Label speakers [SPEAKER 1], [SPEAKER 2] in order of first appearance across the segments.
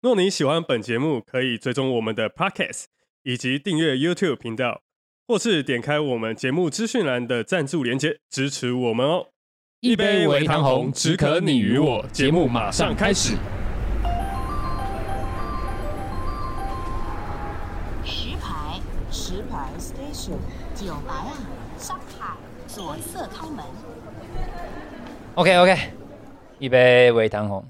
[SPEAKER 1] 若你喜欢本节目，可以追踪我们的 Podcast 以及订阅 YouTube 频道，或是点开我们节目资讯栏的赞助连接支持我们哦。一杯微糖红，只可你与我。节目马上开始。
[SPEAKER 2] 石牌，石牌 station，九白啊，上海，左侧开门。
[SPEAKER 3] OK OK，一杯微糖红，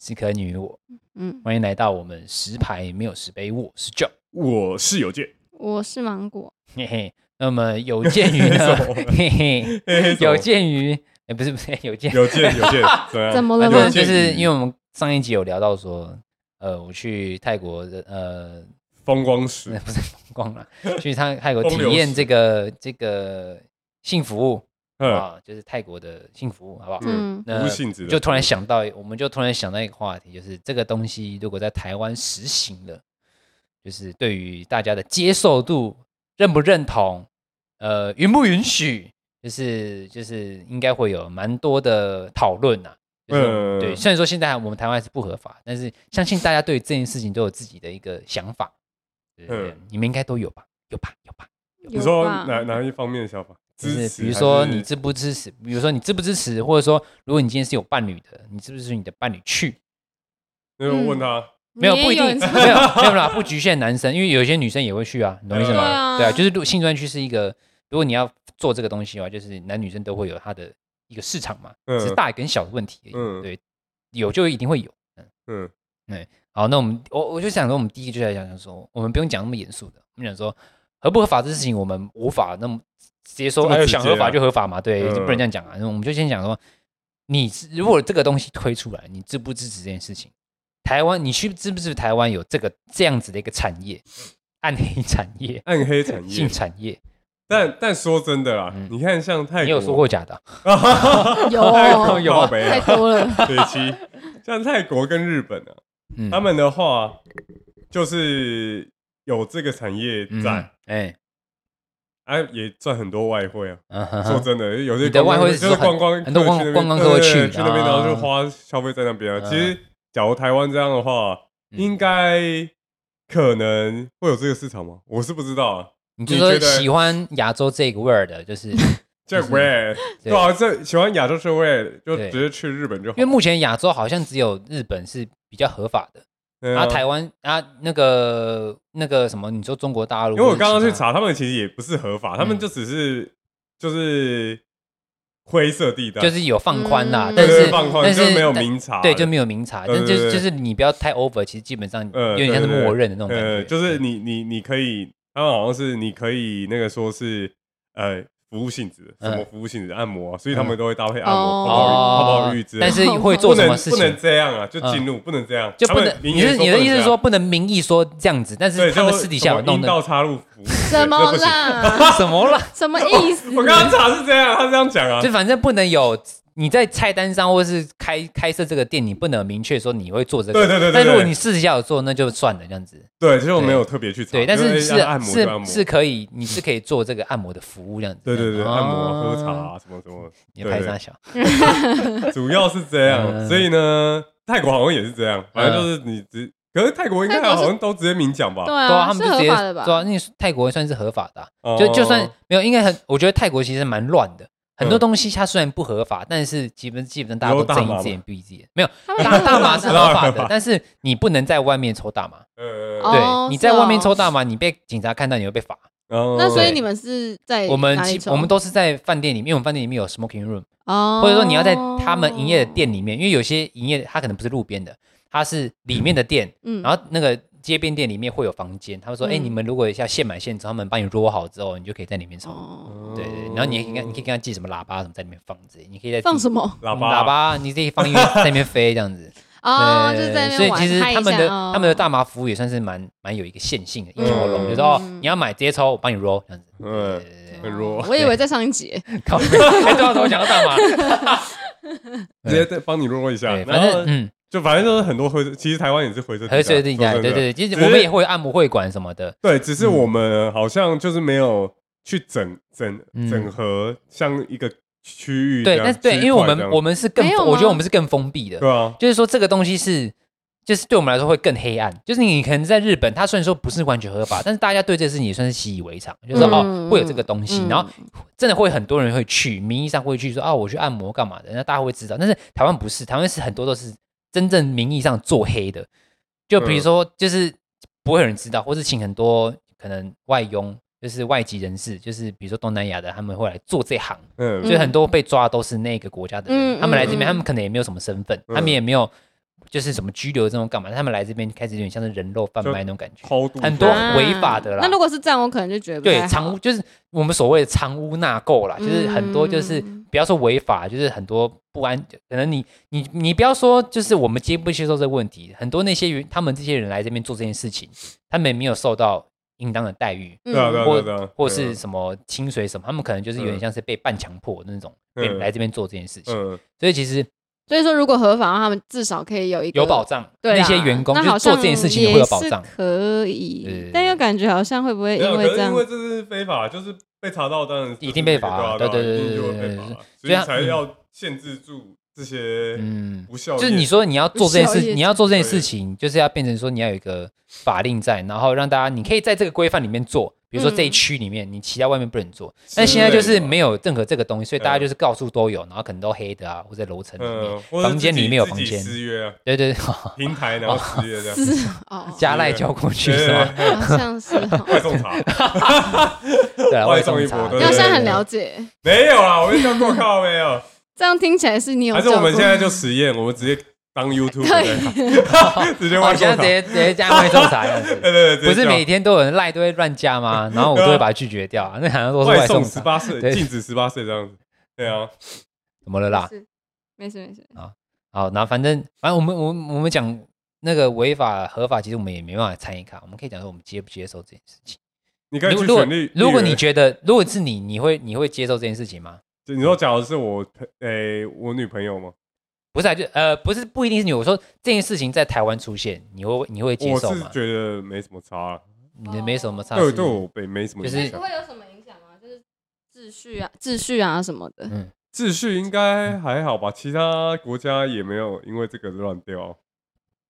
[SPEAKER 3] 只可你与我。
[SPEAKER 4] 嗯，
[SPEAKER 3] 欢迎来到我们十排没有十杯，我是 John。
[SPEAKER 1] 我是有健，
[SPEAKER 4] 我是芒果，
[SPEAKER 3] 嘿嘿，那么有鉴于 呢
[SPEAKER 1] 什么，
[SPEAKER 3] 嘿嘿，
[SPEAKER 1] 嘿嘿
[SPEAKER 3] 有鉴于，哎、不是不是， 有鉴，
[SPEAKER 1] 有健 有健，啊怎么样
[SPEAKER 4] 怎么了
[SPEAKER 1] 有
[SPEAKER 4] 吗
[SPEAKER 1] 鉴于
[SPEAKER 3] 就是因为我们上一集有聊到说，呃，我去泰国的，呃，
[SPEAKER 1] 风光
[SPEAKER 3] 那
[SPEAKER 1] 时，
[SPEAKER 3] 不是风光了，去泰泰国
[SPEAKER 1] 风
[SPEAKER 3] 体
[SPEAKER 1] 流
[SPEAKER 3] 验
[SPEAKER 1] 史
[SPEAKER 3] 这个这个性服务
[SPEAKER 1] 嗯，
[SPEAKER 3] 啊，就是泰国的性服务，好不好？
[SPEAKER 1] 嗯
[SPEAKER 4] 嗯
[SPEAKER 3] 那
[SPEAKER 1] 无性质的
[SPEAKER 3] 就突然想到，我们就突然想到一个话题，就是这个东西如果在台湾实行了，就是对于大家的接受度、认不认同、呃，允不允许，就是就是应该会有蛮多的讨论呐、就是
[SPEAKER 1] 嗯
[SPEAKER 3] 对，虽然说现在我们台湾是不合法，但是相信大家对于这件事情都有自己的一个想法，对对对
[SPEAKER 1] 嗯
[SPEAKER 3] 你们应该都有吧？有吧？有吧？
[SPEAKER 1] 你
[SPEAKER 4] 有
[SPEAKER 1] 说
[SPEAKER 4] 吧
[SPEAKER 1] 哪哪一方面的想法？
[SPEAKER 3] 就是
[SPEAKER 1] 支持
[SPEAKER 3] 比如说
[SPEAKER 1] 还是
[SPEAKER 3] 你支不支持，比如说你支不支持，或者说如果你今天是有伴侣的，你支不支持你的伴侣去？
[SPEAKER 1] 那我问他，
[SPEAKER 3] 没有
[SPEAKER 4] 你
[SPEAKER 3] 不一
[SPEAKER 4] 也
[SPEAKER 3] 定，
[SPEAKER 4] 有
[SPEAKER 3] 没
[SPEAKER 4] 人
[SPEAKER 3] 有
[SPEAKER 4] 这么
[SPEAKER 3] 没有啦，不局限男生，因为有一些女生也会去啊，你懂我意思
[SPEAKER 1] 对
[SPEAKER 3] 吗？
[SPEAKER 4] 啊
[SPEAKER 3] 对啊，就是如性专区是一个，如果你要做这个东西的话，就是男女生都会有它的一个市场嘛，
[SPEAKER 1] 嗯
[SPEAKER 3] 只是大跟小的问题而已。
[SPEAKER 1] 嗯
[SPEAKER 3] 对，有就一定会有。
[SPEAKER 1] 嗯，
[SPEAKER 3] 好，那我们我我就想说，我们第一个就来讲讲说，我们不用讲那么严肃的，我们讲说合不合法这事情，我们无法那么直接说，
[SPEAKER 1] 这么
[SPEAKER 3] 哎呦，
[SPEAKER 1] 直接
[SPEAKER 3] 想合法就合法嘛，对，
[SPEAKER 1] 嗯
[SPEAKER 3] 就不能这样讲啊。那我们就先讲说，你如果这个东西推出来，你支不支持这件事情？台湾，你去支不支持台湾有这个这样子的一个产业，暗黑产业、
[SPEAKER 1] 暗黑产业
[SPEAKER 3] 性，产业？
[SPEAKER 1] 但但说真的啦
[SPEAKER 3] 嗯，
[SPEAKER 1] 你看像泰国，
[SPEAKER 3] 你有说过假的啊？
[SPEAKER 4] 有哦
[SPEAKER 1] 有啊
[SPEAKER 4] 太 多了，
[SPEAKER 1] 北七，像泰国跟日本啊，
[SPEAKER 3] 嗯
[SPEAKER 1] 他们的话就是有这个产业在，
[SPEAKER 3] 哎，
[SPEAKER 1] 啊，也赚很多外汇啊。
[SPEAKER 3] 嗯哼
[SPEAKER 1] 说
[SPEAKER 3] 哼
[SPEAKER 1] 真的，有些
[SPEAKER 3] 你的
[SPEAKER 1] 观光
[SPEAKER 3] 外汇是
[SPEAKER 1] 就是
[SPEAKER 3] 说
[SPEAKER 1] 观
[SPEAKER 3] 很
[SPEAKER 1] 光
[SPEAKER 3] 很多观
[SPEAKER 1] 去那边
[SPEAKER 3] 观光客会
[SPEAKER 1] 对
[SPEAKER 3] 去
[SPEAKER 1] 去那边，然后就
[SPEAKER 3] 啊
[SPEAKER 1] 花消费在那边啊。
[SPEAKER 3] 嗯
[SPEAKER 1] 其实，假如台湾这样的话，
[SPEAKER 3] 嗯
[SPEAKER 1] 应该可能会有这个市场吗？我是不知道啊。
[SPEAKER 3] 你就
[SPEAKER 1] 你
[SPEAKER 3] 说
[SPEAKER 1] 觉得
[SPEAKER 3] 喜欢亚洲这个味儿的， 就是
[SPEAKER 1] 这
[SPEAKER 3] 就是
[SPEAKER 1] 喂，
[SPEAKER 3] 对
[SPEAKER 1] 对啊，这喜欢亚洲社会就
[SPEAKER 3] 对
[SPEAKER 1] 直接去日本就好
[SPEAKER 3] 因。为目前亚洲好像只有日本是比较合法的。
[SPEAKER 1] 嗯啊
[SPEAKER 3] 然后台湾啊，那个那个什么，你说中国大陆？
[SPEAKER 1] 因为我刚刚
[SPEAKER 3] 或者
[SPEAKER 1] 去
[SPEAKER 3] 其他，
[SPEAKER 1] 查，他们其实也不是合法，他
[SPEAKER 3] 嗯
[SPEAKER 1] 们就只是就是灰色地带，
[SPEAKER 3] 就是有放宽啦，
[SPEAKER 4] 嗯
[SPEAKER 1] 对
[SPEAKER 3] 但是
[SPEAKER 1] 对放宽，
[SPEAKER 3] 但
[SPEAKER 1] 就是没有
[SPEAKER 3] 但
[SPEAKER 1] 明查，
[SPEAKER 3] 对，就没有明查，
[SPEAKER 1] 对
[SPEAKER 3] 但就
[SPEAKER 1] 对
[SPEAKER 3] 是
[SPEAKER 1] 对
[SPEAKER 3] 就是你不要太 over，其实基本上
[SPEAKER 1] 呃，
[SPEAKER 3] 有点像是
[SPEAKER 1] 对对对
[SPEAKER 3] 默认的那种感
[SPEAKER 1] 呃，
[SPEAKER 3] 觉，嗯
[SPEAKER 1] 就是你你你可以，他们好像是你可以那个说是呃服务性质，
[SPEAKER 3] 嗯
[SPEAKER 1] 什么服务性质按摩啊，所以他们都会搭配按摩、
[SPEAKER 4] 哦
[SPEAKER 1] 泡泡浴、泡泡浴之类的，
[SPEAKER 3] 但是会做
[SPEAKER 1] 不
[SPEAKER 3] 什么
[SPEAKER 1] 能
[SPEAKER 3] 事
[SPEAKER 1] 不能
[SPEAKER 3] 情？嗯
[SPEAKER 1] 这样啊，就进入不能这样，
[SPEAKER 3] 就
[SPEAKER 1] 他
[SPEAKER 3] 不
[SPEAKER 1] 们
[SPEAKER 3] 能，
[SPEAKER 1] 明
[SPEAKER 3] 你
[SPEAKER 1] 言
[SPEAKER 3] 是你的
[SPEAKER 1] 不能
[SPEAKER 3] 意思
[SPEAKER 1] 这
[SPEAKER 3] 是
[SPEAKER 1] 样
[SPEAKER 3] 说不能名义说这样子，但是
[SPEAKER 1] 对，
[SPEAKER 3] 他们
[SPEAKER 1] 就
[SPEAKER 3] 私底下有
[SPEAKER 1] 什么
[SPEAKER 3] 弄
[SPEAKER 1] 阴
[SPEAKER 3] 的
[SPEAKER 1] 道插 入服务，
[SPEAKER 4] 什么
[SPEAKER 1] 这不行？
[SPEAKER 4] 啦？
[SPEAKER 3] 什么啦？
[SPEAKER 4] 什么意思？
[SPEAKER 1] 我刚刚查是这样，他这样讲啊，
[SPEAKER 3] 就反正不能有你在菜单上或是开开设这个店，你不能明确说你会做这个。
[SPEAKER 1] 对对对对
[SPEAKER 3] 但如果
[SPEAKER 1] 对
[SPEAKER 3] 你私底下有做，那就算了，这样子。
[SPEAKER 1] 对，其实我没有特别去查，
[SPEAKER 3] 对，但是
[SPEAKER 1] 就是按摩就按
[SPEAKER 3] 是
[SPEAKER 1] 摩，
[SPEAKER 3] 是可以，你是可以做这个按摩的服务这样子。
[SPEAKER 1] 对对对，
[SPEAKER 3] 啊
[SPEAKER 1] 按摩啊、喝茶啊，什么什么，
[SPEAKER 3] 你拍
[SPEAKER 1] 对
[SPEAKER 3] 啥小？
[SPEAKER 1] 主要是这样。
[SPEAKER 3] 嗯
[SPEAKER 1] 所以呢，泰国好像也是这样，反正就是你直，可是泰国应该
[SPEAKER 4] 泰国是
[SPEAKER 1] 好像都直接明讲吧？
[SPEAKER 4] 对
[SPEAKER 3] 对啊，他
[SPEAKER 4] 啊，
[SPEAKER 3] 们
[SPEAKER 4] 是
[SPEAKER 3] 就直
[SPEAKER 4] 合
[SPEAKER 3] 接
[SPEAKER 4] 法的
[SPEAKER 3] 对啊，
[SPEAKER 4] 吧？
[SPEAKER 3] 那泰国算是合法的啊、
[SPEAKER 1] 哦嗯
[SPEAKER 3] 就就算没有，应该很，我觉得泰国其实蛮乱的。很多东西它虽然不合法，但是基本基本上大家
[SPEAKER 1] 有
[SPEAKER 3] 都
[SPEAKER 1] 大
[SPEAKER 3] 睁
[SPEAKER 1] 麻
[SPEAKER 3] 一只
[SPEAKER 1] 吗
[SPEAKER 3] 眼闭一只眼。没有
[SPEAKER 4] 他们
[SPEAKER 3] 大
[SPEAKER 4] 是
[SPEAKER 3] 大麻
[SPEAKER 4] 合
[SPEAKER 3] 是
[SPEAKER 4] 法的
[SPEAKER 3] 合法
[SPEAKER 1] 合法
[SPEAKER 3] 的，但是你不能在外面抽大麻。
[SPEAKER 1] 呃，
[SPEAKER 4] 哦
[SPEAKER 3] 对，你
[SPEAKER 4] 是
[SPEAKER 3] 在外面
[SPEAKER 4] 哦
[SPEAKER 3] 抽大麻，你被警察看到你会被罚。
[SPEAKER 1] 哦
[SPEAKER 4] 那所以
[SPEAKER 3] 对
[SPEAKER 4] 你们是在
[SPEAKER 3] 我们
[SPEAKER 4] 哪里
[SPEAKER 3] 基
[SPEAKER 4] 抽
[SPEAKER 3] 我们都是在饭店里面，因为我们饭店里面有 smoking room，
[SPEAKER 4] 哦，
[SPEAKER 3] 或者说你要在他们营业的店里面，因为有些营业它可能不是路边的，它是里面的店，
[SPEAKER 4] 嗯
[SPEAKER 3] 然后那个街边店里面会有房间，他们说，哎、
[SPEAKER 4] 嗯
[SPEAKER 3] 你们如果要现买现抽，他们帮你 roll 好之后，你就可以在里面抽。
[SPEAKER 4] 哦
[SPEAKER 3] 对对，对然后你也可以跟你可以跟他寄什么喇叭什么在里面放着，你可以在
[SPEAKER 4] 放什么
[SPEAKER 1] 喇
[SPEAKER 3] 喇
[SPEAKER 1] 叭
[SPEAKER 3] 叭，你自己放音乐在里面飞这样子。
[SPEAKER 4] 哦，就
[SPEAKER 3] 对
[SPEAKER 4] 是在那
[SPEAKER 3] 所
[SPEAKER 4] 边
[SPEAKER 3] 以
[SPEAKER 4] 玩
[SPEAKER 3] 其实
[SPEAKER 4] 嗨一
[SPEAKER 3] 他们
[SPEAKER 4] 下
[SPEAKER 3] 的
[SPEAKER 4] 哦
[SPEAKER 3] 他们的大麻服务也算是蛮蛮有一个线性的，一条龙，
[SPEAKER 1] 嗯
[SPEAKER 3] 就是哦，你要买这些抽，我帮你 roll 这样子。对
[SPEAKER 1] 嗯，
[SPEAKER 3] 对
[SPEAKER 1] 很弱
[SPEAKER 4] 我以为在上一节，
[SPEAKER 3] 对，靠背，哎，对啊，怎么讲到大麻？
[SPEAKER 1] 直接再帮你弱一下，
[SPEAKER 3] 对，
[SPEAKER 1] 然
[SPEAKER 3] 反正
[SPEAKER 1] 后
[SPEAKER 3] 嗯，
[SPEAKER 1] 就反正都是很多灰色，其实台湾也是灰色地带
[SPEAKER 3] 和水地带，
[SPEAKER 1] 说
[SPEAKER 3] 对
[SPEAKER 1] 真
[SPEAKER 3] 啊
[SPEAKER 1] 的
[SPEAKER 3] 对对，其实
[SPEAKER 1] 只是
[SPEAKER 3] 我们也会有按摩会馆什么的，
[SPEAKER 1] 对，只
[SPEAKER 3] 嗯
[SPEAKER 1] 是我们好像就是没有去整整
[SPEAKER 3] 嗯
[SPEAKER 1] 整合，像一个区域这
[SPEAKER 3] 对，
[SPEAKER 1] 样
[SPEAKER 3] 但是对，因为我们我
[SPEAKER 1] 们
[SPEAKER 3] 们是更
[SPEAKER 4] 没，有吗啊
[SPEAKER 3] 我觉得我们是更封闭的，
[SPEAKER 1] 对啊，
[SPEAKER 3] 就是说这个东西是，就是对我们来说会更黑暗。就是你可能在日本，它虽然说不是完全合 法，但是大家对这事情也算是习以为常，就是说哦
[SPEAKER 4] 嗯
[SPEAKER 3] 会有这个东西，
[SPEAKER 4] 嗯
[SPEAKER 3] 然后真的会很多人会去，名义上会去说啊我去按摩干嘛的，那大家会知道。但是台湾不是，台湾是很多都是真正名义上做黑的，就比如
[SPEAKER 4] 嗯
[SPEAKER 3] 说就是不会有人知道，或是请很多可能外佣。就是外籍人士，就是比如说东南亚的，他们会来做这行，
[SPEAKER 1] 嗯
[SPEAKER 3] 所以很多被抓都是那个国家的人，
[SPEAKER 4] 嗯
[SPEAKER 3] 他们来这边，
[SPEAKER 4] 嗯嗯
[SPEAKER 3] 他们可能也没有什么身份，
[SPEAKER 1] 嗯
[SPEAKER 3] 他们也没有就是什么拘留这种干嘛，他们来这边开始有点像是人肉贩卖那种感觉，
[SPEAKER 1] 超多
[SPEAKER 3] 很多违法的啦
[SPEAKER 4] 啊那如果是这样，我可能就觉得不
[SPEAKER 3] 对
[SPEAKER 4] 太好
[SPEAKER 3] 藏污就是我们所谓的藏污纳垢啦，就是很多就是
[SPEAKER 4] 嗯
[SPEAKER 3] 不要说违法，就是很多不安，可能你你你不要说就是我们接不接受这个问题，很多那些人他们这些人来这边做这件事情，他们也没有受到应当的待遇，
[SPEAKER 1] 对啊对啊
[SPEAKER 3] 或
[SPEAKER 1] 对啊，
[SPEAKER 3] 或是什么清水什么，他们可能就是有点像是被半强迫那种，被
[SPEAKER 1] 嗯
[SPEAKER 3] 来这边做这件事情，
[SPEAKER 1] 嗯
[SPEAKER 3] 所以其实
[SPEAKER 4] 所以说，如果合法的话，他们至少可以有一个
[SPEAKER 3] 有保障，
[SPEAKER 4] 对
[SPEAKER 3] 那
[SPEAKER 4] 啦
[SPEAKER 3] 些员工
[SPEAKER 4] 那
[SPEAKER 3] 就是
[SPEAKER 4] 好
[SPEAKER 3] 做
[SPEAKER 4] 像
[SPEAKER 3] 这件事情也会有保障
[SPEAKER 4] 也是。可
[SPEAKER 3] 对对
[SPEAKER 4] 以
[SPEAKER 3] 对，
[SPEAKER 4] 但又感觉好像会不会
[SPEAKER 1] 没
[SPEAKER 4] 因
[SPEAKER 1] 有，可
[SPEAKER 4] 为这
[SPEAKER 1] 是
[SPEAKER 4] 样
[SPEAKER 1] 因？ 为这是非法，就是被查到当然
[SPEAKER 3] 一定被罚啊
[SPEAKER 1] 对啊
[SPEAKER 3] 对
[SPEAKER 1] 啊
[SPEAKER 3] 对
[SPEAKER 1] 一定就会
[SPEAKER 3] 对对
[SPEAKER 1] 被
[SPEAKER 3] 对
[SPEAKER 1] 罚
[SPEAKER 3] 对，
[SPEAKER 1] 所以
[SPEAKER 3] 所以它
[SPEAKER 1] 才要限制住这些
[SPEAKER 3] 嗯，
[SPEAKER 1] 不孝业
[SPEAKER 3] 就
[SPEAKER 1] 者，
[SPEAKER 3] 是你说你要做这件
[SPEAKER 4] 效益
[SPEAKER 3] 事，你要做这件事情，就是要变成说你要有一个法令在，然后让大家你可以在这个规范里面做，比如说这
[SPEAKER 4] 嗯
[SPEAKER 3] 一区里面，你其他外面不能做。但现在就是没有任何这个东西，所以大家就是到处都有，然后可能都黑的啊，或者楼层里面，
[SPEAKER 1] 嗯，或者
[SPEAKER 3] 房间
[SPEAKER 1] 自己
[SPEAKER 3] 里面有
[SPEAKER 1] 自己
[SPEAKER 3] 房间哦
[SPEAKER 1] 私约啊，
[SPEAKER 3] 对对 对，
[SPEAKER 1] 平台然后私约这样，
[SPEAKER 4] 是哦，
[SPEAKER 3] 加赖交过去是吗？
[SPEAKER 1] 对？对对
[SPEAKER 4] 好像是哦。
[SPEAKER 1] 外送茶
[SPEAKER 3] 对啊，
[SPEAKER 1] 外
[SPEAKER 3] 外
[SPEAKER 1] 送
[SPEAKER 3] 送
[SPEAKER 1] 一
[SPEAKER 3] 茶
[SPEAKER 1] 波，对
[SPEAKER 4] 你
[SPEAKER 1] 对
[SPEAKER 4] 好
[SPEAKER 1] 对
[SPEAKER 4] 像很了解，
[SPEAKER 1] 没有啦，我跟你讲过靠没有，
[SPEAKER 4] 这样听起来是你有
[SPEAKER 1] 还
[SPEAKER 4] 照
[SPEAKER 1] 是
[SPEAKER 4] 顾。
[SPEAKER 1] 我们现在就实验，我们直接 当 YouTube 直接
[SPEAKER 3] 哦
[SPEAKER 1] 外
[SPEAKER 3] 你现
[SPEAKER 1] 送茶
[SPEAKER 3] 在直，接直接加外送茶这样子
[SPEAKER 1] 对。对对，直 接
[SPEAKER 3] 不是
[SPEAKER 1] 叫
[SPEAKER 3] 每天都有人赖都会乱 加吗？然后我都会把它拒绝掉啊，那好像都是
[SPEAKER 1] 外
[SPEAKER 3] 送
[SPEAKER 1] 送
[SPEAKER 3] 茶
[SPEAKER 1] 十八岁，
[SPEAKER 3] 对
[SPEAKER 1] 禁止十八岁这样子，对啊，
[SPEAKER 3] 怎么了啦？嗯
[SPEAKER 4] 是没事没事，
[SPEAKER 3] 好，然后反正反正我们我们我们讲那个违法合法，其实我们也没办法参与卡，我们可以讲说我们接不接受这件事情。
[SPEAKER 1] 你可以
[SPEAKER 3] 如
[SPEAKER 1] 去
[SPEAKER 3] 如果
[SPEAKER 1] 选立，
[SPEAKER 3] 如果你
[SPEAKER 1] 立
[SPEAKER 3] 觉得如果是你，你会你会接受这件事情吗？
[SPEAKER 1] 委你说假如是我朋，诶，我女朋友吗？
[SPEAKER 3] 不是啊，就呃不是不一定是你，我说这件事情在台湾出现，你会你会接
[SPEAKER 1] 我
[SPEAKER 3] 受
[SPEAKER 1] 是
[SPEAKER 3] 吗？
[SPEAKER 1] 觉得没什么差啊，
[SPEAKER 3] 你的没什么差，
[SPEAKER 1] 对
[SPEAKER 3] 是不
[SPEAKER 1] 对
[SPEAKER 3] 是
[SPEAKER 1] 我没没什么
[SPEAKER 3] 就是
[SPEAKER 1] 影
[SPEAKER 3] 不
[SPEAKER 1] 响。
[SPEAKER 4] 会有什么影响吗？就是秩序啊、秩序啊什么的。
[SPEAKER 1] 秩序应该还好吧，其他国家也没有因为这个乱掉。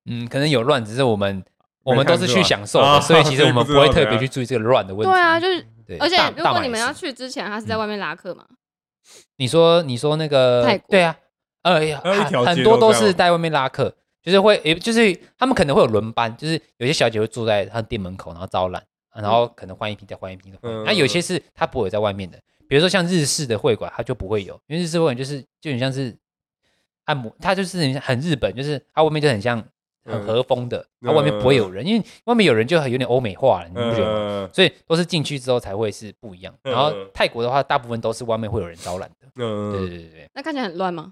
[SPEAKER 3] 嗯，可能有乱，只是我们我
[SPEAKER 1] 没
[SPEAKER 3] 们都
[SPEAKER 1] 看
[SPEAKER 3] 是
[SPEAKER 1] 是
[SPEAKER 3] 去
[SPEAKER 1] 吧
[SPEAKER 3] 享受
[SPEAKER 1] 啊
[SPEAKER 3] 的，所以其实
[SPEAKER 1] 所以
[SPEAKER 3] 我 们
[SPEAKER 1] 不
[SPEAKER 3] 不
[SPEAKER 1] 知道
[SPEAKER 3] 会
[SPEAKER 1] 怎
[SPEAKER 3] 特别
[SPEAKER 1] 样
[SPEAKER 3] 去注意这个乱的问题。
[SPEAKER 4] 对啊，就是
[SPEAKER 3] 对，
[SPEAKER 4] 而且
[SPEAKER 3] 大
[SPEAKER 4] 如
[SPEAKER 3] 大
[SPEAKER 4] 果
[SPEAKER 3] 马
[SPEAKER 4] 你们
[SPEAKER 3] 也
[SPEAKER 4] 要
[SPEAKER 3] 是嗯
[SPEAKER 4] 去之前，他是在外面拉客嘛？
[SPEAKER 3] 你说你说那个
[SPEAKER 4] 泰国
[SPEAKER 3] 对啊，呃，
[SPEAKER 1] 还有一
[SPEAKER 3] 很
[SPEAKER 1] 条街
[SPEAKER 3] 很多
[SPEAKER 1] 都
[SPEAKER 3] 都
[SPEAKER 1] 这样
[SPEAKER 3] 是在外面拉客，就是会，也就是他们可能会有轮班，就是有些小姐会住在她店门口，然后招揽，啊然后可能换一批再换一批的，那、
[SPEAKER 1] 嗯
[SPEAKER 3] 啊、有些是她不会有在外面的，比如说像日式的会馆，它就不会有，因为日式会馆就是就很像是按摩，它就是很很日本，就是它外面就很像很
[SPEAKER 1] 嗯
[SPEAKER 3] 和风的，它、
[SPEAKER 1] 嗯
[SPEAKER 3] 外面不会有人，因为外面有人就很有点欧美化了，你不觉得吗？
[SPEAKER 1] 嗯
[SPEAKER 3] 所以都是进去之后才会是不一样。然后
[SPEAKER 1] 嗯
[SPEAKER 3] 泰国的话，大部分都是外面会有人招揽的。对对
[SPEAKER 1] 嗯，
[SPEAKER 3] 对对对，
[SPEAKER 4] 那看起来很乱吗？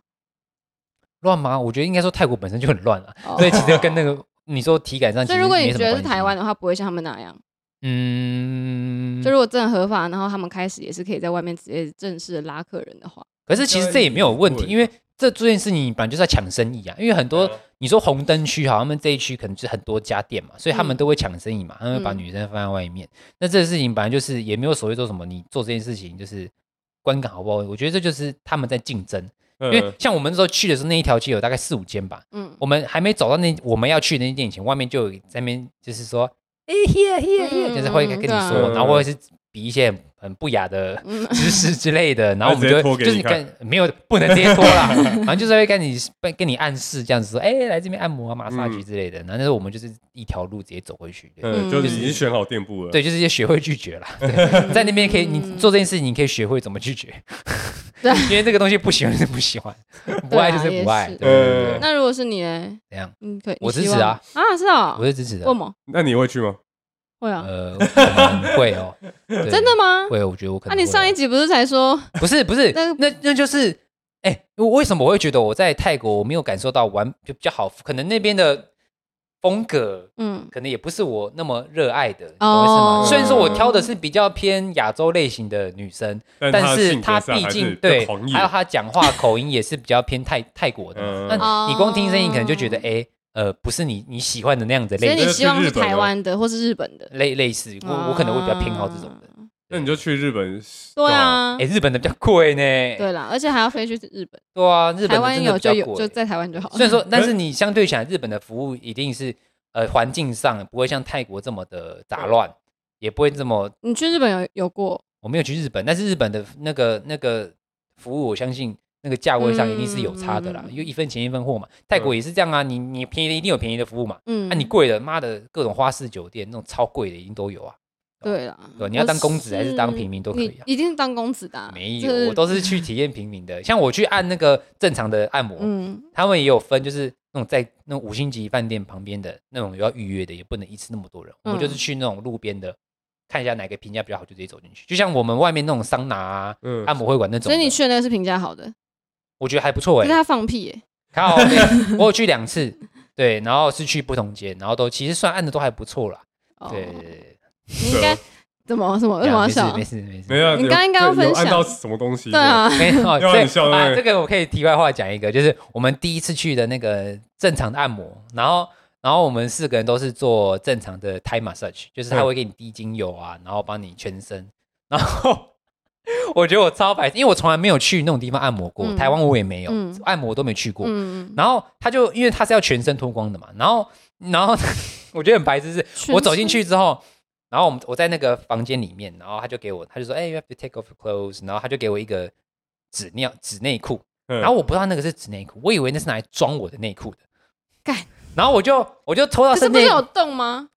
[SPEAKER 3] 乱吗？我觉得应该说泰国本身就很乱了、
[SPEAKER 1] 哦
[SPEAKER 3] 所以其实跟那个你说体感上，
[SPEAKER 4] 哦所以如果你觉得
[SPEAKER 3] 啊
[SPEAKER 4] 是台湾，的话，不会像他们那样。
[SPEAKER 3] 嗯
[SPEAKER 4] 就，如果真的合法，然后他们开始也是可以在外面直接正式地拉客人的话，
[SPEAKER 3] 可是其实这也没有问
[SPEAKER 1] 应
[SPEAKER 3] 题，
[SPEAKER 1] 该
[SPEAKER 3] 因为这这件事情本来就是在抢生意啊。因为很多
[SPEAKER 1] 嗯
[SPEAKER 3] 你说红灯区，好，他们这一区可能就是很多家店嘛，所以他们
[SPEAKER 4] 嗯
[SPEAKER 3] 都会抢生意嘛，他们会把
[SPEAKER 4] 嗯
[SPEAKER 3] 女生放在外面。那这个事情本来就是也没有所谓做什么，你做这件事情就是观感好不好？我觉得这就是他们在竞争。因为
[SPEAKER 1] 嗯
[SPEAKER 3] 像我们那时候去的时候，那一条街有大概四五间吧。
[SPEAKER 4] 嗯，
[SPEAKER 3] 我们还没走到那我们要去的那间店以前，外面就有在那边就是说，哎、here here here，
[SPEAKER 4] 嗯
[SPEAKER 3] 就是会跟你
[SPEAKER 4] 对啊
[SPEAKER 3] 说，
[SPEAKER 1] 嗯
[SPEAKER 3] 然后或者是比一些很很不雅的
[SPEAKER 4] 嗯
[SPEAKER 3] 姿势之类的，然后我们就
[SPEAKER 1] 直接脱
[SPEAKER 3] 会
[SPEAKER 1] 给
[SPEAKER 3] 就是
[SPEAKER 1] 你看
[SPEAKER 3] 跟没有不能直接脱啦， 反正就是会跟你跟你暗示这样子说，哎、来这边按摩啊、马杀局之类的。然后那时候我们就是一条路直接走回去，对，
[SPEAKER 1] 嗯，
[SPEAKER 4] 嗯
[SPEAKER 1] 就是已经选好店铺了。
[SPEAKER 3] 对就是也学会拒绝啦。
[SPEAKER 4] 啊
[SPEAKER 3] 对在那边可以，你做这件事情，你可以学会怎么拒绝，
[SPEAKER 4] 对
[SPEAKER 3] 因为这个东西不喜欢就是不喜欢，不爱就是不爱，
[SPEAKER 4] 啊也是
[SPEAKER 3] 对对对
[SPEAKER 1] 嗯
[SPEAKER 3] 对
[SPEAKER 4] 那如果是你呢？
[SPEAKER 3] 怎样？
[SPEAKER 4] 你可以，
[SPEAKER 3] 我
[SPEAKER 4] 你希
[SPEAKER 3] 支持啊
[SPEAKER 4] 望啊，是啊，
[SPEAKER 3] 我是支持的
[SPEAKER 4] 为什。么
[SPEAKER 1] 那你会去吗？
[SPEAKER 4] 会啊？
[SPEAKER 3] 呃，我可能会 哦，真
[SPEAKER 4] 真的吗？
[SPEAKER 3] 会，我觉得我可
[SPEAKER 4] 那
[SPEAKER 3] 能。
[SPEAKER 4] 你上一
[SPEAKER 3] 集
[SPEAKER 4] 集不是才说
[SPEAKER 3] 不是不是
[SPEAKER 4] 那个
[SPEAKER 3] 那那就是哎，我为什么我会觉得我在泰国我没有感受到玩就比较好？可能那边的风格
[SPEAKER 4] 嗯，
[SPEAKER 3] 可能也不是我那么热爱的，你懂我意思吗？
[SPEAKER 4] 哦
[SPEAKER 3] 虽然说我挑的是比较偏亚洲类型的女生，
[SPEAKER 1] 但
[SPEAKER 3] 但是
[SPEAKER 1] 他
[SPEAKER 3] 她
[SPEAKER 1] 的性格上还是
[SPEAKER 3] 毕竟对，
[SPEAKER 1] 狂野
[SPEAKER 3] 还有她讲话口音也是比较偏泰泰国的
[SPEAKER 1] 嗯
[SPEAKER 3] 嘛。那你光听声音，可能就觉得
[SPEAKER 4] 哦
[SPEAKER 3] 哎，呃，不是你你喜欢的那样子
[SPEAKER 4] 所以
[SPEAKER 3] 类
[SPEAKER 4] 你希望
[SPEAKER 1] 那
[SPEAKER 4] 是
[SPEAKER 1] 是日本
[SPEAKER 4] 台
[SPEAKER 1] 哦
[SPEAKER 4] 湾的或是日本的？
[SPEAKER 3] 类类似，我我可能会比较偏好这种的。
[SPEAKER 4] 的。
[SPEAKER 1] 那你就去日本，
[SPEAKER 4] 哦对，啊
[SPEAKER 3] 哎，，日本的比较贵呢。
[SPEAKER 4] 对啦，而且还要飞去日本，
[SPEAKER 3] 对啊，日本的
[SPEAKER 4] 台湾
[SPEAKER 3] 真的
[SPEAKER 4] 有
[SPEAKER 3] 比较
[SPEAKER 4] 就有，
[SPEAKER 3] 贵
[SPEAKER 4] 就在台湾就好了。
[SPEAKER 3] 虽然 说，但
[SPEAKER 1] 可
[SPEAKER 3] 是你相对起来，日本的服务一定是呃环境上不会像泰国这么的杂乱，也不会这么。
[SPEAKER 4] 你去日本有有过，
[SPEAKER 3] 我没有去日本，但是日本的那个那个服务，我相信那个价位上一定是有差的啦，
[SPEAKER 4] 嗯
[SPEAKER 3] 因为一分钱一分货嘛。泰国也是这样啊，你你便宜的一定有便宜的服务嘛，啊
[SPEAKER 4] 嗯，
[SPEAKER 3] 那、你贵的，妈的各种花式酒店那种超贵的一定都有啊。
[SPEAKER 4] 对啦，
[SPEAKER 3] 对你要
[SPEAKER 4] 我
[SPEAKER 3] 当公子还是当平民都可以啊
[SPEAKER 4] 你一定是当公子的啊，
[SPEAKER 3] 没
[SPEAKER 4] 就
[SPEAKER 3] 有，我都是去体验平民的。像我去按那个正常的按摩，
[SPEAKER 4] 嗯
[SPEAKER 3] 他们也有分，就是那种在那种五星级饭店旁边的那种要预约的，也不能一次那么多人。我们
[SPEAKER 4] 嗯
[SPEAKER 3] 就是去那种路边的，看一下哪个评价比较好，就直接走进去。就像我们外面那种桑拿、啊、
[SPEAKER 1] 嗯，
[SPEAKER 3] 按摩会馆那种
[SPEAKER 4] 所
[SPEAKER 3] 的，
[SPEAKER 4] 以你去的那个是评价好的，
[SPEAKER 3] 我觉得还不错
[SPEAKER 4] 可
[SPEAKER 3] 哎、
[SPEAKER 4] 是
[SPEAKER 3] 欸。
[SPEAKER 4] 他放屁耶，
[SPEAKER 3] 靠， 我有去两次，对，然后是去不同间，然后都其实算按的都还不错啦。
[SPEAKER 4] 哦
[SPEAKER 3] 对，对，对
[SPEAKER 4] 你应该怎么什么为
[SPEAKER 3] 对
[SPEAKER 4] 什么
[SPEAKER 3] 啊
[SPEAKER 4] 要
[SPEAKER 3] 没事
[SPEAKER 4] 笑
[SPEAKER 3] 没？事没事，
[SPEAKER 1] 没有，
[SPEAKER 4] 你刚刚应该要
[SPEAKER 1] 有有
[SPEAKER 4] 分享
[SPEAKER 1] 按到什么东西？
[SPEAKER 4] 对啊，
[SPEAKER 3] 没有，
[SPEAKER 1] 要
[SPEAKER 3] 这
[SPEAKER 1] 你笑
[SPEAKER 3] 啊，
[SPEAKER 1] 对
[SPEAKER 3] 这个我可以题外话讲一个，就是我们第一次去的那个正常的按摩，然后然后我们四个人都是做正常的 Thai massage，就是他
[SPEAKER 1] 嗯
[SPEAKER 3] 会给你滴精油啊，然后帮你全身，然后 我觉得我超白痴，因为我从来没有去那种地方按摩过，
[SPEAKER 4] 嗯
[SPEAKER 3] 台湾我也没有，
[SPEAKER 4] 嗯
[SPEAKER 3] 按摩我都没去过，
[SPEAKER 4] 嗯，
[SPEAKER 3] 然后他就因为他是要全身脱光的嘛，然后然后 我觉得很白痴是，
[SPEAKER 4] 全
[SPEAKER 3] 我走进
[SPEAKER 4] 身
[SPEAKER 3] 去之后，然后我们我在那个房间里面，然后他就给我，他就说，哎、y o u have to take off your clothes，然后他就给我一个纸尿纸内裤，
[SPEAKER 1] 嗯
[SPEAKER 3] 然后我不知道那个是纸内裤，我以为那是拿来装我的内裤的，
[SPEAKER 4] 干，
[SPEAKER 3] 然后我就我就偷到
[SPEAKER 4] 可是
[SPEAKER 3] 身
[SPEAKER 4] 不是
[SPEAKER 3] 内，
[SPEAKER 4] 有洞吗？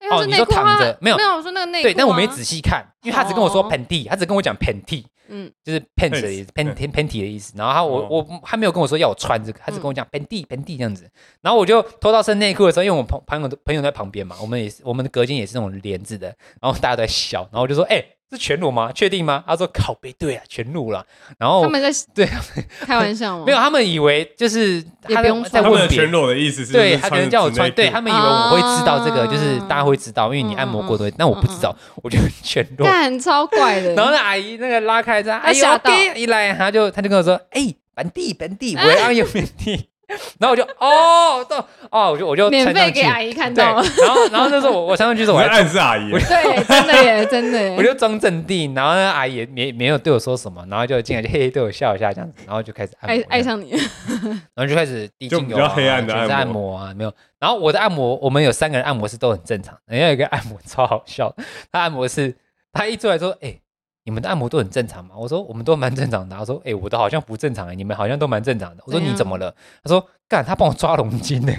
[SPEAKER 4] 因为
[SPEAKER 3] 哦
[SPEAKER 4] 它是
[SPEAKER 3] 你
[SPEAKER 4] 内
[SPEAKER 3] 说
[SPEAKER 4] 裤
[SPEAKER 3] 躺
[SPEAKER 4] 啊
[SPEAKER 3] 着没有
[SPEAKER 4] 没有，我说那个内裤啊，
[SPEAKER 3] 对，但我没仔细看，因为他只跟我说
[SPEAKER 4] 哦
[SPEAKER 3] panty，他只跟我讲 panty，
[SPEAKER 4] 嗯，
[SPEAKER 3] 就是 pants 的意思
[SPEAKER 1] 嗯
[SPEAKER 3] ，panty panty 的意思。然后他我
[SPEAKER 1] 哦
[SPEAKER 3] 我他没有跟我说要我穿这个，他只跟我
[SPEAKER 4] 嗯
[SPEAKER 3] 讲 panty panty 这样子。然后我就脱到身内裤的时候，因为我朋朋友都朋友在旁边嘛，我们也是我们的隔间也是那种帘子的，然后大家都在笑，然后我就说：“哎、是全裸吗？确定吗？”他说：“靠背，对啊，全裸啦。”然后
[SPEAKER 4] 他们在
[SPEAKER 3] 对
[SPEAKER 4] 开玩笑吗？
[SPEAKER 3] 没有，啊他们以为就是
[SPEAKER 4] 也
[SPEAKER 3] 他
[SPEAKER 4] 不用
[SPEAKER 3] 在在
[SPEAKER 4] 穿
[SPEAKER 1] 他们
[SPEAKER 3] 问
[SPEAKER 1] 的
[SPEAKER 3] 别
[SPEAKER 1] 全
[SPEAKER 3] 人。
[SPEAKER 1] 裸的意思是，
[SPEAKER 3] 对
[SPEAKER 1] 就是
[SPEAKER 3] 他
[SPEAKER 1] 穿
[SPEAKER 3] 可能
[SPEAKER 1] 着
[SPEAKER 3] 叫我
[SPEAKER 1] 纸内
[SPEAKER 3] 穿，对
[SPEAKER 1] 裤
[SPEAKER 3] 他们以为我会知道这个，就是大家会知道，因为你
[SPEAKER 4] 嗯
[SPEAKER 3] 按摩过多
[SPEAKER 4] 嗯，
[SPEAKER 3] 但我不知道，我就 全裸。
[SPEAKER 4] 干超怪 的，
[SPEAKER 3] 然后那阿姨那个拉开这样，
[SPEAKER 4] 她
[SPEAKER 3] 哎呦
[SPEAKER 4] 吓到
[SPEAKER 3] ，OK，一来她就她就跟我说，哎、本地本 地，我要有本地。 然后我就哦，到哦，我就我就
[SPEAKER 4] 免
[SPEAKER 3] 穿
[SPEAKER 4] 费
[SPEAKER 3] 上
[SPEAKER 4] 给
[SPEAKER 3] 去，
[SPEAKER 4] 阿姨看
[SPEAKER 3] 对，
[SPEAKER 4] 到了，
[SPEAKER 3] 然后然后那时候我我穿上去的时候
[SPEAKER 1] 我
[SPEAKER 3] 我
[SPEAKER 1] 在
[SPEAKER 3] 还
[SPEAKER 1] 暗示阿姨哦
[SPEAKER 3] 我，
[SPEAKER 4] 对，真的耶，真的耶，
[SPEAKER 3] 我就装镇定，然后那阿姨也没没有对我说什么，然后就进来就嘿嘿对我笑一下这样子，然后就开始按
[SPEAKER 4] 爱
[SPEAKER 3] 摩
[SPEAKER 4] 爱上你，
[SPEAKER 3] 然后就开始滴
[SPEAKER 1] 就
[SPEAKER 3] 精油、
[SPEAKER 1] 比
[SPEAKER 3] 啊，
[SPEAKER 1] 较黑暗的
[SPEAKER 3] 全身
[SPEAKER 1] 按
[SPEAKER 3] 按摩啊，没有。然后我的按摩，我们有三个人按摩是都很正常，人家有一个按摩超好笑，他按摩是他一出来说，哎、你们的按摩都很正常吗？我说我们都蛮正常的。他说：“哎、我的好像不正常、欸，你们好像都蛮正
[SPEAKER 1] 啊
[SPEAKER 3] 常的。”我说：“
[SPEAKER 4] 怎样
[SPEAKER 3] 你怎么了？”他说：“干，他帮我抓龙筋呢、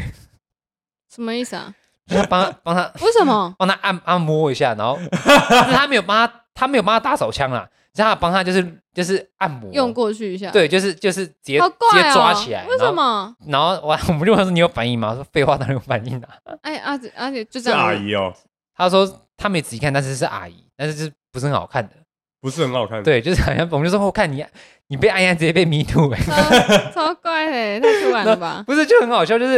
[SPEAKER 4] 什么意思啊？
[SPEAKER 3] 就是他帮帮他
[SPEAKER 4] 为什么？
[SPEAKER 3] 帮他按按摩一下，然后 就是他没有帮他，他没有帮他打手枪啦，只是他帮他就是就是按摩
[SPEAKER 4] 用，过去一下，，
[SPEAKER 3] 对，就是就是直接、
[SPEAKER 4] 好
[SPEAKER 3] 直
[SPEAKER 4] 怪
[SPEAKER 3] 接
[SPEAKER 4] 哦，
[SPEAKER 3] 抓起来，
[SPEAKER 4] 为
[SPEAKER 3] 然
[SPEAKER 4] 什
[SPEAKER 3] 后
[SPEAKER 4] 么？
[SPEAKER 3] 然后我我们就问他说你有反应吗？他说废话当然有反应啦、
[SPEAKER 4] 哎，阿姐，阿姐就这
[SPEAKER 1] 是
[SPEAKER 4] 样，
[SPEAKER 1] 阿姨哦，
[SPEAKER 3] 他说他没仔细看，但是是阿姨，但是就是不是很好看的。
[SPEAKER 1] 不是很好看。，
[SPEAKER 3] 对，就是好像我们就说我看你你被按压直接被迷吐、欸，
[SPEAKER 4] 超超怪的，太突然了吧？
[SPEAKER 3] 不是就很好笑，就是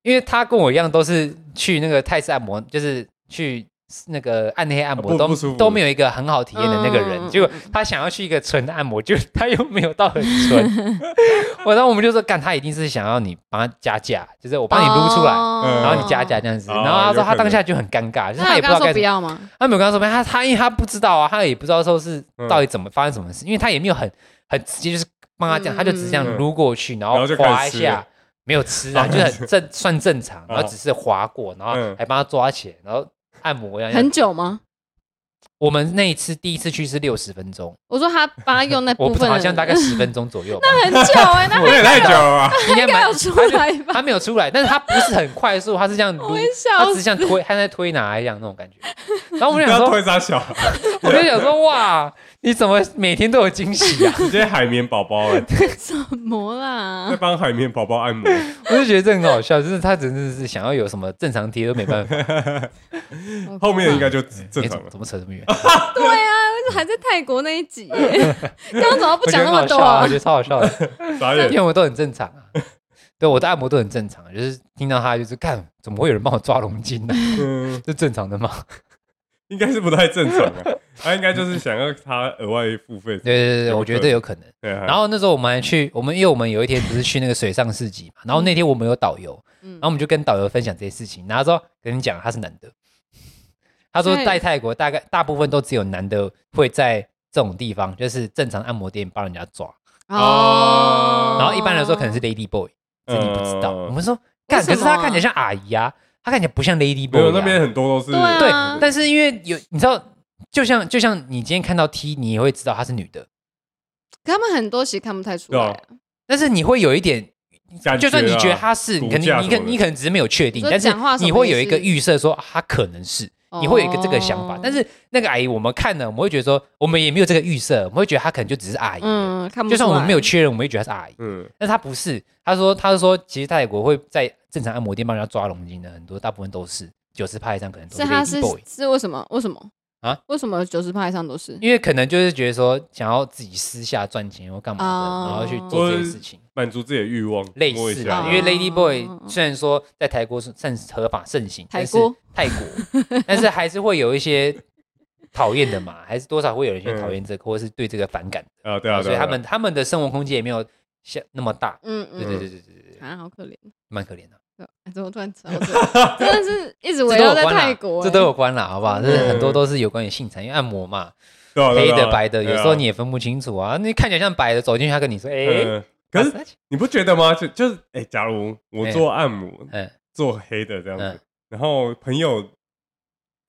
[SPEAKER 3] 因为他跟我一样都是去那个泰式按摩，就是去。那个暗黑按摩
[SPEAKER 1] 啊不
[SPEAKER 3] 都
[SPEAKER 1] 不舒服
[SPEAKER 3] 都没有一个很好体验的那个人，
[SPEAKER 4] 嗯
[SPEAKER 3] 结果他想要去一个纯的按摩，就他又没有到很纯， 我然后我们就说，干他一定是想要你帮他加价，就是我帮你撸出来，
[SPEAKER 4] 哦
[SPEAKER 1] 嗯
[SPEAKER 3] 然后你加价，这样子，
[SPEAKER 1] 哦
[SPEAKER 3] 然后他
[SPEAKER 1] 有
[SPEAKER 3] 说
[SPEAKER 1] 可
[SPEAKER 3] 他当
[SPEAKER 1] 能
[SPEAKER 3] 下就很尴尬，就是他
[SPEAKER 4] 那
[SPEAKER 3] 也
[SPEAKER 4] 有
[SPEAKER 3] 不知
[SPEAKER 4] 跟他
[SPEAKER 3] 道该
[SPEAKER 4] 说不
[SPEAKER 3] 怎么，
[SPEAKER 4] 要吗？
[SPEAKER 3] 他没有跟他说不要，他他因为他不知道啊，他也不知道说是
[SPEAKER 1] 嗯
[SPEAKER 3] 到底怎么发生什么事，因为他也没有很很直接就是帮他这样，
[SPEAKER 4] 嗯
[SPEAKER 3] 他就只是这样
[SPEAKER 1] 嗯
[SPEAKER 3] 撸过去，然
[SPEAKER 1] 然
[SPEAKER 3] 后
[SPEAKER 1] 后就
[SPEAKER 3] 划
[SPEAKER 1] 开
[SPEAKER 3] 一
[SPEAKER 1] 始吃
[SPEAKER 3] 下
[SPEAKER 1] 了，
[SPEAKER 3] 没有吃啊，
[SPEAKER 1] 然
[SPEAKER 3] 就
[SPEAKER 1] 后开始
[SPEAKER 3] 很正算正常，然后
[SPEAKER 1] 哦
[SPEAKER 3] 只是划过，然后
[SPEAKER 1] 嗯
[SPEAKER 3] 还帮他抓起来，然后按摩一样
[SPEAKER 4] 很。久吗？
[SPEAKER 3] 我们那一次第一次去是六十分钟，
[SPEAKER 4] 我说他把他用那
[SPEAKER 3] 我
[SPEAKER 4] 部
[SPEAKER 3] 不知
[SPEAKER 4] 分
[SPEAKER 3] 道
[SPEAKER 4] 的，
[SPEAKER 3] 好像大概十分钟左右 吧，
[SPEAKER 4] 很久哎，那
[SPEAKER 1] 那也太久了 吧？
[SPEAKER 3] 应该
[SPEAKER 4] 应该
[SPEAKER 3] 蛮
[SPEAKER 4] 有出来吧？
[SPEAKER 3] 他没有出来，但是他不是很快速，他是这样撸
[SPEAKER 4] 我很，
[SPEAKER 3] 他
[SPEAKER 4] 笑
[SPEAKER 3] 只是
[SPEAKER 4] 死，
[SPEAKER 3] 像推，他在推拿一样那种 感觉。然后我
[SPEAKER 1] 不
[SPEAKER 3] 们就想
[SPEAKER 1] 要
[SPEAKER 3] 啊说，
[SPEAKER 1] 推啥小，啊
[SPEAKER 3] 我就想说，哇，你怎么每天都有惊喜 啊？
[SPEAKER 1] 你这海绵宝宝 哎，
[SPEAKER 4] 什么啦
[SPEAKER 1] 在？帮海绵宝宝按摩。
[SPEAKER 3] 我就觉得这很好笑，就是他真的是想要有什么正常 贴都没办法，
[SPEAKER 1] 后面应该就正
[SPEAKER 3] 哎
[SPEAKER 1] 常
[SPEAKER 3] 怎么
[SPEAKER 1] 了。
[SPEAKER 3] 怎么扯这么远？
[SPEAKER 4] 对啊，为什是还在泰国那一集 耶，刚刚怎么不
[SPEAKER 3] 我觉
[SPEAKER 4] 讲
[SPEAKER 3] 得
[SPEAKER 4] 那
[SPEAKER 3] 很
[SPEAKER 4] 么
[SPEAKER 3] 好
[SPEAKER 4] 多
[SPEAKER 3] 笑啊，我
[SPEAKER 4] 啊
[SPEAKER 3] 觉？得超好笑 的，
[SPEAKER 1] 傻
[SPEAKER 3] 因
[SPEAKER 1] 眼，
[SPEAKER 3] 为我都很正常啊。对我的按摩都很正常啊，就是听到他就是看怎么会有人帮我抓龙筋 呢、
[SPEAKER 1] 嗯，
[SPEAKER 3] 这正常的吗？
[SPEAKER 1] 应该是不太正常啊，他应该就是想要他额外付费，
[SPEAKER 3] 对对对对，
[SPEAKER 1] 有
[SPEAKER 3] 我觉
[SPEAKER 1] 可
[SPEAKER 3] 得有可能。
[SPEAKER 1] 对啊，
[SPEAKER 3] 然后那时候我们还去，我们因为我们有一天不是去那个水上市集嘛，然后那天我们有导游，
[SPEAKER 4] 嗯
[SPEAKER 3] 然后我们就跟导游分享这些事情，然后他说跟你讲他是男的， 他说
[SPEAKER 4] 所以
[SPEAKER 3] 在泰国大概大部分都只有男的会在这种地方，就是正常按摩店帮人家抓，
[SPEAKER 1] 哦
[SPEAKER 3] 然后一般来说可能是 lady boy，这你不知道。
[SPEAKER 1] 嗯
[SPEAKER 3] 我们说干，
[SPEAKER 4] 为什
[SPEAKER 3] 可
[SPEAKER 4] 么
[SPEAKER 3] 是他看起来像阿姨啊，他看起来不像 lady
[SPEAKER 1] 没
[SPEAKER 3] boy，、
[SPEAKER 1] 有
[SPEAKER 3] 啊、
[SPEAKER 1] 那边很多都是
[SPEAKER 4] 对啊
[SPEAKER 3] 对，但是因为有你知道，就像就像你今天看到 T，你也会知道她是女的，
[SPEAKER 4] 可他们很多其实看不太出来啊，
[SPEAKER 3] 但是你会有一点
[SPEAKER 1] 感
[SPEAKER 3] 就算你觉得
[SPEAKER 1] 啊
[SPEAKER 3] 他是，
[SPEAKER 1] 骨
[SPEAKER 3] 你肯定
[SPEAKER 1] 架什
[SPEAKER 3] 你
[SPEAKER 1] 么
[SPEAKER 3] 可
[SPEAKER 1] 的
[SPEAKER 3] 你可能只是没有确定，
[SPEAKER 4] 说
[SPEAKER 3] 但是
[SPEAKER 4] 讲话什么
[SPEAKER 3] 你会有
[SPEAKER 4] 也
[SPEAKER 3] 一个
[SPEAKER 4] 是
[SPEAKER 3] 预设说啊他可能是，
[SPEAKER 1] 啊
[SPEAKER 3] 你会有一个这个想法
[SPEAKER 4] 哦。
[SPEAKER 3] 但是那个阿姨我们看了，我们会觉得说我们也没有这个预设，我们会觉得她可能就只是阿姨而已。
[SPEAKER 4] 嗯，看不出来
[SPEAKER 3] 就算我们没有确认，我们会觉得她是阿姨，
[SPEAKER 1] 嗯，
[SPEAKER 3] 但是她不是。她说她是说其实泰国会在正常按摩店帮人家抓龙筋的很多，大部分都是九十趴以上可能都
[SPEAKER 4] 是
[SPEAKER 3] 是
[SPEAKER 4] 他
[SPEAKER 3] lady
[SPEAKER 4] 是
[SPEAKER 3] boy，
[SPEAKER 4] 是为什么？为什么
[SPEAKER 3] 啊？
[SPEAKER 4] 为什么九十趴以上都是？
[SPEAKER 3] 因为可能就是觉得说想要自己私下赚钱或干嘛
[SPEAKER 4] 哦
[SPEAKER 3] 的，然后去做这件事情。
[SPEAKER 1] 满足自己的欲望，
[SPEAKER 3] 类
[SPEAKER 1] 摸一
[SPEAKER 3] 似
[SPEAKER 1] 下
[SPEAKER 3] 的，因为 Lady Boy
[SPEAKER 4] 哦
[SPEAKER 3] 虽然说在泰国是算合法盛行，
[SPEAKER 4] 泰
[SPEAKER 3] 但是
[SPEAKER 4] 国
[SPEAKER 3] 泰国， 但是还是会有一些讨厌的嘛， 还是多少会有一些讨厌这个，或者是对这个反感的，
[SPEAKER 1] 啊，嗯对啊，
[SPEAKER 3] 哦所
[SPEAKER 1] 对
[SPEAKER 3] 以
[SPEAKER 1] 啊，
[SPEAKER 3] 他们他们的生活空间也没有像那么大，
[SPEAKER 4] 嗯
[SPEAKER 3] 对
[SPEAKER 4] 嗯，
[SPEAKER 3] 对对对对对，对
[SPEAKER 4] 啊，好可怜。
[SPEAKER 3] 蛮可怜的，
[SPEAKER 4] 哎怎么突然扯到 这个？真的是一直围绕在泰国，哎欸
[SPEAKER 3] 这都有关啦，好不好？
[SPEAKER 4] 嗯
[SPEAKER 3] 这很多都是有关于性产业按摩嘛，
[SPEAKER 1] 对啊对啊
[SPEAKER 3] 黑
[SPEAKER 1] 对啊
[SPEAKER 3] 的白的，有时候
[SPEAKER 1] 对啊
[SPEAKER 3] 你也分不清楚啊，你看起来像白的，走进去他跟你说，哎，
[SPEAKER 1] 嗯，可是你不觉得吗？就就是，哎，假如我做按摩
[SPEAKER 3] 嗯，
[SPEAKER 1] 做黑的这样
[SPEAKER 3] 嗯
[SPEAKER 1] 子，然后朋友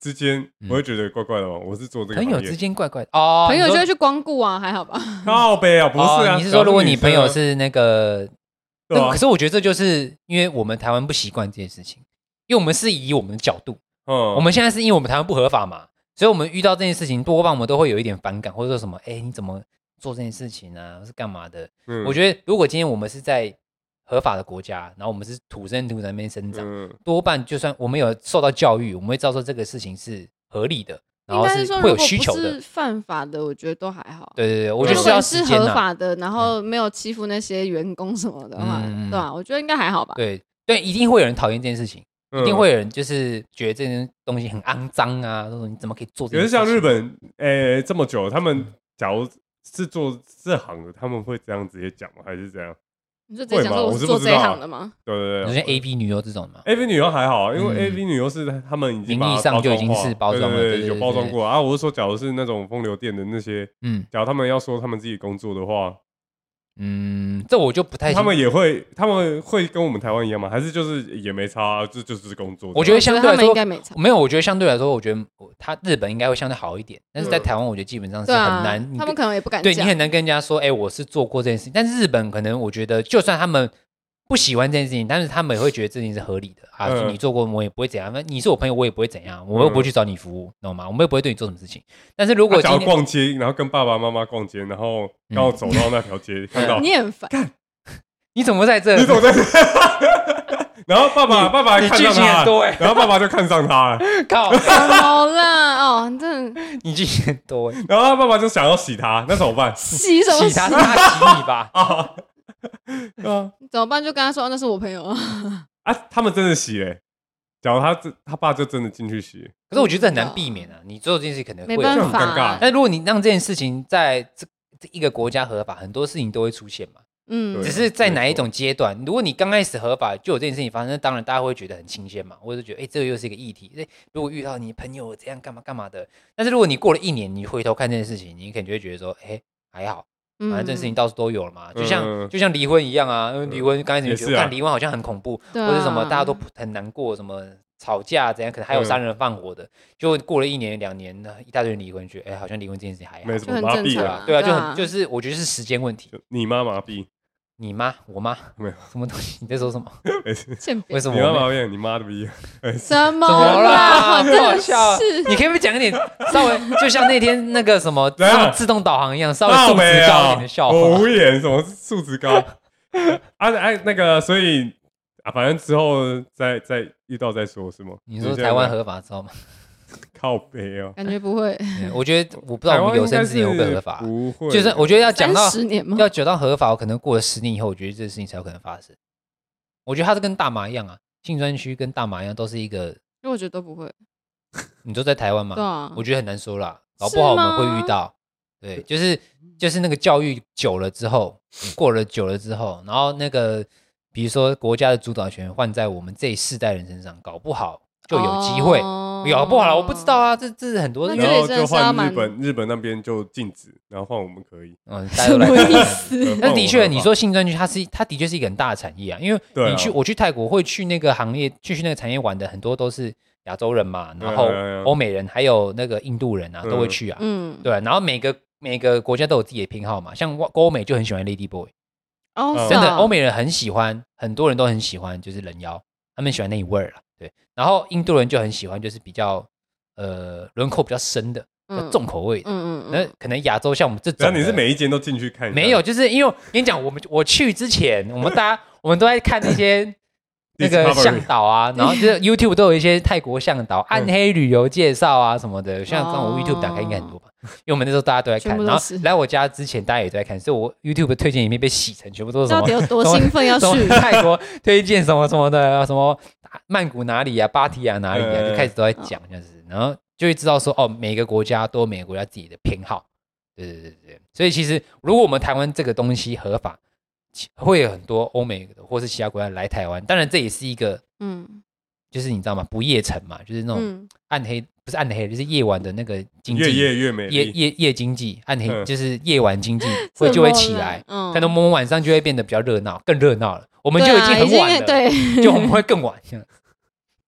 [SPEAKER 1] 之间，
[SPEAKER 3] 嗯
[SPEAKER 1] 我会觉得怪怪的吗？我是做这个
[SPEAKER 3] 朋友
[SPEAKER 1] 行业
[SPEAKER 3] 之间怪怪的哦，
[SPEAKER 4] 朋友
[SPEAKER 3] 你
[SPEAKER 4] 就
[SPEAKER 3] 说
[SPEAKER 4] 会去光顾啊，还好吧？
[SPEAKER 1] 靠背啊，不是
[SPEAKER 3] 哦
[SPEAKER 1] 啊，
[SPEAKER 3] 你是说如果你朋友
[SPEAKER 1] 假
[SPEAKER 3] 是那个，
[SPEAKER 1] 如女生
[SPEAKER 3] 那
[SPEAKER 1] 啊
[SPEAKER 3] 可是我觉得这就是因为我们台湾不习惯这件事情，因为我们是以我们的角度，
[SPEAKER 1] 对啊，
[SPEAKER 3] 我
[SPEAKER 1] 嗯，
[SPEAKER 3] 们现在是因为我们台湾不合法嘛，所以我们遇到这件事情，多半我们都会有一点反感，或者说什么，哎，你怎么做这件事情啊，是干嘛的？
[SPEAKER 1] 嗯
[SPEAKER 3] 我觉得如果今天我们是在合法的国家，然后我们是土生土长那边生长，
[SPEAKER 1] 嗯
[SPEAKER 3] 多半就算我们有受到教育，我们会知道说这个事情是合理的，然
[SPEAKER 4] 应
[SPEAKER 3] 后
[SPEAKER 4] 该是说，
[SPEAKER 3] 会
[SPEAKER 4] 如
[SPEAKER 3] 有
[SPEAKER 4] 果
[SPEAKER 3] 需
[SPEAKER 4] 不
[SPEAKER 3] 求的
[SPEAKER 4] 是。犯法的，我觉得都还好。
[SPEAKER 3] 对对对，我
[SPEAKER 4] 如
[SPEAKER 3] 觉得
[SPEAKER 4] 果
[SPEAKER 3] 是要
[SPEAKER 4] 是
[SPEAKER 3] 时间
[SPEAKER 4] 合
[SPEAKER 3] 呐。嗯
[SPEAKER 4] 法的，然后没有欺负那些员工什么的话，
[SPEAKER 3] 嗯嗯嗯
[SPEAKER 4] 对吧、我觉得应该还好吧。
[SPEAKER 3] 对对，一定会有人讨厌这件事情。
[SPEAKER 1] 一
[SPEAKER 3] 一定。会有人就是觉得这件东西很肮脏啊，说你怎么可以做这
[SPEAKER 1] 可是
[SPEAKER 3] 件事
[SPEAKER 1] 嗯
[SPEAKER 3] 情？嗯
[SPEAKER 1] 像日本，哎，这么久，他们假如是做这行的，他们会这样直接讲吗？还是这样？
[SPEAKER 4] 你就直接讲说
[SPEAKER 1] 会吗
[SPEAKER 4] 我
[SPEAKER 1] 我是
[SPEAKER 4] 做
[SPEAKER 1] 不
[SPEAKER 4] 这
[SPEAKER 1] 知
[SPEAKER 4] 一
[SPEAKER 1] 道啊
[SPEAKER 4] 行的吗？
[SPEAKER 1] 对对
[SPEAKER 3] 你
[SPEAKER 1] 对，
[SPEAKER 3] 说像 A B 女优这种嘛，
[SPEAKER 1] A V 女优还好，因为
[SPEAKER 3] 嗯
[SPEAKER 1] A V 女优是他们已经把它
[SPEAKER 3] 名义上就已经是包装了
[SPEAKER 1] 对
[SPEAKER 3] 对对对
[SPEAKER 1] 有包装过啊。我是说，假如是那种风流店的那些，
[SPEAKER 3] 嗯
[SPEAKER 1] 假如他们要说他们自己工作的话，
[SPEAKER 3] 嗯，这我就不太
[SPEAKER 1] 他们
[SPEAKER 3] 清
[SPEAKER 1] 也会，他们会跟我们台湾一样吗？还是就是也没差啊，这就就是工作？
[SPEAKER 3] 我觉得相对来
[SPEAKER 4] 他们应
[SPEAKER 3] 说
[SPEAKER 4] 该没差。
[SPEAKER 3] 没有，我觉得相对来说，我觉得我他日本应该会相对好一点，但是在
[SPEAKER 1] 嗯
[SPEAKER 3] 台湾，我觉得基本上是
[SPEAKER 4] 对啊
[SPEAKER 3] 很难，，你
[SPEAKER 4] 他们
[SPEAKER 3] 跟
[SPEAKER 4] 可能也不敢
[SPEAKER 3] 对你
[SPEAKER 4] 讲。
[SPEAKER 3] 很难跟人家说，哎，我是做过这件事情。但是日本可能我觉得，就算他们不喜欢这件事情，但是他们也会觉得这件事情是合理的啊，
[SPEAKER 1] 嗯
[SPEAKER 3] 你做过我也不会怎样，那你是我朋友我也不会怎样，我又不会去找你服务，懂吗？我们又不会对你做什么事情。但是如
[SPEAKER 1] 我
[SPEAKER 3] 果今
[SPEAKER 1] 想要
[SPEAKER 3] 天
[SPEAKER 1] 逛街，然后跟爸爸妈妈逛街，然后刚好走到那条
[SPEAKER 3] 嗯
[SPEAKER 1] 街，看到
[SPEAKER 4] 你很烦，
[SPEAKER 3] 你怎么在这？
[SPEAKER 1] 你 总在，然后爸爸
[SPEAKER 3] 你
[SPEAKER 1] 爸爸
[SPEAKER 3] 你
[SPEAKER 1] 看
[SPEAKER 3] 剧
[SPEAKER 1] 上
[SPEAKER 3] 情
[SPEAKER 1] 他
[SPEAKER 3] 很
[SPEAKER 1] 了，
[SPEAKER 3] 多哎，
[SPEAKER 1] 然后爸爸就看上他了，
[SPEAKER 3] 靠，
[SPEAKER 4] 好啦哦，你真的
[SPEAKER 3] 你剧情很多哎，
[SPEAKER 1] 然后他爸爸就想要洗他，那怎么办？？
[SPEAKER 4] 洗什么
[SPEAKER 3] 洗
[SPEAKER 4] 洗
[SPEAKER 3] 他？是他洗你吧
[SPEAKER 1] 啊啊
[SPEAKER 4] 怎么办？就跟他说那是我朋友啊。
[SPEAKER 1] 啊！他们真的洗嘞、假如他这他爸就真的进去洗，
[SPEAKER 3] 可是我觉得这很难避免啊，你做这件事可能会
[SPEAKER 4] 没
[SPEAKER 3] 有
[SPEAKER 4] 办
[SPEAKER 1] 这很
[SPEAKER 4] 法
[SPEAKER 1] 尴尬
[SPEAKER 4] 啊，
[SPEAKER 3] 但如果你让这件事情在这这一个国家合法，很多事情都会出现嘛。
[SPEAKER 4] 嗯
[SPEAKER 1] 对
[SPEAKER 3] 只是在哪一
[SPEAKER 1] 没错
[SPEAKER 3] 种阶段，如果你刚开始合法就有这件事情发生，那当然大家会觉得很新鲜嘛，或者觉得哎、诶这个又是一个议题。诶如果遇到你朋友这样干嘛干嘛的，但是如果你过了一年，你回头看这件事情，你可能就会觉得说，哎、还好，
[SPEAKER 4] 嗯，
[SPEAKER 3] 反正这件事情到处都有了嘛，就像、
[SPEAKER 1] 嗯
[SPEAKER 3] 就像离婚一样啊，因为离婚刚开始
[SPEAKER 1] 也
[SPEAKER 3] 你觉
[SPEAKER 1] 是
[SPEAKER 3] 得
[SPEAKER 1] 啊
[SPEAKER 3] 看离婚好像很恐怖，
[SPEAKER 4] 对啊
[SPEAKER 3] 或者什么大家都很难过，什么吵架怎样，可能还有
[SPEAKER 1] 嗯
[SPEAKER 3] 杀人放火的，就过了一年两年，那一大堆人离婚，觉得哎、好像离婚这件事情还好
[SPEAKER 1] 没，什
[SPEAKER 4] 就
[SPEAKER 1] 么
[SPEAKER 4] 很
[SPEAKER 1] 麻
[SPEAKER 4] 正
[SPEAKER 1] 痹
[SPEAKER 4] 常
[SPEAKER 1] 啊，
[SPEAKER 3] 对啊，就很
[SPEAKER 4] 啊
[SPEAKER 3] 就是我觉得是时间问题。
[SPEAKER 1] 就你妈麻 痹，
[SPEAKER 3] 你妈，我妈，
[SPEAKER 1] 没有
[SPEAKER 3] 什么东西，你在说什么？
[SPEAKER 1] 没事
[SPEAKER 4] 欠
[SPEAKER 3] 为
[SPEAKER 4] 扁
[SPEAKER 3] 什么
[SPEAKER 1] 哎你妈哦
[SPEAKER 3] 我妹？
[SPEAKER 1] 麻痹，你妈的逼，
[SPEAKER 4] 什么
[SPEAKER 3] 怎么啦？不好
[SPEAKER 4] 啦？ 真
[SPEAKER 3] 笑啊
[SPEAKER 4] 的是！
[SPEAKER 3] 你可以不可以讲一点稍微，就像那天那个 什么自
[SPEAKER 1] 怎样
[SPEAKER 3] 动自动导航一样，稍微
[SPEAKER 1] 啊那
[SPEAKER 3] 素
[SPEAKER 1] 没
[SPEAKER 3] 质高
[SPEAKER 1] 有
[SPEAKER 3] 一点的笑话。
[SPEAKER 1] 啊我无言，什么素质 高？啊哎、那个，所以啊，反正之后再再遇到再说，是吗？
[SPEAKER 3] 你说台湾合法之后吗？
[SPEAKER 1] 靠北哦。
[SPEAKER 4] 感觉不会，
[SPEAKER 3] 嗯我觉得我不知
[SPEAKER 1] 台
[SPEAKER 3] 道我
[SPEAKER 1] 湾
[SPEAKER 3] 们有
[SPEAKER 1] 应该
[SPEAKER 3] 生
[SPEAKER 1] 是
[SPEAKER 3] 之年会不会合法，
[SPEAKER 1] 不会，
[SPEAKER 3] 就是我觉得要讲到
[SPEAKER 4] 十年吗？
[SPEAKER 3] 要久到合法，我可能过了十年以后，我觉得这个事情才有可能发生。我觉得它是跟大麻一样啊，性专区跟大麻一样，都是一个，
[SPEAKER 4] 因为我觉得都不会，
[SPEAKER 3] 你都在台湾嘛，
[SPEAKER 4] 对啊
[SPEAKER 3] 我觉得很难说啦，
[SPEAKER 4] 是
[SPEAKER 3] 搞不好我们
[SPEAKER 4] 吗
[SPEAKER 3] 会遇到。对，就是就是那个教育久了之后，嗯过了久了之后，然后那个比如说国家的主导权换在我们这一世代人身上，搞不好就有机会，
[SPEAKER 4] 哦
[SPEAKER 3] 搞不好啦我不知道啊，这这是很多
[SPEAKER 4] 那
[SPEAKER 3] 因
[SPEAKER 4] 这
[SPEAKER 3] 为
[SPEAKER 1] 然后
[SPEAKER 4] 里真
[SPEAKER 1] 就
[SPEAKER 4] 的是要
[SPEAKER 1] 换
[SPEAKER 4] 蛮
[SPEAKER 1] 日本，日本那边就禁止，然后换我们 可以。
[SPEAKER 3] 嗯，大家
[SPEAKER 4] 什
[SPEAKER 3] 都
[SPEAKER 4] 么
[SPEAKER 3] 来台湾
[SPEAKER 4] 意
[SPEAKER 1] 呃
[SPEAKER 4] 思？
[SPEAKER 3] 但的确，你说性专区，它是它的确是一个很大的产业啊，因为
[SPEAKER 1] 对啊
[SPEAKER 3] 你去、我去泰国会去那个行业，去去那个产业玩的很多都是亚洲人嘛，然后
[SPEAKER 1] 对啊对啊
[SPEAKER 3] 欧美人还有那个印度人啊
[SPEAKER 1] 嗯
[SPEAKER 3] 都会去啊，
[SPEAKER 4] 嗯，
[SPEAKER 3] 对啊，然后每个每个国家都有自己的偏好嘛，像欧欧美就很喜欢 Lady Boy，
[SPEAKER 4] 哦，
[SPEAKER 1] 嗯
[SPEAKER 4] 是
[SPEAKER 3] 真的
[SPEAKER 4] 啊
[SPEAKER 3] 欧美人很喜欢，很多人都很喜欢，就是人妖，他们喜欢那一味儿了，对，然后印度人就很喜欢，就是比较呃轮廓比较深的、比较
[SPEAKER 4] 嗯
[SPEAKER 3] 重口味的，
[SPEAKER 4] 嗯嗯
[SPEAKER 3] 那、
[SPEAKER 4] 嗯，
[SPEAKER 3] 可能亚洲像我们这
[SPEAKER 1] 然
[SPEAKER 3] 种
[SPEAKER 1] 后
[SPEAKER 3] 的，
[SPEAKER 1] 你是每一间都进去看一下？
[SPEAKER 3] 没有，就是因为我跟你讲，我们我去之前，我们大家 我们都在看 那些那个
[SPEAKER 1] Discovery
[SPEAKER 3] 向 导啊，然后就是 YouTube 都有一些泰国向
[SPEAKER 1] 嗯
[SPEAKER 3] 导、暗黑旅游介绍啊什么的，像这种我 YouTube 打开应该很多吧，因为我们那时候大家都在
[SPEAKER 4] 哦全
[SPEAKER 3] 看，
[SPEAKER 4] 部都
[SPEAKER 3] 然后
[SPEAKER 4] 是
[SPEAKER 3] 来我家之前大家也都在看，所以我 YouTube 的推荐里面被洗成全部都是什
[SPEAKER 4] 到
[SPEAKER 3] 么
[SPEAKER 4] 底。有多
[SPEAKER 3] 什么
[SPEAKER 4] 兴奋要去
[SPEAKER 3] 什？么泰国推荐什么什么的，什么曼谷哪里啊，芭提雅哪里啊，
[SPEAKER 1] 嗯
[SPEAKER 3] 就开始都在讲这样子，然后就会知道说哦，每个国家都有每个国家自己的偏好，对对对对对，所以其实如果我们台湾这个东西合法，其会有很多欧美的或是其他国家来台湾，当然这也是一个
[SPEAKER 4] 嗯
[SPEAKER 3] 就是你知道吗？不夜城嘛，就是 那种
[SPEAKER 4] 嗯，
[SPEAKER 3] 暗黑、不是暗黑，就是夜晚的那个经济
[SPEAKER 1] 越夜越美
[SPEAKER 3] 夜
[SPEAKER 1] 丽。
[SPEAKER 3] 夜夜经济，暗黑、
[SPEAKER 1] 嗯
[SPEAKER 3] 就是夜晚经济会就会起来，
[SPEAKER 4] 什么啦，嗯
[SPEAKER 3] 可能我们晚上就会变得比较热闹，更热闹了。我
[SPEAKER 4] 我
[SPEAKER 3] 们就已经很晚了，
[SPEAKER 4] 对，
[SPEAKER 3] 就我们会更晚。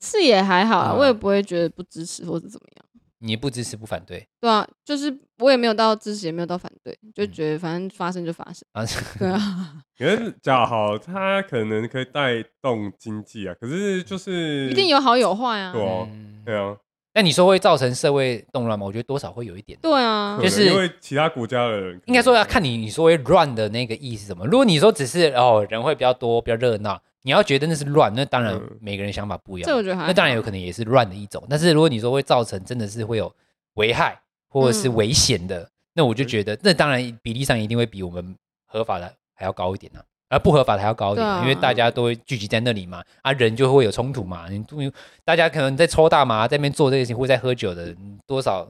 [SPEAKER 4] 是也还好啊，
[SPEAKER 3] 嗯
[SPEAKER 4] 我也不会觉得不支持或者怎么样。
[SPEAKER 3] 你不支持不反对
[SPEAKER 4] 对啊，就是我也没有到支持，也没有到反对，
[SPEAKER 3] 嗯
[SPEAKER 4] 就觉得反正发生就发 生。
[SPEAKER 3] 啊？
[SPEAKER 4] 对啊，
[SPEAKER 1] 可是假好，它可能可以带动经济啊。可是就是
[SPEAKER 4] 一定有好有坏啊
[SPEAKER 1] 对。啊，
[SPEAKER 3] 嗯
[SPEAKER 1] 对啊，
[SPEAKER 3] 那你说会造成社会动乱吗？我觉得多少会有一点。
[SPEAKER 4] 对啊
[SPEAKER 1] 可，
[SPEAKER 3] 就
[SPEAKER 1] 能
[SPEAKER 3] 是
[SPEAKER 1] 因为其他国家的人可能，
[SPEAKER 3] 应该说要看你你说会乱的那个意思是什么。如果你说只是哦人会比较多、比较热闹，你要觉得那是乱，那当然
[SPEAKER 1] 嗯
[SPEAKER 3] 每个人想法不一样。
[SPEAKER 4] 这我觉得还好
[SPEAKER 3] 那当然有可能也是乱的一种。但是如果你说会造成真的是会有危害或者是危险
[SPEAKER 4] 嗯
[SPEAKER 3] 的，那我就觉得那当然比例上一定会比我们合法的还要高一点啊。而不合法的还要高一点啊、
[SPEAKER 4] 对啊
[SPEAKER 3] 因为大家都会聚集在那里嘛，啊，人就会有冲突嘛。你你大家可能在抽大麻，在那边做这些事情，或在喝酒的，多少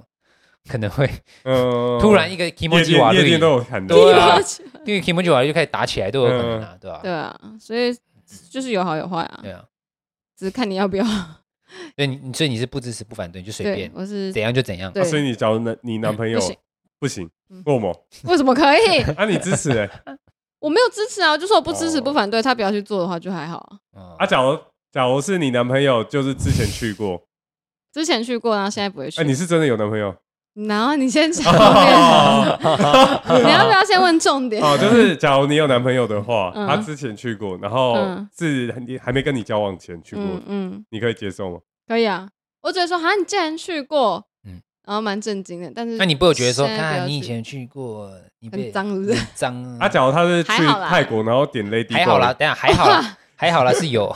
[SPEAKER 3] 可 能会
[SPEAKER 1] 嗯，
[SPEAKER 3] 突然一个 i m o
[SPEAKER 1] 夜
[SPEAKER 3] j i 瓦
[SPEAKER 1] 店
[SPEAKER 3] 绿，
[SPEAKER 1] 夜店都有看到，
[SPEAKER 3] 对
[SPEAKER 4] 地
[SPEAKER 3] 啊
[SPEAKER 4] 方去
[SPEAKER 3] 因为 k i m o j i 瓦就开始打起来都有可能啊，对吧、
[SPEAKER 4] 对啊，所
[SPEAKER 3] 嗯
[SPEAKER 4] 以就是有好有坏啊
[SPEAKER 3] 对，啊，
[SPEAKER 4] 只是看你要不要。
[SPEAKER 3] 所以你所以你是不支持不反对，你就 随
[SPEAKER 4] 对
[SPEAKER 3] 便，
[SPEAKER 4] 我是
[SPEAKER 3] 怎样就怎样。
[SPEAKER 4] 对
[SPEAKER 1] 啊所以你找男你男朋友
[SPEAKER 4] 不行
[SPEAKER 1] 不行
[SPEAKER 4] 嗯，
[SPEAKER 1] 为什么？
[SPEAKER 4] 为什么 可以？
[SPEAKER 1] 啊，你支持欸
[SPEAKER 4] 我没有支持啊，我就说我不支持
[SPEAKER 1] 哦
[SPEAKER 4] 不反对，他不要去做的话就还好啊。
[SPEAKER 3] 嗯
[SPEAKER 1] 啊？假如假如是你男朋友，就是之前去过，
[SPEAKER 4] 之前去过，然后现在不会去
[SPEAKER 1] 哎，。你是真的有男朋友？
[SPEAKER 4] 然后你 先讲后面， 你要不要先问重点？
[SPEAKER 1] 哦，就是假如你有男朋友的话，
[SPEAKER 4] 嗯
[SPEAKER 1] 他之前去过，然后
[SPEAKER 4] 嗯
[SPEAKER 1] 是你还没跟你交往前去过
[SPEAKER 4] 嗯，嗯，
[SPEAKER 1] 你可以接受吗？
[SPEAKER 4] 可以啊。我只是说，哈，你竟然去过，
[SPEAKER 3] 嗯
[SPEAKER 4] 然后蛮震惊的。但是
[SPEAKER 3] 那你不有觉得说，
[SPEAKER 4] 现在不要
[SPEAKER 3] 看你以
[SPEAKER 4] 去
[SPEAKER 3] 前去过，你被
[SPEAKER 4] 很脏是不是
[SPEAKER 3] 很脏
[SPEAKER 1] 啊，假如 他是去
[SPEAKER 4] 还好啦
[SPEAKER 1] 泰国，然后点 Lady，
[SPEAKER 3] 嗯还好啦，，等一下还好 啊啦，还好啦，是有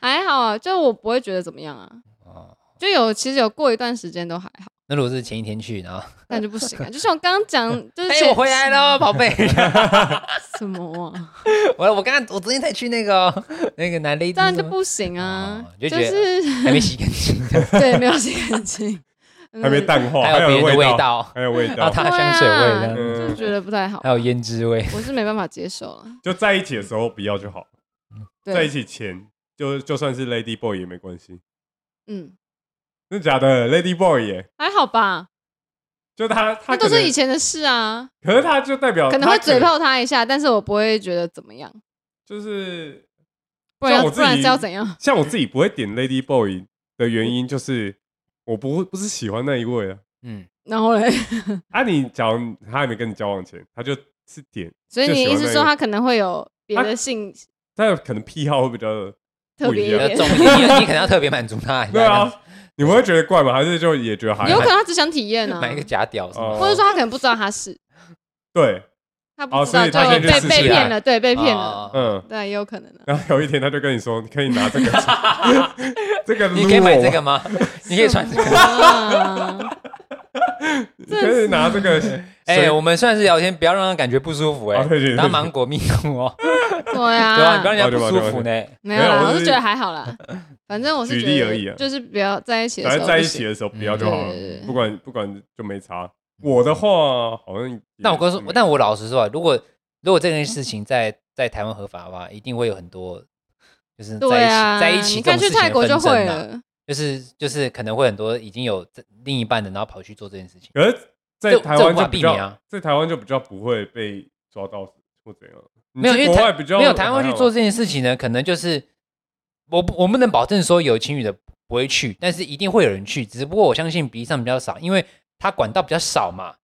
[SPEAKER 4] 还好啊，就我不会觉得怎么样啊。
[SPEAKER 3] 哦。
[SPEAKER 4] 就有其实有过一段时间都还好，
[SPEAKER 3] 那如果是前一天去，然后
[SPEAKER 4] 那就不行啊。就像我刚刚讲，就是
[SPEAKER 3] 哎，
[SPEAKER 4] 前
[SPEAKER 3] 我回来了，宝贝，
[SPEAKER 4] 什么啊，
[SPEAKER 3] 我我刚刚我昨天才去那个哦那个男 lady，
[SPEAKER 4] 当然就
[SPEAKER 3] 什么
[SPEAKER 4] 不行啊
[SPEAKER 3] 哦。就
[SPEAKER 4] 就
[SPEAKER 3] 觉得
[SPEAKER 4] 是
[SPEAKER 3] 还没洗干 净，
[SPEAKER 4] 对，没有洗干净，嗯
[SPEAKER 1] 还没淡化，
[SPEAKER 3] 还有别人的
[SPEAKER 1] 味
[SPEAKER 3] 味道
[SPEAKER 1] 还有味
[SPEAKER 3] 然
[SPEAKER 1] 道
[SPEAKER 3] 后，他的香水味这样呃
[SPEAKER 4] 对
[SPEAKER 3] 子，
[SPEAKER 4] 啊
[SPEAKER 1] 嗯
[SPEAKER 4] 就觉得不太好
[SPEAKER 3] 还。有胭 脂味。
[SPEAKER 4] 我是没办法接受了。
[SPEAKER 1] 就在一起的时候不要就好，在一
[SPEAKER 4] 对，
[SPEAKER 1] 起前就就算是 Lady Boy 也没关系，
[SPEAKER 4] 嗯，
[SPEAKER 1] 真的假的？Lady Boy 耶，
[SPEAKER 4] 还好吧，
[SPEAKER 1] 就他
[SPEAKER 4] 那
[SPEAKER 1] 他
[SPEAKER 4] 都
[SPEAKER 1] 可
[SPEAKER 4] 是
[SPEAKER 1] 能
[SPEAKER 4] 以前的事啊，
[SPEAKER 1] 可是他就代表
[SPEAKER 4] 可能会
[SPEAKER 1] 他
[SPEAKER 4] 嘴，炮他一下，但是我不会觉得怎么样，
[SPEAKER 1] 就是
[SPEAKER 4] 不然
[SPEAKER 1] 像
[SPEAKER 4] 要
[SPEAKER 1] 我自
[SPEAKER 4] 不
[SPEAKER 1] 己
[SPEAKER 4] 然是要怎样？
[SPEAKER 1] 像我自己不会点 Lady Boy 的原因就是我不不是喜欢那一位啊。
[SPEAKER 3] 嗯，
[SPEAKER 4] 然后嘞，
[SPEAKER 1] 啊，你假如他还没跟你交往前，他就是点，
[SPEAKER 4] 所以你意
[SPEAKER 1] 就喜欢那
[SPEAKER 4] 思
[SPEAKER 1] 个
[SPEAKER 4] 说他可能会有别
[SPEAKER 1] 啊
[SPEAKER 4] 的性
[SPEAKER 1] 他可能癖好会比较
[SPEAKER 4] 特别
[SPEAKER 1] 不一
[SPEAKER 4] 一
[SPEAKER 1] 样
[SPEAKER 3] 要
[SPEAKER 4] 点
[SPEAKER 3] 重？一 点，你你可能要特别满足他。
[SPEAKER 1] 对啊，你们会觉得怪吗？还是就也觉得还
[SPEAKER 4] 有
[SPEAKER 1] 好
[SPEAKER 4] 可能他只想体验啊，
[SPEAKER 3] 买一个假屌什么
[SPEAKER 1] 哦
[SPEAKER 4] 或者说他可能不知道他是，
[SPEAKER 1] 对，
[SPEAKER 4] 他
[SPEAKER 1] 哦
[SPEAKER 4] 不知
[SPEAKER 1] 所
[SPEAKER 4] 道
[SPEAKER 1] 以
[SPEAKER 4] 就
[SPEAKER 1] 他先去
[SPEAKER 4] 被
[SPEAKER 1] 试
[SPEAKER 4] 被
[SPEAKER 1] 试
[SPEAKER 4] 骗
[SPEAKER 1] 看
[SPEAKER 4] 了，对，被骗
[SPEAKER 3] 哦
[SPEAKER 4] 了，
[SPEAKER 1] 嗯，
[SPEAKER 4] 对，也有可能的。啊
[SPEAKER 1] 然后有一天他就跟你说，你可以拿这个， 这个撸
[SPEAKER 3] 你可以买
[SPEAKER 1] 我
[SPEAKER 3] 这个吗？ 你可以穿 这个。
[SPEAKER 4] 啊，
[SPEAKER 1] 你可以拿这个，
[SPEAKER 3] 哎、我们算是聊天，不要让人感觉不舒服哎、
[SPEAKER 1] 啊对对对
[SPEAKER 3] 当芒果蜜蜂哦，
[SPEAKER 4] 对
[SPEAKER 3] 对吧？你不要
[SPEAKER 4] 啊，
[SPEAKER 3] 让人家不舒
[SPEAKER 1] 哦
[SPEAKER 3] 服呢。
[SPEAKER 4] 没
[SPEAKER 1] 没有
[SPEAKER 4] 啦，
[SPEAKER 1] 我
[SPEAKER 4] 我
[SPEAKER 1] 是
[SPEAKER 4] 是觉得还 好啦。反正我是
[SPEAKER 1] 举
[SPEAKER 4] 觉
[SPEAKER 1] 例
[SPEAKER 4] 得
[SPEAKER 1] 而已啊
[SPEAKER 4] 就是不要在一起的
[SPEAKER 1] 反
[SPEAKER 4] 时
[SPEAKER 1] 正
[SPEAKER 4] 候
[SPEAKER 1] 在一
[SPEAKER 4] 不
[SPEAKER 1] 起
[SPEAKER 4] 行
[SPEAKER 1] 的时候不要就好了
[SPEAKER 4] 嗯对对，对
[SPEAKER 1] 不管不管就没差。我的话好像也，
[SPEAKER 3] 但我跟说，
[SPEAKER 1] 嗯
[SPEAKER 3] 但我老实说啊，如果如果这件事情在在台湾合法的话，一定会有很多就是在一
[SPEAKER 4] 对
[SPEAKER 3] 起、
[SPEAKER 4] 啊，
[SPEAKER 3] 在一起
[SPEAKER 4] 你
[SPEAKER 3] 这种
[SPEAKER 4] 看去
[SPEAKER 3] 事情
[SPEAKER 4] 泰
[SPEAKER 3] 的
[SPEAKER 4] 国就
[SPEAKER 3] 纷
[SPEAKER 4] 会
[SPEAKER 3] 争啊，
[SPEAKER 4] 了，
[SPEAKER 3] 就是就是可能会很多已经有另一半的，然后跑去做这件事情。
[SPEAKER 1] 可是在
[SPEAKER 3] 这
[SPEAKER 1] 台湾
[SPEAKER 3] 这无法
[SPEAKER 1] 就比
[SPEAKER 3] 避免
[SPEAKER 1] 较
[SPEAKER 3] 啊，
[SPEAKER 1] 在台湾就比较不会被抓到或怎样。
[SPEAKER 3] 没有，
[SPEAKER 1] 你
[SPEAKER 3] 因
[SPEAKER 1] 去
[SPEAKER 3] 为
[SPEAKER 1] 国
[SPEAKER 3] 台
[SPEAKER 1] 外比较
[SPEAKER 3] 没有台湾去做
[SPEAKER 1] 还好
[SPEAKER 3] 这件事情呢，可能就是我不我不能保证说有情侣的不会去，但是一定会有人去，只不过我相信比例上比较少，因为它管道比较少嘛，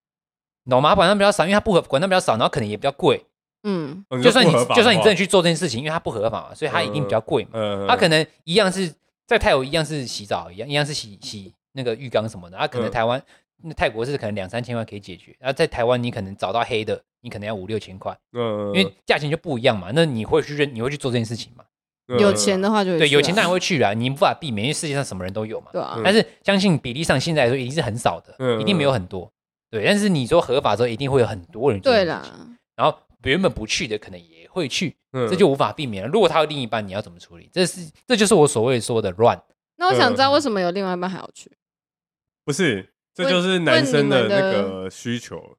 [SPEAKER 3] 懂吗？管道比较少，因为它不合管道比较少，然后可能也比较贵。
[SPEAKER 4] 嗯，
[SPEAKER 1] 哦
[SPEAKER 3] 就算你
[SPEAKER 1] 不合法
[SPEAKER 3] 就算你
[SPEAKER 1] 的话
[SPEAKER 3] 真的去做这件事情，因为它不合法嘛，所以它一定比较贵嘛。
[SPEAKER 1] 呃，
[SPEAKER 3] 它可能一样是在泰国一样是洗澡一样一样是洗洗那个浴缸什么的，它啊可能
[SPEAKER 1] 嗯
[SPEAKER 3] 台湾、那泰国是可能两三千块可以解决，然后在台湾你可能找到黑的，你可能要五六千块。
[SPEAKER 1] 嗯，
[SPEAKER 3] 因为价钱就不一样嘛。那你会去认，你会去做这件事情嘛？
[SPEAKER 1] 嗯
[SPEAKER 4] 有钱的话就会
[SPEAKER 3] 对，
[SPEAKER 4] 去
[SPEAKER 3] 有
[SPEAKER 4] 啊
[SPEAKER 3] 钱当然会去啊，你无法避免，因为世界上什么人都有嘛。
[SPEAKER 4] 对啊
[SPEAKER 1] 嗯，
[SPEAKER 3] 但是相信比例上现在来说一定是很少的，
[SPEAKER 1] 嗯
[SPEAKER 3] 一定没有很多。对，但是你说合法之后，一定会有很多人做这件
[SPEAKER 4] 对
[SPEAKER 3] 事
[SPEAKER 4] 啦
[SPEAKER 3] 情。，然后原本不去的可能也会去，
[SPEAKER 1] 嗯
[SPEAKER 3] 这就无法避免了。如果他有另一半，你要怎么处理？这是这就是我所谓说的乱。
[SPEAKER 4] 那我想
[SPEAKER 3] 啊
[SPEAKER 4] 知道为什么有另外一半还要去？
[SPEAKER 1] 不是，这
[SPEAKER 4] 问
[SPEAKER 1] 就是男生的
[SPEAKER 4] 问你
[SPEAKER 1] 那
[SPEAKER 4] 们的
[SPEAKER 1] 个需求，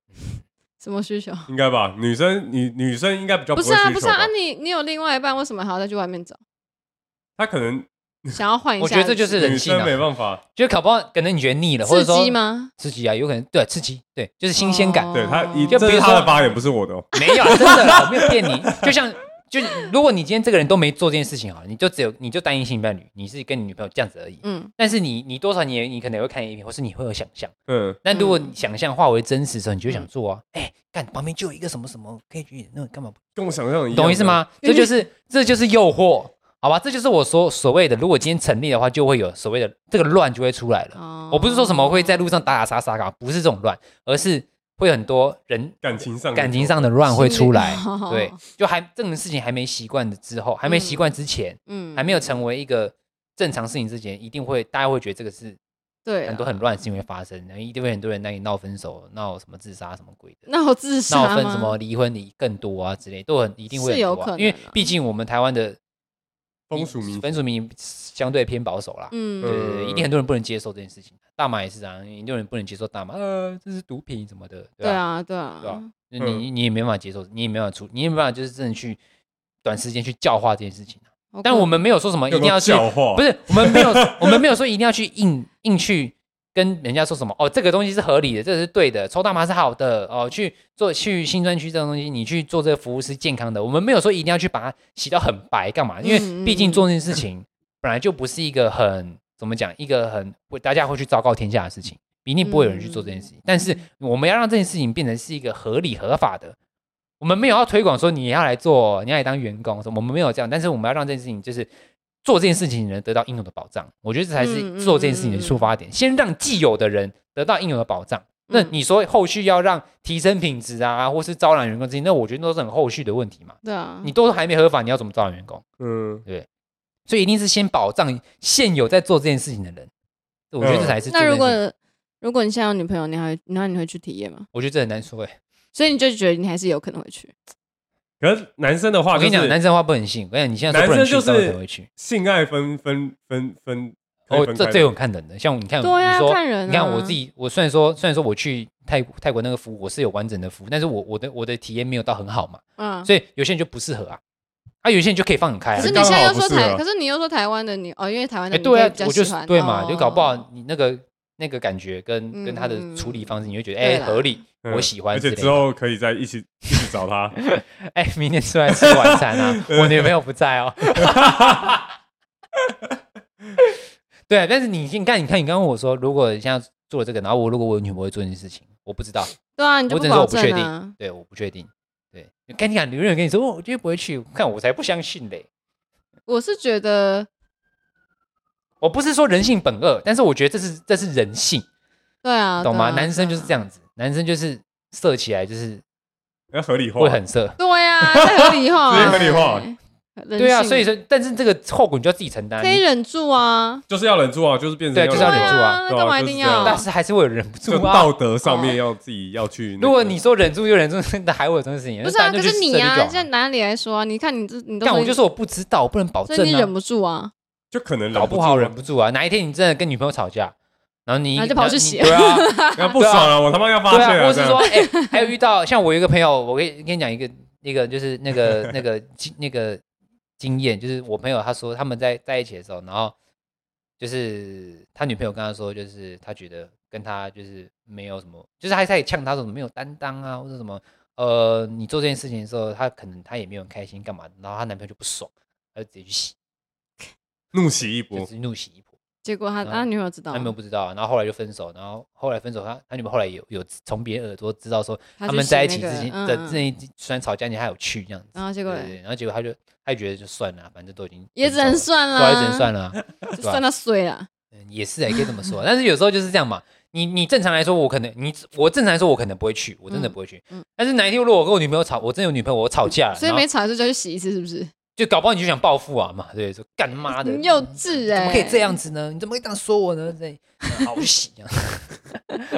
[SPEAKER 4] 什么需求？
[SPEAKER 1] 应该吧？女生女女生应该比较
[SPEAKER 4] 不
[SPEAKER 1] 会
[SPEAKER 4] 是啊，
[SPEAKER 1] 需
[SPEAKER 4] 不
[SPEAKER 1] 求
[SPEAKER 4] 是啊，
[SPEAKER 1] 吧
[SPEAKER 4] 啊？你你有另外一半，为什么还要再去外面找？
[SPEAKER 1] 他可能
[SPEAKER 4] 想要换一下
[SPEAKER 3] 我
[SPEAKER 4] 子，
[SPEAKER 3] 觉得这就是
[SPEAKER 1] 女
[SPEAKER 3] 人性
[SPEAKER 1] 生
[SPEAKER 3] 啊
[SPEAKER 1] 没，办法，
[SPEAKER 3] 就是搞不好可能你觉得腻了，或者
[SPEAKER 4] 刺
[SPEAKER 3] 说
[SPEAKER 4] 激？吗？
[SPEAKER 3] 刺激啊，有可能对刺激，对，就是新鲜感。
[SPEAKER 4] 哦
[SPEAKER 1] 对他一
[SPEAKER 3] 就
[SPEAKER 1] 这
[SPEAKER 3] 比如
[SPEAKER 1] 是他的
[SPEAKER 3] 说
[SPEAKER 1] 发言，不是我的哦。
[SPEAKER 3] 没有，啊真的啦，我没有骗你。就像，就如果你今天这个人都没做这件事情好了，你就只有你就单一性伴侣，你是跟你女朋友这样子而已。
[SPEAKER 4] 嗯，
[SPEAKER 3] 但是你你多少你也你可能也会看 A 片，或是你会有想象。
[SPEAKER 1] 嗯，
[SPEAKER 3] 但如果你
[SPEAKER 4] 嗯
[SPEAKER 3] 想象化为真实的时候，你就会想做啊，哎、看旁边就有一个什么什么可以去，那干嘛不？
[SPEAKER 1] 跟我想象一样，
[SPEAKER 3] 你懂我意思？吗？这就是这就是诱惑，好吧？这就是我所所谓的，如果今天成立的话，就会有所谓的这个乱就会出来了。
[SPEAKER 4] 哦
[SPEAKER 3] 我不是说什么会在路上打打杀杀啊，不是这种乱，而是会很多人
[SPEAKER 1] 感情上
[SPEAKER 3] 感情上的乱会出来
[SPEAKER 4] 心理，哦
[SPEAKER 3] 对，就还这种事情还没习惯的之后，还没习惯之前，
[SPEAKER 4] 嗯
[SPEAKER 3] 还没有成为一个正常事情之前，一定会大家会觉得这个是
[SPEAKER 4] 对啊
[SPEAKER 3] 很多很乱的事情会发生，然后一定会很多人那里闹分手、闹什么自杀什么鬼的，
[SPEAKER 4] 那我自杀
[SPEAKER 3] 闹分
[SPEAKER 4] 啊吗
[SPEAKER 3] 什么离婚离更多啊之类，都很一定会
[SPEAKER 4] 是
[SPEAKER 3] 很
[SPEAKER 4] 有
[SPEAKER 3] 多啊
[SPEAKER 4] 可能
[SPEAKER 3] 因为
[SPEAKER 4] 啊
[SPEAKER 3] 毕竟我们台湾的
[SPEAKER 1] 风俗民
[SPEAKER 3] 风俗民情相对偏保守啦，对
[SPEAKER 4] 嗯
[SPEAKER 3] 对对，一定很多人不能接受这件事情，大麻也是啊，很多人不能接受大麻，呃，这是毒品什么的，
[SPEAKER 4] 对
[SPEAKER 3] 吧？
[SPEAKER 4] 啊对
[SPEAKER 3] 对
[SPEAKER 4] 啊
[SPEAKER 3] 啊就
[SPEAKER 1] 嗯
[SPEAKER 3] 你你也没办法接受，你也没办法出，你也没办法就是真的去短时间去教化这件事情啊、
[SPEAKER 4] 好
[SPEAKER 3] 但
[SPEAKER 4] 可
[SPEAKER 3] 我们没有说什么一定要去，
[SPEAKER 1] 教
[SPEAKER 4] 哦
[SPEAKER 1] 化，
[SPEAKER 3] 不是我们没 有我们没有说一定要去硬硬去跟人家说什么哦，这个东西是合理的，这个是对的，抽大麻是好的哦，去做去新专区这种东西，你去做这个服务是健康的。我们没有说一定要去把它洗到很白干嘛，因
[SPEAKER 4] 嗯嗯
[SPEAKER 3] 为毕竟
[SPEAKER 4] 嗯
[SPEAKER 3] 做这件事情本来就不是一个很怎么讲，一个很会大家会去昭告天下的事情。一定不会有人去做这件事情，
[SPEAKER 4] 嗯
[SPEAKER 3] 但是我们要让这件事情变成是一个合理合法的，我们没有要推广说你要来做，你要来当员工什么，我们没有这样，但是我们要让这件事情就是做这件事情的人得到应有的保障，我觉得这才
[SPEAKER 4] 嗯
[SPEAKER 3] 是
[SPEAKER 4] 嗯
[SPEAKER 3] 做这件事情的出发点，先让既有的人得到应有的保障。那
[SPEAKER 4] 嗯
[SPEAKER 3] 你说后续要让提升品质啊，或是招揽员工这些，那我觉得都是很后续的问题嘛。
[SPEAKER 4] 对啊
[SPEAKER 3] 你都还没合法，你要怎么招揽员工？
[SPEAKER 1] 嗯，
[SPEAKER 3] 所以一定是先保障现有在做这件事情的人，我
[SPEAKER 1] 嗯
[SPEAKER 3] 觉得这才是做
[SPEAKER 4] 那
[SPEAKER 3] 这件事
[SPEAKER 4] 如
[SPEAKER 3] 情。
[SPEAKER 4] 果如果你现在有女朋友，你还会那你会去体验吗？
[SPEAKER 3] 我觉得这很难说哎、
[SPEAKER 4] 所以你就觉得你还是有可能会去，
[SPEAKER 1] 可是男生的话，
[SPEAKER 3] 我跟你讲，
[SPEAKER 1] 啊就是
[SPEAKER 3] 男生的话不能信。我跟你讲，你现在说不
[SPEAKER 1] 男
[SPEAKER 3] 能
[SPEAKER 1] 生就
[SPEAKER 3] 去，
[SPEAKER 1] 是
[SPEAKER 3] 当然会去。
[SPEAKER 1] 性爱分分分分，可以
[SPEAKER 3] 哦，
[SPEAKER 1] 分开
[SPEAKER 3] 这
[SPEAKER 1] 的
[SPEAKER 3] 这有看人的，像你看，
[SPEAKER 4] 对啊
[SPEAKER 3] 你说
[SPEAKER 4] 看人啊
[SPEAKER 3] 你看我自己，我虽然说虽然说我去泰国泰国那个服务我是有完整的服务，但是我我的我的体验没有到很好嘛，
[SPEAKER 4] 嗯。
[SPEAKER 3] 所以有些人就不适合啊，啊，有些人就可以放很开
[SPEAKER 4] 可
[SPEAKER 3] 啊
[SPEAKER 4] 是。你
[SPEAKER 1] 刚
[SPEAKER 4] 现在
[SPEAKER 1] 好
[SPEAKER 4] 又
[SPEAKER 1] 不
[SPEAKER 4] 说
[SPEAKER 1] 是
[SPEAKER 4] 台，
[SPEAKER 1] 啊
[SPEAKER 4] 可是你又说台湾的你哦，因为台湾的
[SPEAKER 3] 哎，
[SPEAKER 4] 你
[SPEAKER 3] 对啊
[SPEAKER 4] 会比，较
[SPEAKER 3] 我就
[SPEAKER 4] 喜欢
[SPEAKER 3] 对嘛，
[SPEAKER 4] 哦
[SPEAKER 3] 就搞不好你那个那个感觉跟
[SPEAKER 4] 嗯
[SPEAKER 3] 跟他的处理方式，你会觉得
[SPEAKER 4] 对
[SPEAKER 3] 哎
[SPEAKER 4] 啦
[SPEAKER 3] 合理，
[SPEAKER 1] 嗯
[SPEAKER 3] 我喜欢
[SPEAKER 1] 而
[SPEAKER 3] 之
[SPEAKER 1] 且
[SPEAKER 3] 类的
[SPEAKER 1] 之后可以再一起一起找 他，
[SPEAKER 3] 哎，明天出来吃晚餐 啊，我女朋友不在哦。对啊，但是你你看，你看，你刚刚问我说，如果你现在做了这个，然后我如果我女朋友会做这件事情，我不知道，
[SPEAKER 4] 对啊，你就
[SPEAKER 3] 我只能说
[SPEAKER 4] 保
[SPEAKER 3] 我不确
[SPEAKER 4] 证啊
[SPEAKER 3] 定，，对，我不确定。对，你看你看，有人跟你说，哦我绝对不会去，看我才不相信嘞。
[SPEAKER 4] 我是觉得
[SPEAKER 3] 我不是说人性本恶，但是我觉得这是这是人性，
[SPEAKER 4] 对啊，
[SPEAKER 3] 懂
[SPEAKER 4] 对
[SPEAKER 3] 吗？
[SPEAKER 4] 啊
[SPEAKER 3] 男生就是这，
[SPEAKER 4] 对啊
[SPEAKER 3] 样子，男生就是色起来就是
[SPEAKER 1] 要合理化，
[SPEAKER 3] 会很色。
[SPEAKER 4] 对呀，这合 理化
[SPEAKER 1] 这合理化
[SPEAKER 4] 哎，人
[SPEAKER 3] 对啊，
[SPEAKER 4] 性
[SPEAKER 3] 所以说，但是这个后果你就要自己承担。
[SPEAKER 4] 可以忍住啊，
[SPEAKER 1] 就是要忍住啊，就是变成
[SPEAKER 3] 对就是要
[SPEAKER 4] 对
[SPEAKER 3] 忍住啊
[SPEAKER 4] 啊，那干嘛一
[SPEAKER 1] 就是
[SPEAKER 4] 定
[SPEAKER 1] 这样
[SPEAKER 4] 要？
[SPEAKER 3] 但是还是会有忍不
[SPEAKER 1] 就
[SPEAKER 3] 住啊。
[SPEAKER 1] 道德上面要自己要去那个。
[SPEAKER 3] 如果你说忍住就 忍住，那还会有这种事情？
[SPEAKER 4] 不是
[SPEAKER 3] 那
[SPEAKER 4] 啊，
[SPEAKER 3] 当
[SPEAKER 4] 可
[SPEAKER 3] 然就是
[SPEAKER 4] 你
[SPEAKER 3] 射就好
[SPEAKER 4] 啊，
[SPEAKER 3] 了
[SPEAKER 4] 在哪里来说啊？你看你这，你都
[SPEAKER 3] 干
[SPEAKER 4] 说
[SPEAKER 3] 我就说我不知道，我不能保
[SPEAKER 4] 所
[SPEAKER 3] 证
[SPEAKER 4] 以你
[SPEAKER 3] 啊
[SPEAKER 4] 忍，不住啊，
[SPEAKER 1] 就可能
[SPEAKER 3] 搞
[SPEAKER 1] 不
[SPEAKER 3] 不好忍
[SPEAKER 1] 人，
[SPEAKER 3] 不住啊。哪一天你真的跟女朋友吵架，然后你
[SPEAKER 4] 然后就跑去
[SPEAKER 3] 你
[SPEAKER 4] 洗
[SPEAKER 3] 对啊，
[SPEAKER 1] 然后不爽了，我他妈要发
[SPEAKER 3] 对
[SPEAKER 1] 泄
[SPEAKER 3] 啊，
[SPEAKER 1] 了。
[SPEAKER 3] 或
[SPEAKER 1] 这样
[SPEAKER 3] 是说，哎，还有遇到像我有一个朋友，我跟跟你讲一个那个就是那 个那个经那个经验，就是我朋友他说他们在在一起的时候，然后就是他女朋友跟他说，就是他觉得跟他就是没有什么，就是他在呛他说什么没有担当啊，或者什么呃，你做这件事情的时候，他可能他也没有很开心干嘛，然后她男朋友就不爽，他就直接去洗，
[SPEAKER 1] 怒袭一
[SPEAKER 3] 就
[SPEAKER 1] 波，
[SPEAKER 3] 是怒洗一波。
[SPEAKER 4] 结果他
[SPEAKER 3] 嗯
[SPEAKER 4] 他女朋友知道
[SPEAKER 3] 他女朋友
[SPEAKER 4] 啊，
[SPEAKER 3] 不知道，然后后来就分手，然后后来分手，他他女朋友后来有有从别人耳朵知道说
[SPEAKER 4] 他
[SPEAKER 3] 他
[SPEAKER 4] 去
[SPEAKER 3] 们
[SPEAKER 4] 洗
[SPEAKER 3] 在一
[SPEAKER 4] 那
[SPEAKER 3] 起
[SPEAKER 4] 个
[SPEAKER 3] 之前
[SPEAKER 4] 嗯
[SPEAKER 3] 的
[SPEAKER 4] 嗯
[SPEAKER 3] 那一集虽然吵架，你还有去这样子，
[SPEAKER 4] 然后结
[SPEAKER 3] 对
[SPEAKER 4] 果
[SPEAKER 3] 对对，然后结果他就他就觉得就算了，啊反正都已经
[SPEAKER 4] 也
[SPEAKER 3] 分
[SPEAKER 4] 只
[SPEAKER 3] 手了
[SPEAKER 4] 能算
[SPEAKER 3] 对啊，
[SPEAKER 4] 啦，
[SPEAKER 3] 也只能算了 啊，
[SPEAKER 4] 就算他衰了，
[SPEAKER 3] 嗯也是啊，也可以这么说。但是有时候就是这样嘛，你你正常来说，我可能你我正常来说我可能不会去，我真的
[SPEAKER 4] 嗯
[SPEAKER 3] 不会去
[SPEAKER 4] 嗯。
[SPEAKER 3] 但是哪一天如果我跟我女朋友吵，我真的有女朋友，我吵架了，
[SPEAKER 4] 所以
[SPEAKER 3] 然后
[SPEAKER 4] 没吵的时候就要去洗一次，是 不是？
[SPEAKER 3] 就搞不好你就想报复啊嘛，对，说干妈 的，
[SPEAKER 4] 你幼稚
[SPEAKER 3] 怎
[SPEAKER 4] 哎，
[SPEAKER 3] 么可以这？样子呢？你怎么可以这样说我呢？这嗯好 洗啊，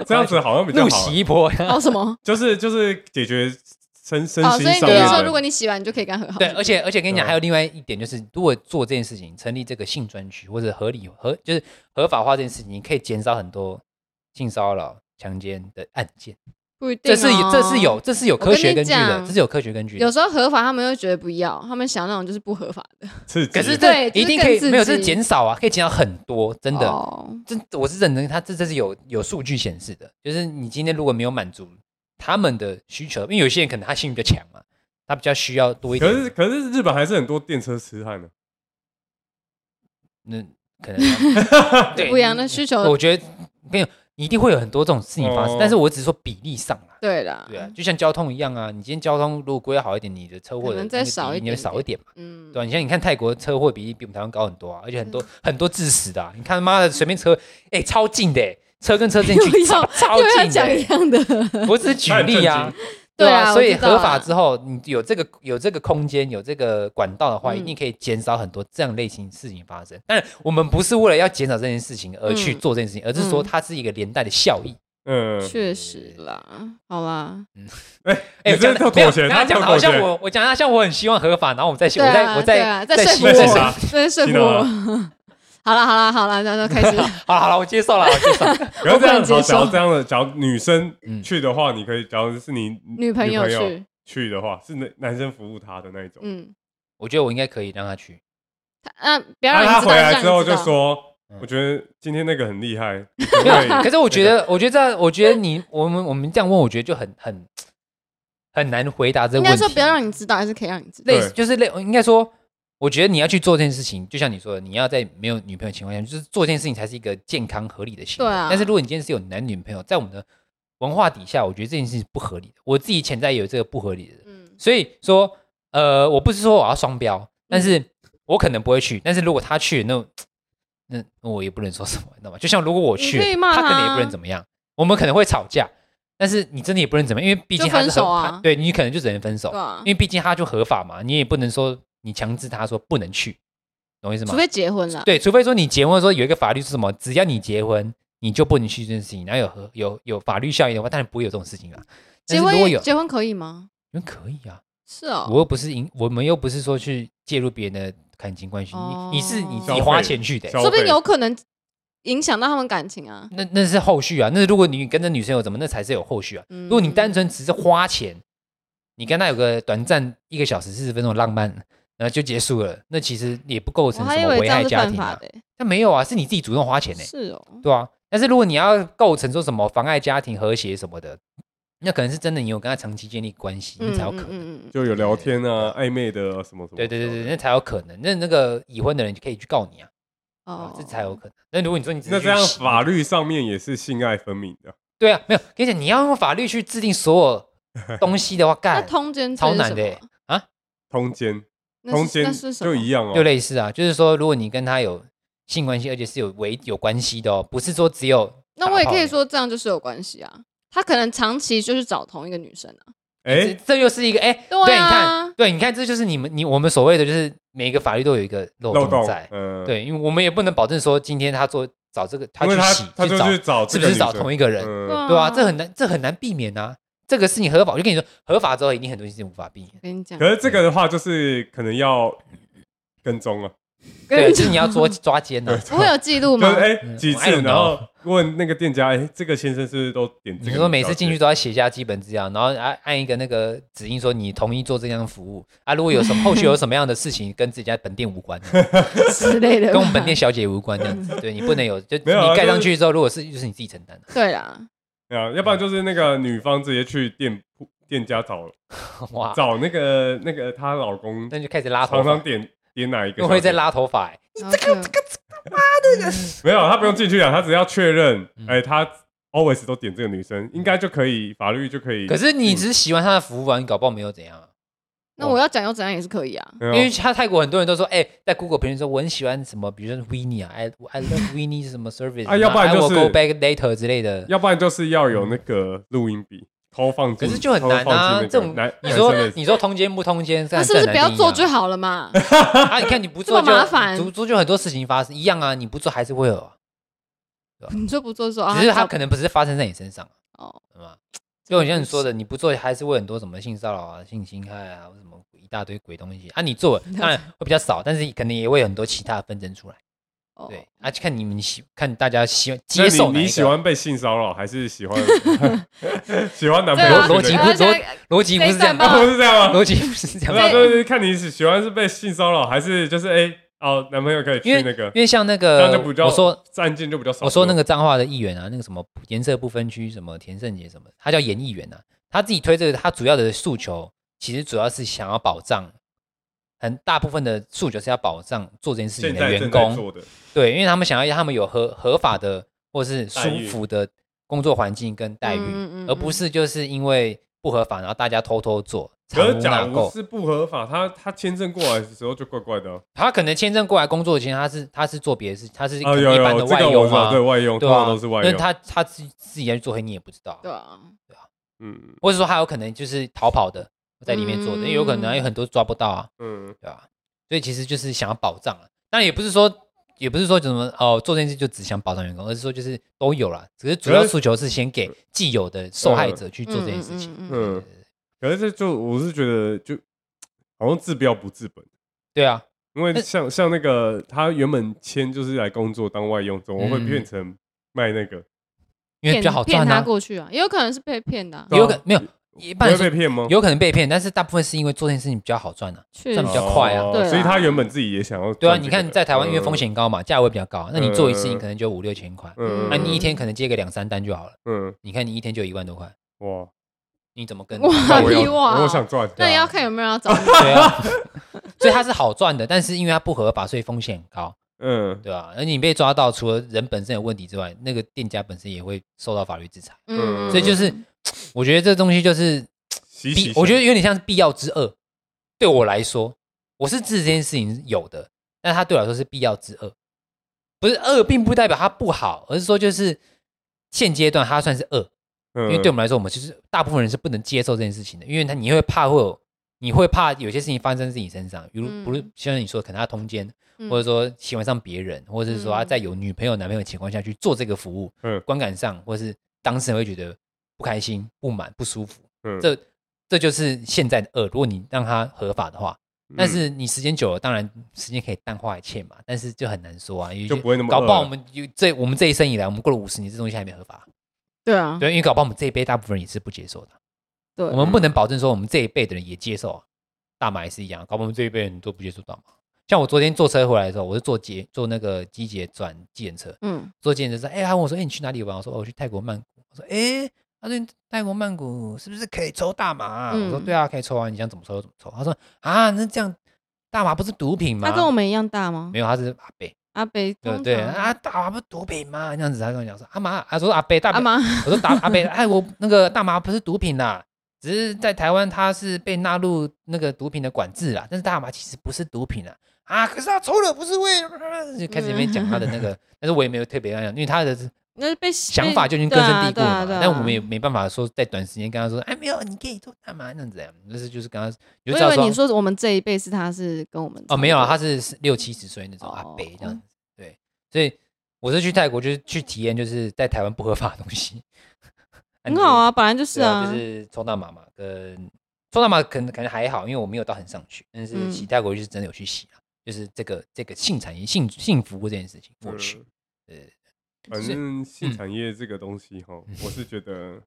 [SPEAKER 1] 这样子好像比较
[SPEAKER 3] 怒
[SPEAKER 1] 好啊
[SPEAKER 3] 洗，一波。
[SPEAKER 4] 哦什么？
[SPEAKER 1] 就是就是解决身身
[SPEAKER 4] 哦，
[SPEAKER 1] 心
[SPEAKER 4] 所以你
[SPEAKER 1] 上
[SPEAKER 3] 对
[SPEAKER 4] 就
[SPEAKER 1] 面
[SPEAKER 3] 啊
[SPEAKER 4] 是说，如
[SPEAKER 1] 的
[SPEAKER 4] 果。你洗完，你就可以跟他很好。
[SPEAKER 3] 对，而且而且跟你
[SPEAKER 1] 对啊
[SPEAKER 3] 讲，还有另外一点就是，如果做这件事情，成立这个性专区或者合理合就是合法化这件事情，你可以减少很多性骚扰、强奸的案件。
[SPEAKER 4] 不一定
[SPEAKER 3] 这是
[SPEAKER 4] 哦，
[SPEAKER 3] 有这是有这是有科学根据
[SPEAKER 4] 我跟你
[SPEAKER 3] 的，
[SPEAKER 4] 讲
[SPEAKER 3] 这是有科学根据
[SPEAKER 4] 有
[SPEAKER 3] 的。
[SPEAKER 4] 时候合法，他们又觉得不要，他们想那种就是不合法的。
[SPEAKER 1] 刺激
[SPEAKER 3] 可是这
[SPEAKER 4] 对
[SPEAKER 3] 一定
[SPEAKER 4] 这是更
[SPEAKER 3] 可以
[SPEAKER 4] 刺激
[SPEAKER 3] 没有，这是减少啊，可以减少很多，真的。
[SPEAKER 4] 哦
[SPEAKER 3] 这我是认真，他这这是有有数据显示的，就是你今天如果没有满足他们的需求，因为有些人可能他性比较强嘛，他比较需要多一
[SPEAKER 1] 可
[SPEAKER 3] 点。
[SPEAKER 1] 是可是日本还是很多电车痴汉的，
[SPEAKER 3] 那可能 对
[SPEAKER 4] 不一样的需求
[SPEAKER 3] 我觉得没有，一定会有很多这种事情发生，
[SPEAKER 1] 哦
[SPEAKER 3] 但是我只是说比例上啦。
[SPEAKER 4] 对啦，
[SPEAKER 3] 对啊，就像交通一样啊，你今天交通如果规划好一点，你的车祸的
[SPEAKER 4] 可能
[SPEAKER 3] 那
[SPEAKER 4] 再
[SPEAKER 3] 个比例
[SPEAKER 4] 少一
[SPEAKER 3] 你会
[SPEAKER 4] 点
[SPEAKER 3] 少一点嘛。
[SPEAKER 4] 嗯
[SPEAKER 3] 对，啊，你像你看泰国车祸比例比我们台湾高很多啊，而且很多很多致死的啊。你看妈的随便车，哎，超近的欸，车跟车之间距离
[SPEAKER 4] 又
[SPEAKER 3] 超
[SPEAKER 4] 要
[SPEAKER 3] 超
[SPEAKER 4] 又要
[SPEAKER 3] 近的
[SPEAKER 4] 讲一
[SPEAKER 3] 欸。
[SPEAKER 4] 样 的，
[SPEAKER 3] 我只是举例啊，
[SPEAKER 4] 对
[SPEAKER 3] 啊，
[SPEAKER 4] 啊，
[SPEAKER 3] 所以
[SPEAKER 4] 我知道啊
[SPEAKER 3] 合法之后，你有这个有这个空间，有这个管道的话，
[SPEAKER 4] 嗯
[SPEAKER 3] 一定可以减少很多这样类型事情发生。当然，我们不是为了要减少这件事情而去
[SPEAKER 4] 嗯
[SPEAKER 3] 做这件事情，而是说
[SPEAKER 4] 嗯
[SPEAKER 3] 它是一个连带的效益。
[SPEAKER 1] 嗯，
[SPEAKER 4] 确实啦，好啦，
[SPEAKER 1] 哎，
[SPEAKER 3] 哎，
[SPEAKER 1] 你这是
[SPEAKER 3] 我
[SPEAKER 1] 要
[SPEAKER 3] 讲
[SPEAKER 1] 妥
[SPEAKER 3] 的
[SPEAKER 1] 协，
[SPEAKER 3] 没有
[SPEAKER 1] 他
[SPEAKER 3] 讲
[SPEAKER 1] 要
[SPEAKER 3] 的好
[SPEAKER 1] 妥
[SPEAKER 3] 像
[SPEAKER 1] 协，
[SPEAKER 3] 我我讲的像我很希望合法，然后我再去，
[SPEAKER 4] 对
[SPEAKER 3] 我
[SPEAKER 4] 啊
[SPEAKER 3] 再我
[SPEAKER 4] 对
[SPEAKER 3] 再
[SPEAKER 4] 啊再说
[SPEAKER 3] 细
[SPEAKER 4] 服
[SPEAKER 3] 分
[SPEAKER 1] 我
[SPEAKER 3] 析
[SPEAKER 1] 啊
[SPEAKER 4] 真是说服
[SPEAKER 1] 你呢
[SPEAKER 4] 我。 好啦好啦好啦，然后开始
[SPEAKER 3] 好了好了，我接受了，我接受了。
[SPEAKER 1] 不要这样
[SPEAKER 4] 我不能
[SPEAKER 1] 子。
[SPEAKER 4] 接
[SPEAKER 1] 好假
[SPEAKER 4] 受
[SPEAKER 1] 如这样的，假如女生
[SPEAKER 3] 嗯
[SPEAKER 1] 去的话，你可以，假如是你
[SPEAKER 4] 女朋友去，
[SPEAKER 1] 去的话，是男男生服务她的那一 种。
[SPEAKER 4] 嗯，
[SPEAKER 3] 我觉得我应该可以让他去。
[SPEAKER 4] 他嗯，不要
[SPEAKER 1] 然后
[SPEAKER 4] 让你
[SPEAKER 1] 他
[SPEAKER 4] 知
[SPEAKER 1] 回
[SPEAKER 4] 道，
[SPEAKER 1] 来
[SPEAKER 4] 让
[SPEAKER 1] 之后
[SPEAKER 4] 你知
[SPEAKER 1] 就
[SPEAKER 4] 道。
[SPEAKER 1] 说
[SPEAKER 3] 嗯：“
[SPEAKER 1] 我觉得今天那个很厉害，你可不可以
[SPEAKER 3] 可 是我觉得，我觉得这样，我觉得你我们我们这样问，我觉得就很很很难回答这个
[SPEAKER 4] 应
[SPEAKER 3] 问题。
[SPEAKER 4] 该说不要让你知道，还是可以让你知道。
[SPEAKER 3] 类似
[SPEAKER 1] 对
[SPEAKER 3] 就是类，应该说，我觉得你要去做这件事情，就像你说的，你要在没有女朋友的情况下，就是做这件事情才是一个健康合理的行为。
[SPEAKER 4] 对啊
[SPEAKER 3] 但是如果你今天是有男女朋友，在我们的文化底下，我觉得这件事情是不合理的。我自己潜在有这个不合理的，
[SPEAKER 4] 嗯，
[SPEAKER 3] 所以说，呃，我不是说我要双标，但
[SPEAKER 4] 嗯
[SPEAKER 3] 是我可能不会去。但是如果他去，那那那我也不能说什么，你知道吗？就像如果我去
[SPEAKER 4] 你可以骂
[SPEAKER 3] 他，
[SPEAKER 4] 他啊
[SPEAKER 3] 可能也不能怎么样，我们可能会吵架，但是你真的也不能怎么样，因为毕竟他是
[SPEAKER 4] 就分手啊
[SPEAKER 3] 合他对你可能就只能分手，
[SPEAKER 4] 对啊
[SPEAKER 3] 因，为毕竟他就合法嘛，你也不能说你强制他说不能去，懂我意思吗
[SPEAKER 4] 除？非结婚了，
[SPEAKER 3] 对，除非说你结婚的时候有一个法律是什么，只要你结婚。你就不能去这件事情，然后有合有有法律效应的话，当然不会有这种事情啦。但
[SPEAKER 4] 结
[SPEAKER 3] 是如果
[SPEAKER 4] 婚
[SPEAKER 3] 有，
[SPEAKER 4] 也结婚可以吗？
[SPEAKER 3] 因为可以啊，
[SPEAKER 4] 是哦，
[SPEAKER 3] 我又不是影，我们又不是说去介入别人的感情关系，
[SPEAKER 4] 哦
[SPEAKER 3] 你你是你自
[SPEAKER 1] 消
[SPEAKER 3] 己
[SPEAKER 1] 费
[SPEAKER 3] 花钱去的、
[SPEAKER 1] 消
[SPEAKER 4] 说不定
[SPEAKER 1] 费
[SPEAKER 4] 有可能影响到他们感情啊。
[SPEAKER 3] 那那是后续啊。那如果你跟着女生有怎么，那才是有后续啊。
[SPEAKER 4] 嗯
[SPEAKER 3] 如果你单纯只是花钱，你跟她有个短暂一个小时四十分钟的浪漫，然后就结束了，那其实也不构
[SPEAKER 4] 我
[SPEAKER 3] 成
[SPEAKER 4] 还
[SPEAKER 3] 什
[SPEAKER 4] 以
[SPEAKER 3] 么
[SPEAKER 4] 为这
[SPEAKER 3] 危
[SPEAKER 4] 样
[SPEAKER 3] 害
[SPEAKER 4] 是
[SPEAKER 3] 家
[SPEAKER 4] 犯
[SPEAKER 3] 庭
[SPEAKER 4] 法
[SPEAKER 3] 啊
[SPEAKER 4] 的。欸，
[SPEAKER 3] 但没有啊，是你自己主动花钱呢、
[SPEAKER 4] 是哦，
[SPEAKER 3] 对啊。但是如果你要构成说什么妨碍家庭和谐什么的，那可能是真的你有跟他长期建立关系，那
[SPEAKER 4] 嗯
[SPEAKER 3] 才有
[SPEAKER 4] 嗯
[SPEAKER 3] 可能。
[SPEAKER 4] 嗯嗯嗯
[SPEAKER 1] 就有聊天 啊、暧昧的啊什么什么。”
[SPEAKER 3] 对对对对，那才有可能。那那个已婚的人就可以去告你啊，
[SPEAKER 4] 哦，
[SPEAKER 3] 这才有可能。那如果你说你只是
[SPEAKER 1] 那
[SPEAKER 3] 去
[SPEAKER 1] 这样
[SPEAKER 3] 洗
[SPEAKER 1] 法律上面也是性爱分明的，
[SPEAKER 3] 对啊，没有跟你讲，你要用法律去制定所 有东西的话，
[SPEAKER 4] 那
[SPEAKER 3] 干
[SPEAKER 4] 通奸罪
[SPEAKER 3] 哎超
[SPEAKER 4] 是
[SPEAKER 3] 难
[SPEAKER 4] 什
[SPEAKER 3] 的
[SPEAKER 4] 么
[SPEAKER 3] 欸啊，
[SPEAKER 1] 通奸，
[SPEAKER 4] 那是
[SPEAKER 1] 通奸
[SPEAKER 4] 那是什
[SPEAKER 1] 就
[SPEAKER 4] 么
[SPEAKER 1] 一样哦
[SPEAKER 3] 就。类似啊，就是说如果你跟他有性关系，而且是有为有关系的哦，不是说只有
[SPEAKER 4] 那我也可以
[SPEAKER 3] 打炮
[SPEAKER 4] 说这样就是有关系啊。他可能长期就是找同一个女生啊，
[SPEAKER 3] 这
[SPEAKER 1] 哎，
[SPEAKER 3] 这又是一个哎，
[SPEAKER 4] 对啊
[SPEAKER 3] 对，你看，对，你看，这就是你们你我们所谓的就是每一个法律都有一个漏
[SPEAKER 1] 漏洞
[SPEAKER 3] 在，，
[SPEAKER 1] 嗯，，
[SPEAKER 3] 对，因为我们也不能保证说今天他做找这个他
[SPEAKER 1] 因
[SPEAKER 3] 去
[SPEAKER 1] 为他
[SPEAKER 3] 洗
[SPEAKER 1] 他就去
[SPEAKER 3] 去找
[SPEAKER 1] 找
[SPEAKER 3] 是
[SPEAKER 1] 这
[SPEAKER 3] 不
[SPEAKER 1] 个
[SPEAKER 3] 是
[SPEAKER 1] 女生，
[SPEAKER 3] 找同一个人，
[SPEAKER 1] 嗯，
[SPEAKER 3] 对啊，这很难这很难避免啊。这个事情合法，我就跟你说，合法之后一定很多事情无法避免。
[SPEAKER 4] 跟你讲，
[SPEAKER 1] 可是这个的话，就是可能要跟踪啊，
[SPEAKER 3] 对，
[SPEAKER 4] 跟
[SPEAKER 3] 就是你要 抓抓奸啊呐、
[SPEAKER 4] 我有记
[SPEAKER 1] 就
[SPEAKER 4] 录吗？
[SPEAKER 1] 是哎
[SPEAKER 3] 嗯
[SPEAKER 1] 几
[SPEAKER 3] 我爱
[SPEAKER 1] 次，
[SPEAKER 3] 你
[SPEAKER 1] 然
[SPEAKER 3] 哦
[SPEAKER 1] 后问那个店家，哎，这个先生是不是都点这
[SPEAKER 3] 你
[SPEAKER 1] 个？
[SPEAKER 3] 说每次进去，都要写下基本资料，然后按按一个那个指印，说你同意做这样的服务啊。如果有什么后续有什么样的事情跟自己家本店无关，
[SPEAKER 4] 之类的吧，
[SPEAKER 3] 跟我们本店小姐无关这样子，对你不能有就
[SPEAKER 1] 没有啊
[SPEAKER 3] 你盖上
[SPEAKER 1] 就是
[SPEAKER 3] 去之后，如果是就是你自己承担的。
[SPEAKER 4] 对啦，
[SPEAKER 1] 啊，要不然就是那个女方直接去店铺店家找
[SPEAKER 3] 哇，
[SPEAKER 1] 找那个那个她老公，
[SPEAKER 3] 那就开始拉头
[SPEAKER 1] 常常
[SPEAKER 3] 发，
[SPEAKER 1] 点点哪一个？
[SPEAKER 3] 又会再。拉头发、欸，
[SPEAKER 4] 这个这个
[SPEAKER 1] 没有，他不用进去啊，他只要确认，
[SPEAKER 3] 嗯
[SPEAKER 1] 哎、他 always 都点这个女生，应该就可以，法律就可以。
[SPEAKER 3] 可是你只是喜欢他的服务啊，你搞不好没有怎样啊。
[SPEAKER 4] 那我要讲又怎样也是可以啊。
[SPEAKER 1] 没有
[SPEAKER 3] 因为他泰国很多人都说，哎、在 Google 评论说我很喜欢什么，比如说 w i n n i 啊，I I love w i n n i 什么 service，
[SPEAKER 1] 啊要不然就是
[SPEAKER 3] I will go back later 之类的。
[SPEAKER 1] 要不然就是要有那个录音笔偷放进，
[SPEAKER 3] 嗯可是就很难
[SPEAKER 1] 偷放进
[SPEAKER 3] 啊，
[SPEAKER 1] 那
[SPEAKER 3] 这
[SPEAKER 1] 个
[SPEAKER 3] 种
[SPEAKER 1] 男
[SPEAKER 3] 你
[SPEAKER 1] 男
[SPEAKER 3] 说
[SPEAKER 1] 生的
[SPEAKER 3] 你说通奸不通奸，这
[SPEAKER 4] 那
[SPEAKER 3] 样
[SPEAKER 4] 是不是
[SPEAKER 3] 这
[SPEAKER 4] 不
[SPEAKER 3] 很难
[SPEAKER 4] 要做
[SPEAKER 3] 定
[SPEAKER 4] 就
[SPEAKER 3] 义啊
[SPEAKER 4] 好了 嘛？
[SPEAKER 3] 啊？你看你不做
[SPEAKER 4] 这
[SPEAKER 3] 就
[SPEAKER 4] 么麻烦
[SPEAKER 3] 足足就很多事情发生一样啊，你不做还是会有啊，
[SPEAKER 4] 你说不做就说啊，
[SPEAKER 3] 只是他
[SPEAKER 4] 找
[SPEAKER 3] 可能不是发生在你身上啊，
[SPEAKER 4] 哦，
[SPEAKER 3] 懂吗？就很像你说的，你不做还是会很多什么性骚扰啊、性侵害啊，或什么一大堆鬼东西啊。你做了当 然会比较少，但是可能也会有很多其他的纷争出来。
[SPEAKER 4] 哦
[SPEAKER 3] 对，啊，就看你们喜看大家喜欢
[SPEAKER 1] 那
[SPEAKER 3] 接受
[SPEAKER 1] 你
[SPEAKER 3] 哪一
[SPEAKER 1] 你
[SPEAKER 3] 个
[SPEAKER 1] 喜欢被性骚扰还是喜 欢喜欢男
[SPEAKER 4] 对
[SPEAKER 1] 朋
[SPEAKER 4] 啊
[SPEAKER 1] 友
[SPEAKER 3] 逻
[SPEAKER 1] 之类的？
[SPEAKER 3] 逻辑
[SPEAKER 4] 然后
[SPEAKER 3] 不
[SPEAKER 4] 现在
[SPEAKER 3] 逻辑不是这样的，
[SPEAKER 4] 这一段吧
[SPEAKER 1] 不是这样吗？
[SPEAKER 3] 逻辑不是这样
[SPEAKER 1] 对
[SPEAKER 3] 的
[SPEAKER 1] 啊，。就是看你是喜欢是被性骚扰，还是就是哎、哦，男朋友可以
[SPEAKER 3] 因
[SPEAKER 1] 去
[SPEAKER 3] 为
[SPEAKER 1] 那个
[SPEAKER 3] 因为像那
[SPEAKER 1] 这样
[SPEAKER 3] 个
[SPEAKER 1] 就比较
[SPEAKER 3] 我说
[SPEAKER 1] 战舰就比较少。
[SPEAKER 3] 我说那个彰化的议员啊，那个什么颜色不分区什么田胜杰什么，他叫严议员啊，他自己推这个，他主要的诉求其实主要是想要保障。很大部分的诉求是要保障做这件事情
[SPEAKER 1] 现
[SPEAKER 3] 的
[SPEAKER 1] 在
[SPEAKER 3] 员
[SPEAKER 1] 正在
[SPEAKER 3] 工，
[SPEAKER 1] 做的，
[SPEAKER 3] 对，因为他们想要让他们有合合法的或是舒
[SPEAKER 1] 待遇
[SPEAKER 3] 服的工作环境跟待遇，
[SPEAKER 4] 嗯嗯嗯
[SPEAKER 3] 而不是就是因为不合法，然后大家偷偷做，藏
[SPEAKER 1] 可
[SPEAKER 3] 污
[SPEAKER 1] 是假
[SPEAKER 3] 纳
[SPEAKER 1] 如
[SPEAKER 3] 垢。
[SPEAKER 1] 是不合法，他他签证过来的时候就怪怪的、啊。
[SPEAKER 3] 他可能签证过来工作前，他是他是做别的事，他是一
[SPEAKER 1] 啊，有
[SPEAKER 3] 般的
[SPEAKER 1] 有，这
[SPEAKER 3] 外
[SPEAKER 1] 个我
[SPEAKER 3] 佣
[SPEAKER 1] 知道，
[SPEAKER 3] 啊，
[SPEAKER 1] 对外佣，
[SPEAKER 3] 对
[SPEAKER 1] 通常
[SPEAKER 3] 吧？
[SPEAKER 1] 都是外
[SPEAKER 3] 那
[SPEAKER 1] 佣。
[SPEAKER 3] 他他自己自己要去做黑，你也不知道
[SPEAKER 4] 对，啊，
[SPEAKER 1] 嗯
[SPEAKER 3] 或者说他有可能就是逃跑的，在里面做的，因为有可能啊
[SPEAKER 4] 嗯
[SPEAKER 3] 有很多抓不到啊，
[SPEAKER 1] 嗯，
[SPEAKER 3] 对吧？所以其实就是想要保障啊，但也不是说也不是说怎么哦做这件事就只想保障员工，而是说就是都有啦，只是主要
[SPEAKER 1] 可是呃
[SPEAKER 3] 诉求是先给既有的受害者去做这件事情。
[SPEAKER 4] 嗯
[SPEAKER 1] 嗯
[SPEAKER 4] 嗯嗯嗯
[SPEAKER 3] 对对对对
[SPEAKER 1] 可是这就我是觉得就好像治标不治本，
[SPEAKER 3] 对啊，
[SPEAKER 1] 因为
[SPEAKER 3] 但
[SPEAKER 1] 像像那个他原本签就是来工作当外佣，怎么会
[SPEAKER 3] 嗯
[SPEAKER 1] 变成卖那个？
[SPEAKER 3] 因为比较好
[SPEAKER 4] 骗
[SPEAKER 3] 赚
[SPEAKER 4] 他
[SPEAKER 3] 啊，
[SPEAKER 4] 过去啊，也有可能是被骗的啊，
[SPEAKER 1] 对啊
[SPEAKER 3] 有可没有一
[SPEAKER 1] 不
[SPEAKER 3] 般
[SPEAKER 1] 会
[SPEAKER 3] 来
[SPEAKER 1] 被
[SPEAKER 3] 说
[SPEAKER 1] 骗哦吗？
[SPEAKER 3] 有可能被骗，但是大部分是因为做这件事情比较好赚啊。
[SPEAKER 4] 确
[SPEAKER 3] 这
[SPEAKER 4] 实
[SPEAKER 3] 样比较快啊
[SPEAKER 1] 哦
[SPEAKER 4] 对啊
[SPEAKER 1] 所以他原本自己也想要
[SPEAKER 3] 对啊，
[SPEAKER 1] 赚
[SPEAKER 3] 你
[SPEAKER 1] 这个呃
[SPEAKER 3] 看在台湾，因为风，险高嘛，价位比较高，那你做一次
[SPEAKER 1] 嗯
[SPEAKER 3] 你可能就五六千块，
[SPEAKER 1] 嗯
[SPEAKER 3] 那啊你一天可能接个两三单就好了。
[SPEAKER 1] 嗯
[SPEAKER 3] 你看你一天就一万多块，
[SPEAKER 1] 哇，
[SPEAKER 3] 你怎么跟？
[SPEAKER 4] 哇
[SPEAKER 1] 那我
[SPEAKER 4] 比
[SPEAKER 1] 要
[SPEAKER 4] 哇
[SPEAKER 1] 我想赚，
[SPEAKER 3] 啊
[SPEAKER 4] 那也要看有没有人要找 你。
[SPEAKER 3] 对啊，所以它是好赚的，但是因为它不合法，所以风险很高，
[SPEAKER 1] 嗯，
[SPEAKER 3] 对吧、而你被抓到，除了人本身有问题之外，那个店家本身也会受到法律制裁。
[SPEAKER 1] 嗯
[SPEAKER 3] 所以就是，我觉得这东西就是
[SPEAKER 1] 洗洗
[SPEAKER 3] 必
[SPEAKER 1] 洗，，
[SPEAKER 3] 我觉得有点像是必要之恶。对我来说，我是知这件事情是有的，但它对我来说是必要之恶。不是恶，并不代表它不好，而是说就是现阶段它算是恶，
[SPEAKER 1] 因
[SPEAKER 3] 因为对我们来说，我们就是大部分人是不能接受这件事情的，因为他你会怕会有，你会怕有些事情发生在自己身上，比如
[SPEAKER 4] 嗯
[SPEAKER 3] 不是像你说，可能他通奸，
[SPEAKER 4] 嗯
[SPEAKER 3] 或者说喜欢上别人，或者是说他啊在有女朋友、男朋友的情况下去做这个服务，
[SPEAKER 1] 嗯
[SPEAKER 3] 观感上或是当事人会觉得不开心、不满、不舒服，
[SPEAKER 1] 嗯
[SPEAKER 3] 这这就是现在的恶。如果你让他合法的话，
[SPEAKER 1] 嗯
[SPEAKER 3] 但是你时间久了，当然时间可以淡化一切嘛，但是就很难说啊，因为
[SPEAKER 1] 就不会那么
[SPEAKER 3] 搞不好
[SPEAKER 1] 恶
[SPEAKER 3] 我们有这我们这一生以来，我们过了五十年，这东西还没合法。
[SPEAKER 4] 对啊，
[SPEAKER 3] 对，因为搞不好我们这一辈大部分人也是不接受的。
[SPEAKER 4] 对啊
[SPEAKER 3] 我们不能保证说我们这一辈的人也接受啊。大麻也是一样，搞不好我们这一辈人都不接受大麻。像我昨天坐车回来的时候，我是坐捷坐那个机捷转计程车，
[SPEAKER 4] 嗯，
[SPEAKER 3] 坐计程车，哎、他问我说，哎、你去哪里玩？我说，哦我去泰国曼谷。我说，哎、他说泰国曼谷是不是可以抽大麻、啊？我说，
[SPEAKER 4] 嗯
[SPEAKER 3] 对啊，可以抽啊，你想怎么抽就怎么抽。他说，啊，那这样大麻不是毒品吗？
[SPEAKER 4] 他跟我们哦一样大吗
[SPEAKER 3] 啊没？有，他是阿贝，
[SPEAKER 4] 阿北
[SPEAKER 3] 对
[SPEAKER 4] 通
[SPEAKER 3] 对
[SPEAKER 4] 常
[SPEAKER 3] 啊，大麻不是毒品吗？这样子，他跟我讲说，阿妈，他说阿贝大
[SPEAKER 4] 阿
[SPEAKER 3] 麻。
[SPEAKER 4] 妈，
[SPEAKER 3] 我说打阿北，哎，我那个大麻不是毒品啦，只是在台湾它是被纳入那个毒品的管制啦，但是大麻其实不是毒品啊。 啊！可是他抽了不是为，就开始里面讲他的那个，但是我也没有特别跟他讲，因为他的
[SPEAKER 4] 那被
[SPEAKER 3] 想法就已经根深蒂固
[SPEAKER 4] 对
[SPEAKER 3] 了
[SPEAKER 4] 啊
[SPEAKER 3] 嘛。
[SPEAKER 4] 对啊对啊
[SPEAKER 3] 但我们也没办法说在短时间跟他说，哎，没有，你可以做干嘛那样子啊，就是就是跟他，你就
[SPEAKER 4] 我
[SPEAKER 3] 知道
[SPEAKER 4] 以为你
[SPEAKER 3] 说
[SPEAKER 4] 说我们这一辈是他是跟我们
[SPEAKER 3] 哦，没有啊，他
[SPEAKER 4] 是
[SPEAKER 3] 是六七十岁那种阿
[SPEAKER 4] 哦
[SPEAKER 3] 伯这样子。对，所以我是去泰国就是去体验就是在台湾不合法的东西，
[SPEAKER 4] 很好啊，本来就是
[SPEAKER 3] 对啊，
[SPEAKER 4] 啊，
[SPEAKER 3] 就是抽大麻嘛，跟抽大麻可能可能还好，因为我没有到很上去，但是
[SPEAKER 4] 嗯
[SPEAKER 3] 洗泰国就是真的有去洗啊，就是这个这个性产业性性服务这件事情，我去，呃，
[SPEAKER 1] 反
[SPEAKER 3] 是嗯
[SPEAKER 1] 正性产业这个东西哈，我是觉得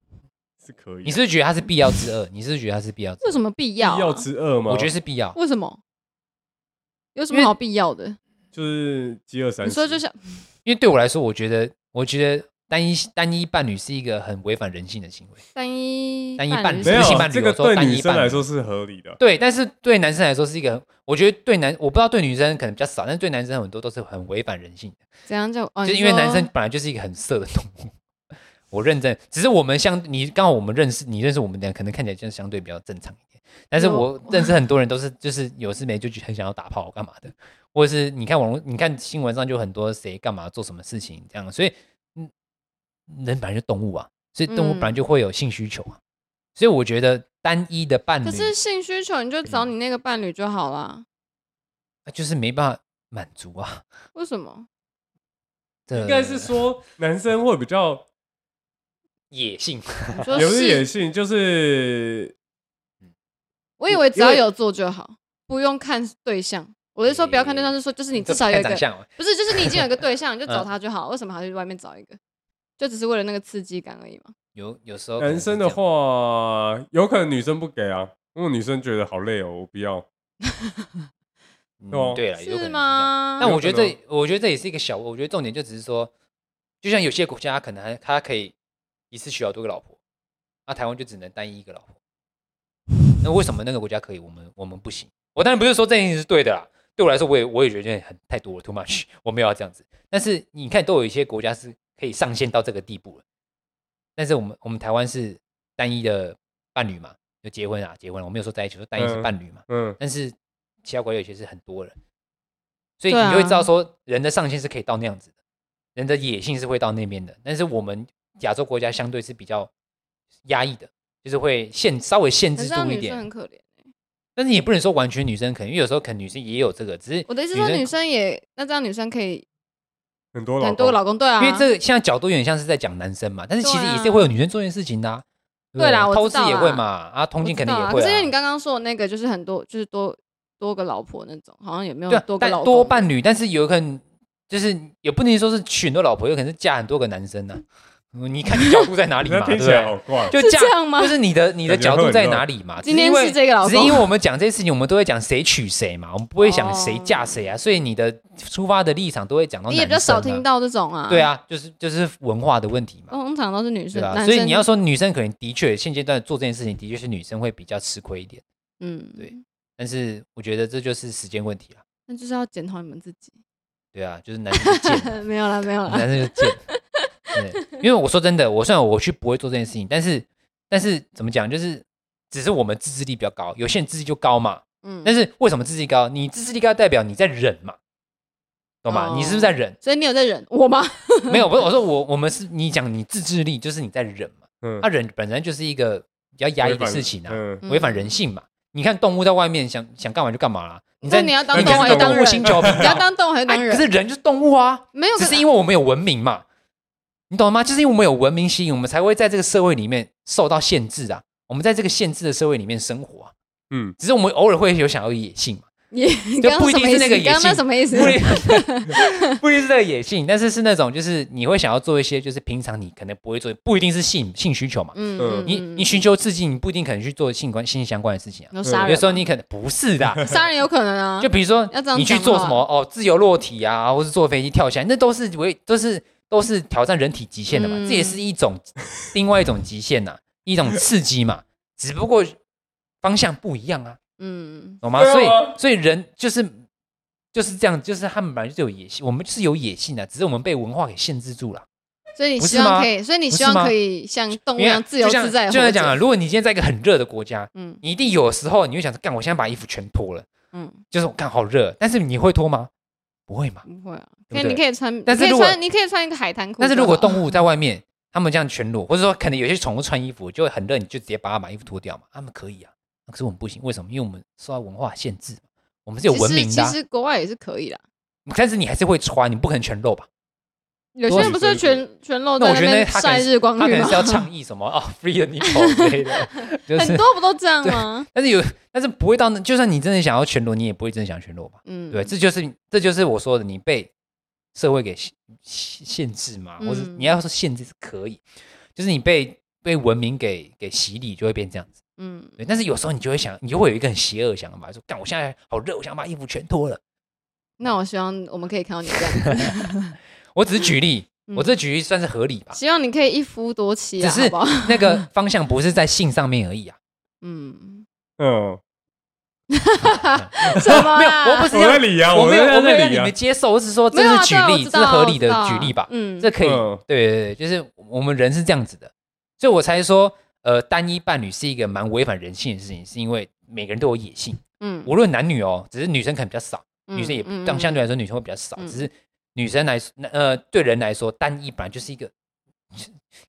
[SPEAKER 1] 是可以。啊
[SPEAKER 3] 你是不是觉得它是必要之二？你是不是觉得它是必要之二？
[SPEAKER 4] 为什么必要啊？
[SPEAKER 1] 必要之恶吗？
[SPEAKER 3] 我觉得是必要，
[SPEAKER 4] 为什么？有什
[SPEAKER 3] 因
[SPEAKER 4] 么
[SPEAKER 3] 为
[SPEAKER 4] 好必要的？
[SPEAKER 1] 就是饥饿三
[SPEAKER 4] 你
[SPEAKER 1] 十。
[SPEAKER 4] 说就像
[SPEAKER 3] 因为对我来说，我觉得我觉得单一单一伴侣是一个很违反人性的行为。
[SPEAKER 4] 单一
[SPEAKER 3] 单一
[SPEAKER 4] 伴
[SPEAKER 3] 伴
[SPEAKER 4] 侣
[SPEAKER 3] 侣
[SPEAKER 1] 没
[SPEAKER 3] 是性
[SPEAKER 1] 有
[SPEAKER 3] 伴侣
[SPEAKER 1] 这个
[SPEAKER 3] 我说
[SPEAKER 1] 对
[SPEAKER 3] 单一
[SPEAKER 1] 女生
[SPEAKER 3] 伴侣
[SPEAKER 1] 来说是合理的，
[SPEAKER 3] 对，但是对男生来说是一个很，我觉得对男我不知道对女生可能比较少，但是对男生很多都是很违反人性的。
[SPEAKER 4] 怎样叫？哦
[SPEAKER 3] 就
[SPEAKER 4] 你
[SPEAKER 3] 因为
[SPEAKER 4] 说
[SPEAKER 3] 男生本来就是一个很色的动物。我认真，只是我们相你刚好我们认识你认识我们的人，可能看起来就是相对比较正常一点。但是
[SPEAKER 4] 有
[SPEAKER 3] 我认识很多人都是就是有事没就去很想要打炮干嘛的，或者是你看网络你看新闻上就很多谁干嘛做什么事情这样，所以嗯，人本来就动物啊，所以动物本来
[SPEAKER 4] 嗯
[SPEAKER 3] 就会有性需求啊，所以我觉得单一的伴侣
[SPEAKER 4] 可是性需求，你就找你那个伴侣就好啦。
[SPEAKER 3] 呃就是没办法满足啊。
[SPEAKER 4] 为什么？
[SPEAKER 3] 这
[SPEAKER 1] 应该是说男生会比较
[SPEAKER 3] 野性，
[SPEAKER 4] 你 说
[SPEAKER 1] 有
[SPEAKER 4] 是
[SPEAKER 1] 野性，就是
[SPEAKER 4] 我以为只要
[SPEAKER 1] 因为
[SPEAKER 4] 有做就好，不用看对象。我是说不要看对象，是说就是你至少有一
[SPEAKER 3] 看
[SPEAKER 4] 个
[SPEAKER 3] 长，相嘛，啊
[SPEAKER 4] 不是就是你已经有一个对 象，你就找
[SPEAKER 3] 嗯
[SPEAKER 4] 他就好，为什么还要去外面找一个？就只是为了那个刺激感而已嘛。
[SPEAKER 3] 有有时候可能
[SPEAKER 1] 男
[SPEAKER 3] 是
[SPEAKER 1] 生
[SPEAKER 3] 这
[SPEAKER 1] 的
[SPEAKER 3] 样
[SPEAKER 1] 话，有可能女生不给啊，因为女生觉得好累哦，我不要。
[SPEAKER 3] 嗯
[SPEAKER 1] 对哦
[SPEAKER 3] 对了，有可能
[SPEAKER 4] 是
[SPEAKER 3] 是这样
[SPEAKER 4] 吗？嗯
[SPEAKER 3] 但
[SPEAKER 1] 有
[SPEAKER 3] 我
[SPEAKER 1] 可
[SPEAKER 3] 觉得
[SPEAKER 1] 能
[SPEAKER 3] 这，我觉得这也是一个小，我觉得重点就只是说，就像有些国家他可能还他可以一次娶好多个老婆，那台湾就只能单一一个老婆。那为什么那个国家可以，我们我们不行？我当然不是说这件事是对的啦，对我来说，我也我也觉得很太多了，too much，我 没有要这样子。但是你看，都有一些国家是可以上限到这个地步了，但是我们我们台湾是单一的伴侣嘛，就结婚啊，结婚了，我没有说在一起，我说单一是
[SPEAKER 1] 嗯
[SPEAKER 3] 伴侣嘛。
[SPEAKER 1] 嗯，
[SPEAKER 3] 但是其他国家有些是很多人，所以
[SPEAKER 4] 对
[SPEAKER 3] 你
[SPEAKER 4] 啊
[SPEAKER 3] 就会知道说人的上限是可以到那样子的，人的野性是会到那边的。但是我们亚洲国家相对是比较压抑的，就是会限稍微限
[SPEAKER 4] 可
[SPEAKER 3] 制
[SPEAKER 4] 是让
[SPEAKER 3] 住一
[SPEAKER 4] 女生
[SPEAKER 3] 点
[SPEAKER 4] 很，可怜。
[SPEAKER 3] 但是也不能说完全女生可能，因为有时候可能女生也有这个，只是
[SPEAKER 4] 我的意思是说，
[SPEAKER 3] 女
[SPEAKER 4] 女生也那这样，女生可以
[SPEAKER 1] 很多老
[SPEAKER 4] 很多个老公对啊，
[SPEAKER 3] 因为这个现在角度有点像是在讲男生嘛，但是其实也是会有女生做这件事情的、啊。不
[SPEAKER 4] 对啦我
[SPEAKER 3] 偷
[SPEAKER 4] 知
[SPEAKER 3] 吃
[SPEAKER 4] 道
[SPEAKER 3] 也会
[SPEAKER 4] 啦
[SPEAKER 3] 嘛，啊，同
[SPEAKER 4] 我
[SPEAKER 3] 情
[SPEAKER 4] 知
[SPEAKER 3] 肯定
[SPEAKER 4] 道
[SPEAKER 3] 也
[SPEAKER 4] 啊
[SPEAKER 3] 会、
[SPEAKER 4] 可是因为你刚刚说的那个就是很多，就是多多个老婆那种，好像也没有
[SPEAKER 3] 对啊，
[SPEAKER 4] 多个
[SPEAKER 3] 但
[SPEAKER 4] 老公
[SPEAKER 3] 多伴侣，但是有可能就是也不能说是娶很多老婆，有可能是嫁很多个男生呢、嗯你看你角度在哪 里
[SPEAKER 1] 那
[SPEAKER 3] 嘛，对
[SPEAKER 1] 听
[SPEAKER 3] 不
[SPEAKER 1] 起来
[SPEAKER 3] 对？
[SPEAKER 1] 好怪。哦
[SPEAKER 3] 就是嫁
[SPEAKER 4] 这样吗
[SPEAKER 3] 就是你的你的
[SPEAKER 1] 感觉
[SPEAKER 3] 角
[SPEAKER 1] 会
[SPEAKER 3] 度
[SPEAKER 1] 很
[SPEAKER 3] 在
[SPEAKER 1] 乱
[SPEAKER 3] 哪里 嘛？
[SPEAKER 4] 今
[SPEAKER 3] 只
[SPEAKER 4] 天
[SPEAKER 3] 因为
[SPEAKER 4] 是这个老
[SPEAKER 3] 只是因
[SPEAKER 4] 公
[SPEAKER 3] 为我们讲这些事情，我们都会讲谁娶谁嘛，我们不会讲谁
[SPEAKER 4] 哦
[SPEAKER 3] 嫁谁啊，所以你的出发的立场都会讲到
[SPEAKER 4] 你也比较
[SPEAKER 3] 男生
[SPEAKER 4] 少
[SPEAKER 3] 啊
[SPEAKER 4] 听。到这种啊。
[SPEAKER 3] 对，啊，就是就是文化的问题嘛，
[SPEAKER 4] 通常都是女
[SPEAKER 3] 对
[SPEAKER 4] 生，
[SPEAKER 3] 吧、
[SPEAKER 4] 男生
[SPEAKER 3] 所以你要说女生可能的确现阶段做这件事情，的确是女生会比较吃亏一点，
[SPEAKER 4] 嗯，
[SPEAKER 3] 对，但是我觉得这就是时间问题啊。
[SPEAKER 4] 那就是要检讨你们自己。
[SPEAKER 3] 对啊，就是男生贱嘛
[SPEAKER 4] 呃没有啦，没有啦。
[SPEAKER 3] 男生就贱。对，因为我说真的，我虽然我去不会做这件事情，但是但是怎么讲，就是只是我们自制力比较高，有些人自制力就高嘛。
[SPEAKER 4] 嗯，
[SPEAKER 3] 但是为什么自制力高？你自制力高代表你在忍嘛，懂吗？
[SPEAKER 4] 哦？
[SPEAKER 3] 你是不是在忍
[SPEAKER 4] 所以你有在忍我吗？
[SPEAKER 3] 没有，不是 我说我我们是你讲你自制力就是你在忍嘛，
[SPEAKER 1] 嗯
[SPEAKER 3] 那、，忍本身就是一个比较压抑
[SPEAKER 1] 违
[SPEAKER 3] 的
[SPEAKER 1] 反
[SPEAKER 3] 事情啊，
[SPEAKER 1] 嗯，
[SPEAKER 4] 嗯
[SPEAKER 3] 违反人性嘛。你看动物在外面想想干嘛就干嘛啦，你在
[SPEAKER 4] 那你要当
[SPEAKER 1] 你
[SPEAKER 4] 动物
[SPEAKER 1] 是
[SPEAKER 4] 还是
[SPEAKER 1] 动
[SPEAKER 4] 当
[SPEAKER 1] 物
[SPEAKER 3] 物
[SPEAKER 4] 人？
[SPEAKER 3] 星球频道，
[SPEAKER 4] 你要当动物还是当
[SPEAKER 3] 哎可
[SPEAKER 4] 人？
[SPEAKER 3] 是人就是动物啊，
[SPEAKER 4] 没有，
[SPEAKER 3] 只是
[SPEAKER 4] 为
[SPEAKER 3] 因为我们有文明嘛，你懂吗？就是因为我们有文明吸引，我们才会在这个社会里面受到限制啊。我们在这个限制的社会里面生活啊，
[SPEAKER 1] 嗯，
[SPEAKER 3] 只是我们偶尔会有想要野性嘛，
[SPEAKER 4] 也 你
[SPEAKER 3] 就
[SPEAKER 4] 刚
[SPEAKER 3] 不
[SPEAKER 4] 刚
[SPEAKER 3] 一
[SPEAKER 4] 什
[SPEAKER 3] 定
[SPEAKER 4] 么
[SPEAKER 3] 是
[SPEAKER 4] 意
[SPEAKER 3] 那个
[SPEAKER 4] 思？你
[SPEAKER 3] 野
[SPEAKER 4] 刚刚那
[SPEAKER 3] 性
[SPEAKER 4] 什么意思？
[SPEAKER 3] 不一不一定是 这个野性，但是是那种就是你会想要做一些就是平常你可能不会做，不一定是性性需求嘛。
[SPEAKER 4] 嗯
[SPEAKER 1] 嗯
[SPEAKER 3] 你你寻求刺激，你不一定可能去做性关性相关的事情啊。
[SPEAKER 4] 有杀人吗？
[SPEAKER 3] 有时候你可能不是的啊，
[SPEAKER 4] 杀人有可能啊，
[SPEAKER 3] 就比如说
[SPEAKER 4] 要这样
[SPEAKER 3] 你去
[SPEAKER 4] 讲
[SPEAKER 3] 做
[SPEAKER 4] 话
[SPEAKER 3] 什么哦，自由落体啊，或是坐飞机跳下来，那都是为都是都是挑战人体极限的嘛，
[SPEAKER 4] 嗯
[SPEAKER 3] 这也是一种另外一种极限呐、一种刺激 嘛，只不过方向不一样啊，
[SPEAKER 4] 嗯，
[SPEAKER 3] 懂吗？
[SPEAKER 1] 对啊
[SPEAKER 3] 所以所以人就是就是这样，就是他们本来就有野性，我们是有野性的、只是我们被文化给限制住了。
[SPEAKER 4] 所以你
[SPEAKER 3] 不是
[SPEAKER 4] 希望
[SPEAKER 3] 吗
[SPEAKER 4] 可以，所以你
[SPEAKER 3] 不
[SPEAKER 4] 希
[SPEAKER 3] 是
[SPEAKER 4] 望
[SPEAKER 3] 吗
[SPEAKER 4] 可以像动物一
[SPEAKER 3] 因为
[SPEAKER 4] 样自由
[SPEAKER 3] 就像
[SPEAKER 4] 自在地
[SPEAKER 3] 就
[SPEAKER 4] 活
[SPEAKER 3] 像讲啊，
[SPEAKER 4] 着。
[SPEAKER 3] 如果你今天在一个很热的国家，
[SPEAKER 4] 嗯
[SPEAKER 3] 你一定有时候你会想说，干，我现在把衣服全脱了，
[SPEAKER 4] 嗯
[SPEAKER 3] 就是我干好热，但是你会脱吗？不会嘛？
[SPEAKER 4] 不会啊，
[SPEAKER 3] 对
[SPEAKER 4] 可以
[SPEAKER 3] 不对
[SPEAKER 4] 你可以穿，
[SPEAKER 3] 但是
[SPEAKER 4] 你可
[SPEAKER 3] 如
[SPEAKER 4] 以
[SPEAKER 3] 果
[SPEAKER 4] 穿，你可以穿一个海滩裤就好。
[SPEAKER 3] 但是如果动物在外面，他们这样全裸，或者说可能有些宠物穿衣服就会很热，你就直接把它把衣服脱掉嘛，他们可以啊。可是我们不行，为什么？因为我们受到文化限制嘛，我们是有
[SPEAKER 4] 其
[SPEAKER 3] 文
[SPEAKER 4] 实
[SPEAKER 3] 明的
[SPEAKER 4] 其
[SPEAKER 3] 啊、
[SPEAKER 4] 实国外也是可以的。
[SPEAKER 3] 但是你还是会穿，你不可能全露吧？
[SPEAKER 4] 有些人不是全全露
[SPEAKER 3] 那
[SPEAKER 4] 在
[SPEAKER 3] 我
[SPEAKER 4] 那
[SPEAKER 3] 觉得
[SPEAKER 4] 边
[SPEAKER 3] 他可能
[SPEAKER 4] 晒日光
[SPEAKER 3] 他可
[SPEAKER 4] 浴
[SPEAKER 3] 能
[SPEAKER 4] 吗
[SPEAKER 3] 是？要倡议什么哦，free the nipple 之类的，就
[SPEAKER 4] 很
[SPEAKER 3] 是。
[SPEAKER 4] 多不都这样吗？
[SPEAKER 3] 但是有，但是不会到那，就算你真的想要全裸，你也不会真的想全裸吧？
[SPEAKER 4] 嗯，
[SPEAKER 3] 对，这就是这就是我说的，你被社会给限限限制嘛，或者
[SPEAKER 4] 嗯
[SPEAKER 3] 你要说限制是可以，就是你被被文明给给洗礼，就会变这样子。
[SPEAKER 4] 嗯，
[SPEAKER 3] 对，但是有时候你就会想，你就会有一个很邪恶的想法，说干，我现在好热，我想把衣服全脱了。
[SPEAKER 4] 那我希望我们可以看到你这样 子，
[SPEAKER 3] 我只是举例，我
[SPEAKER 4] 嗯
[SPEAKER 3] 这举例算是合理吧，
[SPEAKER 4] 希望你可以一夫多妻
[SPEAKER 3] 只
[SPEAKER 4] 啊，
[SPEAKER 3] 是
[SPEAKER 4] 好不好？
[SPEAKER 3] 那个方向不是在性上面而已啊。
[SPEAKER 4] 嗯，
[SPEAKER 1] 嗯，
[SPEAKER 4] 什么
[SPEAKER 3] 没有，
[SPEAKER 4] 啦？
[SPEAKER 3] 我不是
[SPEAKER 1] 我
[SPEAKER 3] 要
[SPEAKER 1] 在，理啊，
[SPEAKER 3] 我没有，
[SPEAKER 1] 在
[SPEAKER 3] 我没有让
[SPEAKER 1] 理
[SPEAKER 3] 你
[SPEAKER 1] 啊
[SPEAKER 3] 们，接受，我只是说这
[SPEAKER 4] 没有啊
[SPEAKER 3] 是举
[SPEAKER 4] 对啊我
[SPEAKER 3] 例，
[SPEAKER 4] 知
[SPEAKER 3] 这
[SPEAKER 4] 道
[SPEAKER 3] 是
[SPEAKER 4] 啊
[SPEAKER 3] 合
[SPEAKER 4] 我
[SPEAKER 3] 理
[SPEAKER 4] 知
[SPEAKER 3] 的
[SPEAKER 4] 道啊
[SPEAKER 3] 举例吧。
[SPEAKER 4] 嗯，
[SPEAKER 3] 这可以，
[SPEAKER 1] 嗯
[SPEAKER 3] 对对对，就是我们人是这样子的，所以我才说，呃，单一伴侣是一个蛮违反人性的事情，是因为每个人都有野性，
[SPEAKER 4] 嗯，
[SPEAKER 3] 无论男女哦，只是女生可能比较少，
[SPEAKER 4] 嗯
[SPEAKER 3] 女生也
[SPEAKER 4] 嗯
[SPEAKER 3] 但
[SPEAKER 4] 嗯
[SPEAKER 3] 相对来说女生会比较少，
[SPEAKER 4] 嗯
[SPEAKER 3] 只是女生来说，那呃，对人来说，单一本来就是一个，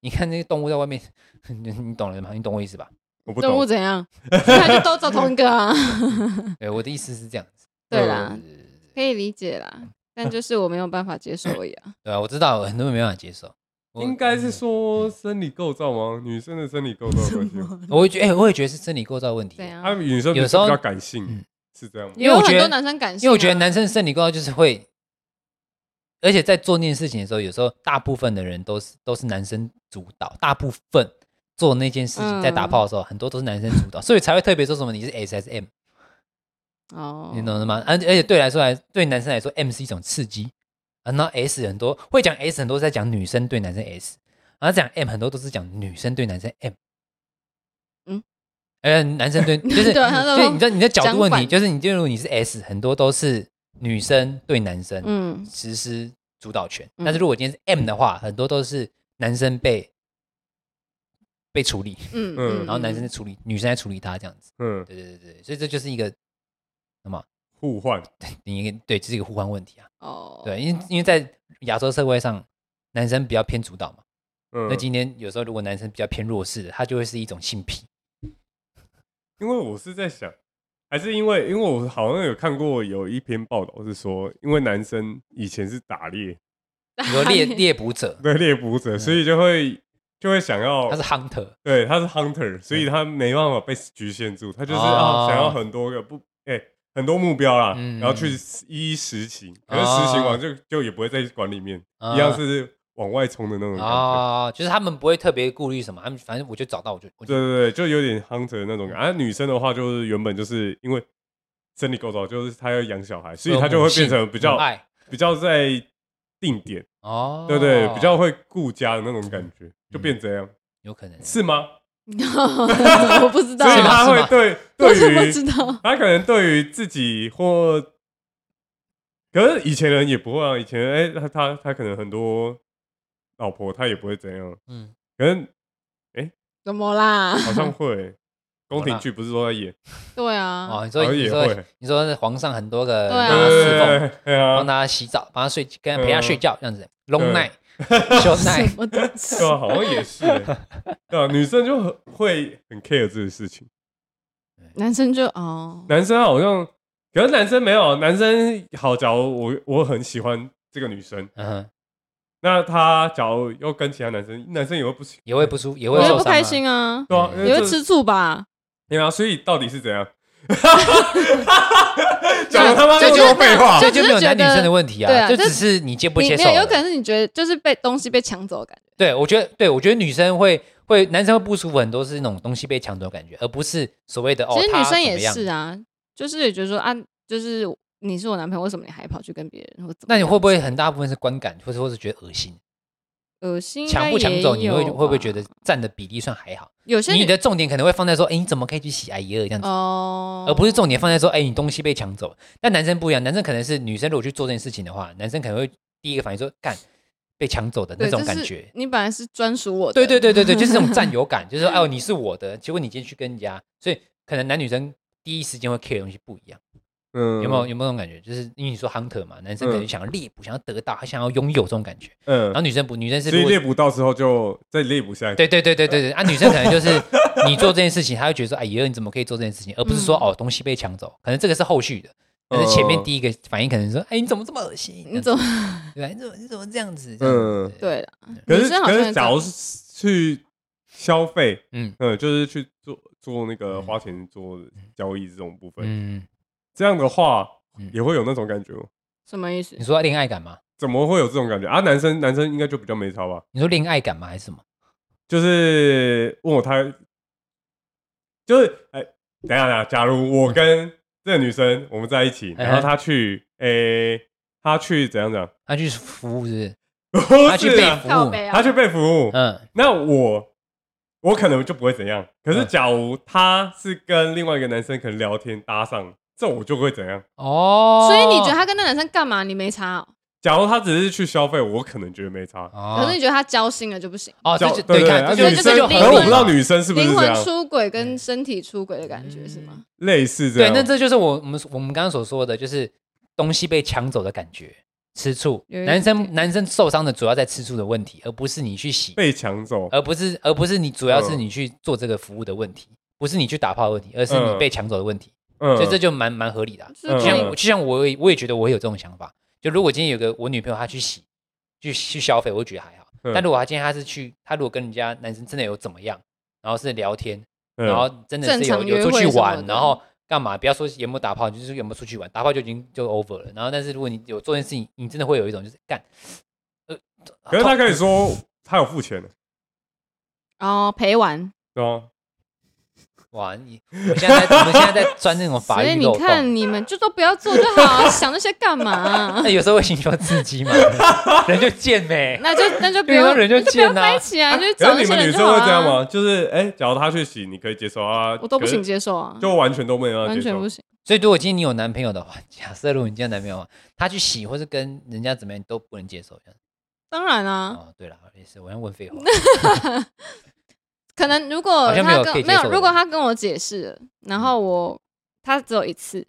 [SPEAKER 3] 你看那些动物在外面，你你懂了吗？你懂我意思吧？
[SPEAKER 1] 我不
[SPEAKER 4] 动物
[SPEAKER 1] 懂，
[SPEAKER 4] 怎样？那就都找同一个啊。
[SPEAKER 3] 对，我的意思是这样子。
[SPEAKER 4] 对啦，可以理解啦，但就是我没有办法接受而已 啊。
[SPEAKER 3] 对啊，我知道很多人没办法接受，我
[SPEAKER 1] 应该是说生理构造吗？女生的生理构造的关系吗，
[SPEAKER 3] 我会觉哎、我也觉得是生理构造问题啊
[SPEAKER 4] 怎，样啊
[SPEAKER 1] 他？们女生
[SPEAKER 3] 有时候
[SPEAKER 1] 比较感
[SPEAKER 3] 嗯
[SPEAKER 1] 性，是这样吗？
[SPEAKER 3] 因为我
[SPEAKER 4] 有
[SPEAKER 3] 觉
[SPEAKER 4] 很
[SPEAKER 3] 得
[SPEAKER 4] 多男生感性啊，
[SPEAKER 3] 因为我觉得男生的生理构造就是会，而且在做那件事情的时候，有时候大部分的人都是都是男生主导，大部分做那件事情
[SPEAKER 4] 嗯
[SPEAKER 3] 在打炮的时候，很多都是男生主导，所以才会特别说什么你是 S S M，
[SPEAKER 4] 哦，
[SPEAKER 3] 你懂了吗？而而且对来说来对男生来说，M 是一种刺激，啊，那 S 很多会讲 S 很多是在讲女生对男生 S，然后讲 M 很多都是讲女生对男生 M。
[SPEAKER 4] 嗯，
[SPEAKER 3] 呃，男生对就是
[SPEAKER 4] 对啊他
[SPEAKER 3] 就
[SPEAKER 4] 说
[SPEAKER 3] 是你知道你的角度问
[SPEAKER 4] 讲
[SPEAKER 3] 题，
[SPEAKER 4] 反
[SPEAKER 3] 就是你进入你是 S，很多都是女生对男生，
[SPEAKER 4] 嗯
[SPEAKER 3] 实施主导权。
[SPEAKER 4] 嗯
[SPEAKER 3] 但是如果今天是 M 的话，很多都是男生被被处理，
[SPEAKER 1] 嗯
[SPEAKER 4] 嗯嗯，
[SPEAKER 3] 然后男生在处理，女生在处理他这样子。
[SPEAKER 1] 嗯，
[SPEAKER 3] 对对对对，所以这就是一个什么？
[SPEAKER 1] 互换，
[SPEAKER 3] 你对，这是一个互换问题啊。
[SPEAKER 4] 哦，
[SPEAKER 3] 对，因为因为在亚洲社会上，男生比较偏主导嘛。
[SPEAKER 1] 嗯
[SPEAKER 3] 那，今天有时候如果男生比较偏弱势的，他就会是一种性 癖。
[SPEAKER 1] 因为我是在想，还是因为因为我好像有看过有一篇报道是说，因为男生以前是打猎
[SPEAKER 3] 你说猎猎 捕者，
[SPEAKER 1] 对猎捕者，所以就会就会想要
[SPEAKER 3] 嗯他是 hunter，
[SPEAKER 1] 对，他是 hunter，所以他没办法被局限住，他就是
[SPEAKER 3] 哦
[SPEAKER 1] 啊，想要很多个不，哎、很多目标啦，
[SPEAKER 3] 嗯
[SPEAKER 1] 然后去一一实行，可是
[SPEAKER 3] 哦
[SPEAKER 1] 实行完就就也不会在管里面，
[SPEAKER 3] 啊
[SPEAKER 1] 一样是往外冲的那种感觉。
[SPEAKER 3] 哦，就是他们不会特别顾虑什么，他们反正我就找到我就我就
[SPEAKER 1] 对对对，就有点 hunter 的那种感觉。啊，女生的话就是原本就是因为生理构造，就是她要养小孩，所以她就会变成比较
[SPEAKER 3] 母爱
[SPEAKER 1] 比较在定点，
[SPEAKER 3] 哦，嗯
[SPEAKER 1] 对对，比较会顾家的那种感觉，就变这样，
[SPEAKER 3] 有可能
[SPEAKER 1] 是吗？
[SPEAKER 4] 我不知道
[SPEAKER 1] 所以
[SPEAKER 3] 是吗
[SPEAKER 1] 她
[SPEAKER 3] 是
[SPEAKER 1] 会
[SPEAKER 3] 吗
[SPEAKER 1] 对
[SPEAKER 4] 我是
[SPEAKER 1] 对
[SPEAKER 4] 不
[SPEAKER 1] 于
[SPEAKER 4] 知道，
[SPEAKER 1] 他可能对于自己或，可是以前人也不会啊，以前哎、他他他可能很多老婆他也不会怎样，
[SPEAKER 3] 嗯，
[SPEAKER 1] 可能
[SPEAKER 4] 怎么啦？
[SPEAKER 1] 好像会、宫廷剧不是说在演，
[SPEAKER 4] 对啊，
[SPEAKER 3] 哦，你说
[SPEAKER 1] 好像
[SPEAKER 3] 你
[SPEAKER 1] 也
[SPEAKER 3] 说
[SPEAKER 1] 会
[SPEAKER 3] 你说皇上很多个
[SPEAKER 4] 对啊
[SPEAKER 3] 帮他侍奉，
[SPEAKER 1] 对
[SPEAKER 3] 帮
[SPEAKER 1] 啊，
[SPEAKER 3] 他洗澡，帮他睡，跟他陪他睡觉这样子，long
[SPEAKER 1] 对
[SPEAKER 3] night。Short
[SPEAKER 4] 什
[SPEAKER 3] night，
[SPEAKER 4] 么东 西
[SPEAKER 1] 对？啊，好像也是、欸，对啊，女生就很会很 care 这个事情，
[SPEAKER 4] 男生就哦，
[SPEAKER 1] 男生好像，可是男生没有，男生好，假如我我很喜欢这个女生，
[SPEAKER 3] 嗯哼，
[SPEAKER 1] 那她假如要跟其他男生，男生也会不喜，
[SPEAKER 3] 也会不舒，也会
[SPEAKER 4] 我
[SPEAKER 3] 受
[SPEAKER 4] 就
[SPEAKER 3] 伤、啊，
[SPEAKER 4] 不开心啊，
[SPEAKER 1] 对啊，因为
[SPEAKER 4] 你会
[SPEAKER 1] 这
[SPEAKER 4] 吃醋吧？
[SPEAKER 1] 对啊，所以到底是怎 样？
[SPEAKER 4] 讲
[SPEAKER 1] 讲
[SPEAKER 4] 了
[SPEAKER 1] 他
[SPEAKER 4] 他
[SPEAKER 1] 妈
[SPEAKER 4] 妈
[SPEAKER 1] 这么
[SPEAKER 4] 那么
[SPEAKER 1] 多
[SPEAKER 4] 多
[SPEAKER 1] 废
[SPEAKER 4] 废
[SPEAKER 1] 话
[SPEAKER 4] 话，
[SPEAKER 3] 这
[SPEAKER 4] 就
[SPEAKER 3] 就
[SPEAKER 4] 只
[SPEAKER 3] 没
[SPEAKER 4] 是
[SPEAKER 3] 有男女
[SPEAKER 4] 觉得
[SPEAKER 3] 生的问题啊，
[SPEAKER 4] 对啊
[SPEAKER 3] 这
[SPEAKER 4] 就
[SPEAKER 3] 只是你接不
[SPEAKER 4] 你
[SPEAKER 3] 接受
[SPEAKER 4] 没有，
[SPEAKER 3] 而已。
[SPEAKER 4] 有可能是你觉得就是被东西被抢走的感觉。
[SPEAKER 3] 对我觉得，对我觉得女生会会男生会不舒服，很多是那种东西被抢走的感觉，而不是所谓的哦，
[SPEAKER 4] 其实女
[SPEAKER 3] 他
[SPEAKER 4] 生也
[SPEAKER 3] 怎么样
[SPEAKER 4] 是。啊，就是也觉得说啊，就是你是我男朋友，为什么你还跑去跟别人？或怎么
[SPEAKER 3] 那你
[SPEAKER 4] 样
[SPEAKER 3] 会不会很大部分是观感，或者或是觉得恶心？
[SPEAKER 4] 恶心？应该
[SPEAKER 3] 抢不抢走，
[SPEAKER 4] 也
[SPEAKER 3] 你会
[SPEAKER 4] 有吧
[SPEAKER 3] 会不会觉得占的比例算还好？
[SPEAKER 4] 有些
[SPEAKER 3] 你
[SPEAKER 4] 女
[SPEAKER 3] 的重点可能会放在说，哎，你怎么可以去洗阿姨二这样子，
[SPEAKER 4] 哦，
[SPEAKER 3] 而不是重点放在说，哎，你东西被抢走了。但男生不一样，男生可能是女生如果去做这件事情的话，男生可能会第一个反应说，干被抢走的那
[SPEAKER 4] 对
[SPEAKER 3] 种
[SPEAKER 4] 这
[SPEAKER 3] 感
[SPEAKER 4] 是
[SPEAKER 3] 觉。
[SPEAKER 4] 你本来是专属我的，
[SPEAKER 3] 对对对对对，就是这种 占有感，就是说，哦，你是我的，结果你今天去跟人家，所以可能男女生第一时间会 care 的东西不一样。
[SPEAKER 1] 嗯，
[SPEAKER 3] 有没有有没有那种感觉？就是因为你说 hunter 嘛，男生可能
[SPEAKER 1] 嗯
[SPEAKER 3] 想要猎捕，想要得到，他想要拥有这种感觉。
[SPEAKER 1] 嗯
[SPEAKER 3] 然后，女生不，女生是
[SPEAKER 1] 所
[SPEAKER 3] 如
[SPEAKER 1] 以
[SPEAKER 3] 果
[SPEAKER 1] 猎捕到之后就再猎捕下一个。
[SPEAKER 3] 对对对对对对啊，女生可能就是你做这件事情，她会觉得说，哎呀，你怎么可以做这件事情，而不是说、
[SPEAKER 4] 嗯
[SPEAKER 3] 哦东西被抢走，可能这个是后续的。但是前面
[SPEAKER 1] 嗯
[SPEAKER 3] 第一个反应可能说，哎，你怎么这么恶心？
[SPEAKER 4] 你怎
[SPEAKER 3] 么
[SPEAKER 4] 么
[SPEAKER 3] 对吧？你怎么你怎么这样子？
[SPEAKER 1] 嗯
[SPEAKER 3] 嗯，
[SPEAKER 4] 对了？
[SPEAKER 1] 可
[SPEAKER 4] 女
[SPEAKER 1] 是
[SPEAKER 4] 生好
[SPEAKER 1] 可
[SPEAKER 4] 像
[SPEAKER 1] 是，
[SPEAKER 4] 也这样
[SPEAKER 1] 假如是去消费，
[SPEAKER 3] 嗯
[SPEAKER 1] 嗯，就是去做做那个
[SPEAKER 3] 嗯
[SPEAKER 1] 花钱做交易这种部分，
[SPEAKER 3] 嗯，
[SPEAKER 1] 这样的话
[SPEAKER 3] 嗯
[SPEAKER 1] 也会有那种感觉吗？
[SPEAKER 4] 什么意思
[SPEAKER 3] 你？说恋爱感吗？
[SPEAKER 1] 怎么会有这种感觉啊？男生男生应该就比较没差吧？
[SPEAKER 3] 你说恋爱感吗？还是什么？
[SPEAKER 1] 就是问我他，就是哎、等一下等一下，假如我跟这个女生我们在一起，
[SPEAKER 3] 哎
[SPEAKER 1] 然后她去，哎、她去怎样怎样，
[SPEAKER 3] 他去服务是不是？
[SPEAKER 1] 不
[SPEAKER 3] 他去
[SPEAKER 1] 是
[SPEAKER 3] 被
[SPEAKER 1] 啊
[SPEAKER 3] 服
[SPEAKER 4] 靠
[SPEAKER 3] 务？
[SPEAKER 4] 背啊，
[SPEAKER 1] 她去被服务，
[SPEAKER 3] 嗯
[SPEAKER 1] 那我我可能就不会怎样。可是
[SPEAKER 3] 嗯
[SPEAKER 1] 假如她是跟另外一个男生可能聊天搭上，这我就会怎样？
[SPEAKER 3] 哦，
[SPEAKER 4] 所以你觉得他跟那男生干嘛？你没差哦、
[SPEAKER 1] 假如她只是去消费，我可能觉得没差。
[SPEAKER 4] 可
[SPEAKER 3] 哦
[SPEAKER 4] 是你觉得他交心了就不行？
[SPEAKER 3] 哦，这
[SPEAKER 1] 交
[SPEAKER 3] 就
[SPEAKER 1] 对
[SPEAKER 3] 对
[SPEAKER 1] 对，
[SPEAKER 3] 看，
[SPEAKER 1] 啊
[SPEAKER 3] 这就
[SPEAKER 1] 女
[SPEAKER 4] 这
[SPEAKER 1] 生，
[SPEAKER 4] 就
[SPEAKER 1] 可
[SPEAKER 4] 灵
[SPEAKER 1] 是我
[SPEAKER 4] 魂
[SPEAKER 1] 不知道女生是不是
[SPEAKER 4] 灵
[SPEAKER 1] 这
[SPEAKER 4] 魂
[SPEAKER 1] 样，
[SPEAKER 4] 出轨
[SPEAKER 3] 嗯
[SPEAKER 4] 跟身体出轨的感觉是吗？
[SPEAKER 1] 类似这
[SPEAKER 3] 对，
[SPEAKER 1] 样。
[SPEAKER 3] 那这就是我我们我们刚刚所说的，就是东西被抢走的感觉，吃醋。
[SPEAKER 4] 有一
[SPEAKER 3] 男
[SPEAKER 4] 点
[SPEAKER 3] 生
[SPEAKER 4] 点
[SPEAKER 3] 男生受伤的主要在吃醋的问题，而不是你去洗，
[SPEAKER 1] 被抢走，
[SPEAKER 3] 而不是而不是你主要是
[SPEAKER 1] 嗯
[SPEAKER 3] 你去做这个服务的问题，不是你去打炮的问题，而是
[SPEAKER 1] 嗯
[SPEAKER 3] 你被抢走的问题。
[SPEAKER 1] 嗯
[SPEAKER 3] 所以这就蛮蛮合理的啊、
[SPEAKER 1] 嗯
[SPEAKER 4] 是
[SPEAKER 3] 就
[SPEAKER 4] 可
[SPEAKER 3] 像
[SPEAKER 4] 以
[SPEAKER 3] 我就像我也我也觉得我会有这种想法，就如果今天有个我女朋友她去洗去去消费，我会觉得还好。
[SPEAKER 1] 嗯
[SPEAKER 3] 但如果她今天她是去，她如果跟人家男生真的有怎么样，然后是聊天，
[SPEAKER 1] 嗯
[SPEAKER 3] 然后真的
[SPEAKER 4] 正
[SPEAKER 3] 是有
[SPEAKER 4] 常约
[SPEAKER 3] 有出
[SPEAKER 4] 会
[SPEAKER 3] 去
[SPEAKER 4] 什么
[SPEAKER 3] 玩，
[SPEAKER 4] 的
[SPEAKER 3] 然后干嘛？不要说有没有打炮，就是有没有出去玩，打炮就已经就 over 了。然后，但是如果你有做件事情，你真的会有一种就是干，呃，
[SPEAKER 1] 可是
[SPEAKER 4] 啊
[SPEAKER 1] 他可以说他有付钱的，
[SPEAKER 4] 哦，陪玩。
[SPEAKER 1] 对吧？
[SPEAKER 3] 哇，你我们现在在我们现在在钻那种法
[SPEAKER 4] 所以
[SPEAKER 3] 律
[SPEAKER 4] 你
[SPEAKER 3] 漏洞。
[SPEAKER 4] 看，你们就都不要做就好、啊 想那些干嘛、
[SPEAKER 3] 那有时候会寻求刺激嘛，人就贱呗、
[SPEAKER 4] 那就那就不
[SPEAKER 3] 对啊
[SPEAKER 4] 用，
[SPEAKER 3] 人就
[SPEAKER 4] 那不用
[SPEAKER 3] 贱啊
[SPEAKER 4] 在一起啊，你就找
[SPEAKER 1] 可
[SPEAKER 4] 那
[SPEAKER 1] 是你
[SPEAKER 4] 些
[SPEAKER 1] 们
[SPEAKER 4] 人
[SPEAKER 1] 女
[SPEAKER 4] 就
[SPEAKER 1] 生
[SPEAKER 4] 好
[SPEAKER 1] 会这样
[SPEAKER 4] 了、
[SPEAKER 1] 吗？就是哎、假如他去洗，你可以接受啊？
[SPEAKER 4] 我都不行
[SPEAKER 1] 可是
[SPEAKER 4] 接受啊，
[SPEAKER 1] 就完全都没有要
[SPEAKER 4] 完
[SPEAKER 1] 接
[SPEAKER 4] 全
[SPEAKER 1] 受
[SPEAKER 4] 不。行。
[SPEAKER 3] 所以如果今天你有男朋友的话， 假设如果你今天有男朋友的话，他去洗或是跟人家怎么样你都不能接受这样。
[SPEAKER 4] 当然啊，
[SPEAKER 3] 哦，对了，也是，我要问废话。
[SPEAKER 4] 可能如果
[SPEAKER 3] 好像没
[SPEAKER 4] 他
[SPEAKER 3] 有
[SPEAKER 4] 跟
[SPEAKER 3] 可以接
[SPEAKER 4] 没
[SPEAKER 3] 受
[SPEAKER 4] 有，
[SPEAKER 3] 的嗯
[SPEAKER 4] 如果他跟我解释了，然后我他只有一次，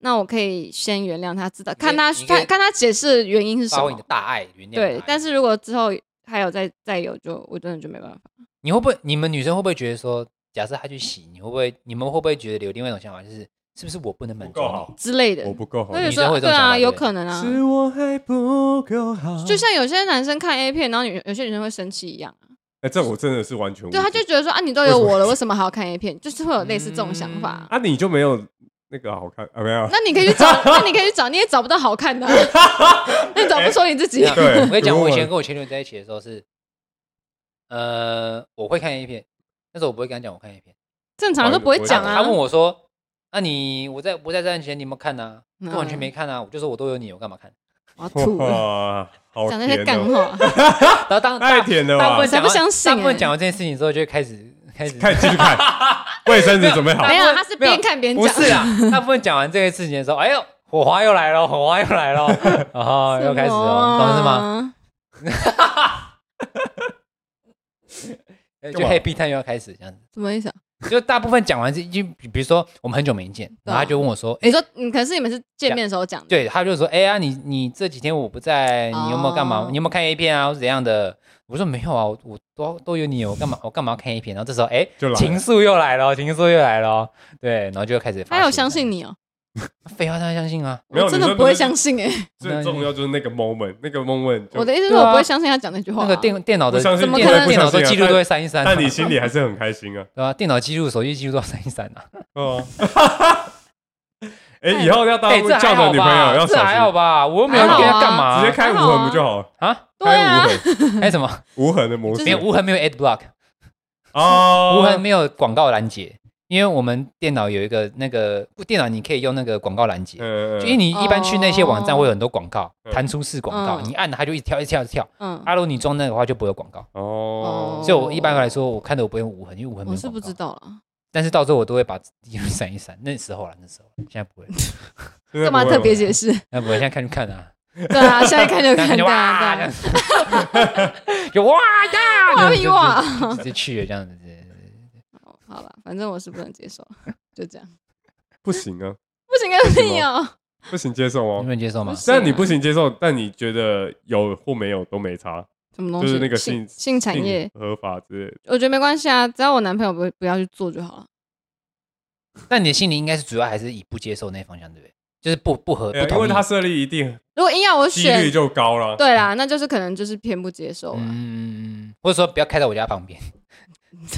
[SPEAKER 4] 那我可以先原谅他，知道
[SPEAKER 3] 可以
[SPEAKER 4] 看他
[SPEAKER 3] 你可以
[SPEAKER 4] 看看他解释的原 因是什
[SPEAKER 3] 发挥你的
[SPEAKER 4] 么。
[SPEAKER 3] 大爱，原谅。
[SPEAKER 4] 对，但是如果之后还有再再有就，我真的就没办法。
[SPEAKER 3] 你会不会，你们女生会不会觉得说，假设他去洗，你会不会，你们会不会觉得有另外一种想法，就是是不是我不能满
[SPEAKER 1] 不
[SPEAKER 3] 足
[SPEAKER 1] 够好
[SPEAKER 3] 你？
[SPEAKER 4] 之类的
[SPEAKER 1] 我。不够好
[SPEAKER 4] 那，有
[SPEAKER 3] 女
[SPEAKER 4] 时
[SPEAKER 3] 生会
[SPEAKER 4] 候
[SPEAKER 3] 有这
[SPEAKER 4] 对
[SPEAKER 3] 种想法
[SPEAKER 4] 啊，
[SPEAKER 3] 对不
[SPEAKER 4] 有
[SPEAKER 3] 对
[SPEAKER 4] 可能啊，
[SPEAKER 1] 我还不够好
[SPEAKER 4] 就像有些男生看 A 片，然后女有些女生会生气一样啊。
[SPEAKER 1] 哎、这我真的是完全无
[SPEAKER 4] 对，他
[SPEAKER 1] 解
[SPEAKER 4] 就觉得说啊，你都有我了，为什么还要看 A 片？就是会有类似这种想法啊。
[SPEAKER 1] 啊，你就没有那个好看啊？没有，
[SPEAKER 4] 那你可以去找，那你可以去找，你也找不到好看的啊、那你找不出你自己。
[SPEAKER 3] 这啊样我跟你讲，
[SPEAKER 1] 如果
[SPEAKER 3] 我以前跟我前女友在一起的时候是，呃，我会看 A 片，但是我不会跟她讲我看 A 片。
[SPEAKER 4] 正常人都不会讲啊。
[SPEAKER 3] 她问我说：“那、你我在我在这之前你有没有看呢、啊？”
[SPEAKER 4] 嗯
[SPEAKER 3] 我完全没看啊，我就说我都有你，我干嘛看？
[SPEAKER 4] 我要吐了，
[SPEAKER 1] 哇，好
[SPEAKER 4] 讲那
[SPEAKER 1] 甜
[SPEAKER 4] 些干
[SPEAKER 1] 哦、
[SPEAKER 4] 话，
[SPEAKER 3] 然后当
[SPEAKER 1] 太甜了
[SPEAKER 3] 大部
[SPEAKER 1] 吧
[SPEAKER 3] 分？讲
[SPEAKER 4] 才不
[SPEAKER 3] 完
[SPEAKER 4] 相信
[SPEAKER 3] 大部分
[SPEAKER 4] 欸
[SPEAKER 3] 讲完这件事情之后，就会开始开始
[SPEAKER 1] 看，继续看，卫生纸准备好
[SPEAKER 4] 没。有，啊他是
[SPEAKER 3] 没有
[SPEAKER 4] 边看边
[SPEAKER 3] 不
[SPEAKER 4] 讲。
[SPEAKER 3] 是啊，大部分讲完这件事情的时候，哎呦，火花又来了，火花又来 了， 啊，又开始了，懂是吗？
[SPEAKER 4] 吗？
[SPEAKER 3] 哎
[SPEAKER 1] 干
[SPEAKER 3] 就
[SPEAKER 1] 嘛
[SPEAKER 3] 黑 B 探又要开始这样子，
[SPEAKER 4] 什么意思啊？
[SPEAKER 3] 就大部分讲完是，就比比如说我们很久没见，然后他就问我说，哎
[SPEAKER 4] 你，说，嗯，可是你们是见面的时候讲的，
[SPEAKER 3] 对，他就说，哎呀，你你这几天我不在，你有没有干嘛
[SPEAKER 4] 哦？
[SPEAKER 3] 你有没有看 A 片啊，或者怎样的？我说没有啊，我我都都有你，我干嘛我干嘛要看 A 片？然后这时候，哎
[SPEAKER 1] 就来，了
[SPEAKER 3] 情愫又来了，情愫又来了，对，然后就开始发
[SPEAKER 4] 他有
[SPEAKER 3] 泄
[SPEAKER 4] 相信你哦，
[SPEAKER 3] 废话，当然相信啊。
[SPEAKER 1] 没有
[SPEAKER 4] 我真
[SPEAKER 1] 你
[SPEAKER 4] 的
[SPEAKER 1] 说
[SPEAKER 4] 不会
[SPEAKER 1] 那是
[SPEAKER 4] 相信哎。
[SPEAKER 1] 最重要就是那个 moment，那个 moment 就
[SPEAKER 4] 我的意思是
[SPEAKER 3] 对啊
[SPEAKER 4] 我不会相信他讲那句话啊。
[SPEAKER 3] 那个电电脑的
[SPEAKER 1] 不相信
[SPEAKER 4] 怎么
[SPEAKER 3] 电
[SPEAKER 4] 可
[SPEAKER 3] 脑
[SPEAKER 4] 能
[SPEAKER 3] 电脑
[SPEAKER 1] 不相信
[SPEAKER 3] 的
[SPEAKER 1] 啊
[SPEAKER 3] 记录都会删一删啊，
[SPEAKER 1] 但你心里还是很开心啊。
[SPEAKER 3] 对啊，电脑记录、手机记录都要删一删啊。
[SPEAKER 1] 哦，哎，以后要当
[SPEAKER 3] 哎，这
[SPEAKER 1] 叫
[SPEAKER 3] 还
[SPEAKER 1] 的
[SPEAKER 3] 好
[SPEAKER 1] 女朋友
[SPEAKER 3] 吧？
[SPEAKER 1] 要
[SPEAKER 3] 这还好
[SPEAKER 1] 小
[SPEAKER 3] 吧？我又没有
[SPEAKER 1] 还好
[SPEAKER 3] 跟
[SPEAKER 1] 啊
[SPEAKER 3] 他干
[SPEAKER 1] 心，
[SPEAKER 3] 嘛
[SPEAKER 1] 直接开无痕不就好了？
[SPEAKER 3] 啊？
[SPEAKER 4] 对
[SPEAKER 1] 开，
[SPEAKER 4] 啊
[SPEAKER 1] 无痕，
[SPEAKER 3] 还有什么？
[SPEAKER 1] 无痕的模
[SPEAKER 4] 就
[SPEAKER 1] 式
[SPEAKER 3] 没有无痕，没有 ad block，
[SPEAKER 1] 哦，
[SPEAKER 3] 无痕没有广告拦截，因为我们电脑有一个那个电脑，你可以用那个广告拦截。
[SPEAKER 1] 嗯，
[SPEAKER 3] 就因为你一般去那些网站
[SPEAKER 4] 哦
[SPEAKER 3] 会有很多广告，
[SPEAKER 1] 嗯
[SPEAKER 3] 弹出式广告，
[SPEAKER 4] 嗯
[SPEAKER 3] 你按了它就一直跳，一直跳，一直跳。
[SPEAKER 4] 嗯，
[SPEAKER 1] 啊
[SPEAKER 3] 阿如果你装那个的话就不会有广告，
[SPEAKER 1] 哦
[SPEAKER 4] 哦，
[SPEAKER 3] 所以我一般来说我看的我不会用无痕，因为无痕没
[SPEAKER 4] 我
[SPEAKER 3] 有
[SPEAKER 4] 是
[SPEAKER 3] 广
[SPEAKER 4] 不
[SPEAKER 3] 告
[SPEAKER 4] 知道啊了，
[SPEAKER 3] 但是到最后我都会把记录删一删，那时候啦，那时候现在不会，
[SPEAKER 1] 现在
[SPEAKER 4] 干嘛
[SPEAKER 1] 不会
[SPEAKER 4] 特
[SPEAKER 1] 吗
[SPEAKER 4] 别解释？
[SPEAKER 3] 那不会，现在看就看 啊，
[SPEAKER 4] 对啊，现在看就
[SPEAKER 3] 现在
[SPEAKER 4] 看，
[SPEAKER 3] 看就
[SPEAKER 4] 对啊，
[SPEAKER 3] 哇，这
[SPEAKER 4] 对
[SPEAKER 3] 样
[SPEAKER 4] 啊
[SPEAKER 3] 子 就哇呀，
[SPEAKER 4] 哇啊
[SPEAKER 3] 这样就
[SPEAKER 4] 哇
[SPEAKER 3] 就就就就去了这样子。
[SPEAKER 4] 哦好了，反正我是不能接受，就这样。
[SPEAKER 1] 不行啊？
[SPEAKER 4] 不行个屁哦！
[SPEAKER 1] 不行接受
[SPEAKER 3] 你
[SPEAKER 1] 哦。
[SPEAKER 3] 们接受吗
[SPEAKER 4] 不？是
[SPEAKER 1] 但你不行接受，但你觉得有或没有都没差，
[SPEAKER 4] 什么东
[SPEAKER 1] 就
[SPEAKER 4] 西？
[SPEAKER 1] 是那个
[SPEAKER 4] 性
[SPEAKER 1] 性
[SPEAKER 4] 性产业
[SPEAKER 1] 性，合法之类的。
[SPEAKER 4] 我觉得没关系啊，只要我男朋友不不要去做就好了。
[SPEAKER 3] 但你的心里应该是主要还是以不接受那方向，对不对？就是不不合
[SPEAKER 1] 对啊
[SPEAKER 3] 不
[SPEAKER 1] 因
[SPEAKER 3] 同
[SPEAKER 1] 为
[SPEAKER 3] 意
[SPEAKER 1] 他。设立一定
[SPEAKER 4] 如果硬要我
[SPEAKER 1] 几
[SPEAKER 4] 选
[SPEAKER 1] 率，就高了。
[SPEAKER 4] 对
[SPEAKER 3] 啊
[SPEAKER 4] 啦，那就是可能就是偏不接受啦。
[SPEAKER 3] 嗯，或者说不要开在我家旁边，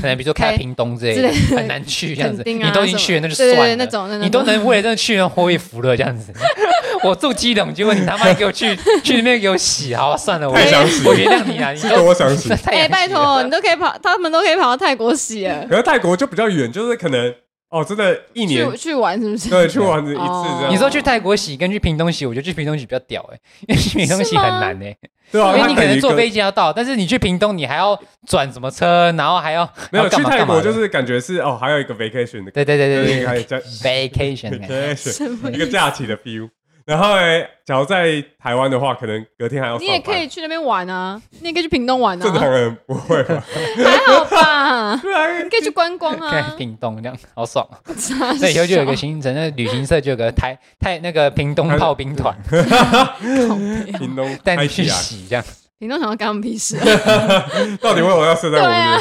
[SPEAKER 3] 可能比如说开在
[SPEAKER 4] 开
[SPEAKER 3] 屏东之类
[SPEAKER 4] 之
[SPEAKER 3] 的，
[SPEAKER 4] 类的
[SPEAKER 3] 很难去这样子。
[SPEAKER 4] 垦丁啊
[SPEAKER 3] 你都已经去了，那就
[SPEAKER 4] 什么
[SPEAKER 3] 算了。
[SPEAKER 4] 对对对那种那种
[SPEAKER 3] 你都能为了这去人活一服了这样子。 我住基隆，结果你他妈给我去去那边给我洗，好算了，我
[SPEAKER 1] 太想洗
[SPEAKER 3] 我原谅你啊，你
[SPEAKER 1] 这
[SPEAKER 3] 都，
[SPEAKER 1] 个我想起
[SPEAKER 3] 太
[SPEAKER 4] 哎、
[SPEAKER 3] 阳
[SPEAKER 4] 拜
[SPEAKER 3] 系了
[SPEAKER 4] 托，你都可以跑，他们都可以跑到泰国洗了，
[SPEAKER 1] 可是泰国就比较远，就是可能哦，真的，一年
[SPEAKER 4] 去去玩是不是？
[SPEAKER 1] 对啊去玩一次这
[SPEAKER 4] 哦
[SPEAKER 1] 样。
[SPEAKER 3] 你说去泰国洗跟去屏东洗，我觉得去屏东洗比较屌哎、因为 去屏东洗很难哎、
[SPEAKER 1] 对啊，
[SPEAKER 3] 因为
[SPEAKER 1] 他
[SPEAKER 3] 你可能
[SPEAKER 1] 于
[SPEAKER 3] 坐
[SPEAKER 1] 跟
[SPEAKER 3] 飞机要到，但是你去屏东你还要转什么车，然后还要
[SPEAKER 1] 没有
[SPEAKER 3] 还要干
[SPEAKER 1] 去
[SPEAKER 3] 嘛
[SPEAKER 1] 泰
[SPEAKER 3] 干嘛
[SPEAKER 1] 国，
[SPEAKER 3] 的
[SPEAKER 1] 就是感觉是哦，还有一个 vacation 的感
[SPEAKER 3] 对对
[SPEAKER 1] 觉，就是
[SPEAKER 3] 对对
[SPEAKER 1] 一个还有假
[SPEAKER 3] 对，vacation 欸的感觉
[SPEAKER 1] vacation
[SPEAKER 4] 什么
[SPEAKER 1] 一
[SPEAKER 4] 意
[SPEAKER 1] 个
[SPEAKER 4] 思？
[SPEAKER 1] 假期的 feel。然后哎，假如在台湾的话，可能隔天还要
[SPEAKER 4] 你
[SPEAKER 1] 上
[SPEAKER 4] 也
[SPEAKER 1] 班。
[SPEAKER 4] 可以去那边玩啊，你也可以去屏东玩
[SPEAKER 1] 正常
[SPEAKER 4] 啊，
[SPEAKER 1] 人不会吧？
[SPEAKER 4] 还好吧？
[SPEAKER 1] 对啊
[SPEAKER 4] 你，可以去观光
[SPEAKER 3] 看
[SPEAKER 4] 啊。
[SPEAKER 3] 屏东这样好爽啊，
[SPEAKER 4] 傻
[SPEAKER 3] 所以以后就有个
[SPEAKER 4] 笑
[SPEAKER 3] 行程，那旅行社就有个台泰那个屏东炮兵 团
[SPEAKER 4] 靠北啊
[SPEAKER 1] 屏 东
[SPEAKER 3] 带你
[SPEAKER 1] 开
[SPEAKER 3] 去
[SPEAKER 1] 启啊，
[SPEAKER 3] 洗这样，
[SPEAKER 4] 屏东想要干我们屁事啊？
[SPEAKER 1] 到底为什么要设在
[SPEAKER 4] 对
[SPEAKER 1] 我们
[SPEAKER 4] 啊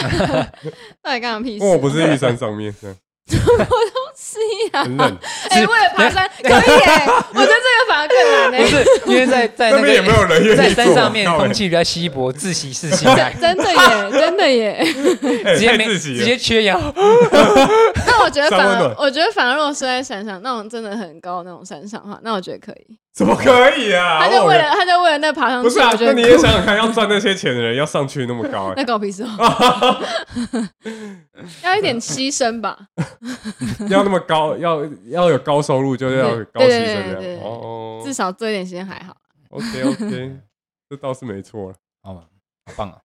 [SPEAKER 1] 这？，
[SPEAKER 4] 到底干我们屁事？
[SPEAKER 1] 因为我不是玉山上面， 这样
[SPEAKER 4] 是 呀，
[SPEAKER 1] 很冷，
[SPEAKER 4] 哎，为了爬 山可以耶，我觉得这个反而更难欸
[SPEAKER 3] 不
[SPEAKER 4] 呢。
[SPEAKER 3] 是因为 在在
[SPEAKER 1] 那
[SPEAKER 3] 那
[SPEAKER 1] 边也没
[SPEAKER 3] 个
[SPEAKER 1] 有人愿意
[SPEAKER 3] 在山
[SPEAKER 1] 做
[SPEAKER 3] 上面
[SPEAKER 1] 靠北
[SPEAKER 3] 空气比较稀薄，自习室现 在
[SPEAKER 4] 真的耶，真的耶。
[SPEAKER 1] 哎
[SPEAKER 3] 直接
[SPEAKER 1] 太
[SPEAKER 3] 没
[SPEAKER 1] 刺激
[SPEAKER 3] 直
[SPEAKER 1] 了
[SPEAKER 3] 接缺氧，
[SPEAKER 4] 但我觉得反
[SPEAKER 1] 山温
[SPEAKER 4] 而
[SPEAKER 1] 暖，
[SPEAKER 4] 我觉得反而如果是在山上那种真的很高那种山上的话，那我觉得可以。
[SPEAKER 1] 怎么可以啊？
[SPEAKER 4] 他就
[SPEAKER 1] 我
[SPEAKER 4] 为了他就为了那爬上去，
[SPEAKER 1] 不是啊
[SPEAKER 4] 我，觉
[SPEAKER 1] 那你
[SPEAKER 4] 得
[SPEAKER 1] 也
[SPEAKER 4] 酷
[SPEAKER 1] 想想看，要赚那些钱的人要上去那么高、哎
[SPEAKER 4] 那关我屁事哦。哦要一点牺牲吧，
[SPEAKER 1] 要那么高，要要有高收入，就是要有高
[SPEAKER 4] 对
[SPEAKER 1] 牺
[SPEAKER 4] 对对
[SPEAKER 1] 牲
[SPEAKER 4] 对
[SPEAKER 1] 这
[SPEAKER 4] 对
[SPEAKER 1] 样。哦
[SPEAKER 4] 至少做一点牺牲还好。
[SPEAKER 1] ，OK OK，这倒是没错了。
[SPEAKER 3] 好嘛，好棒啊！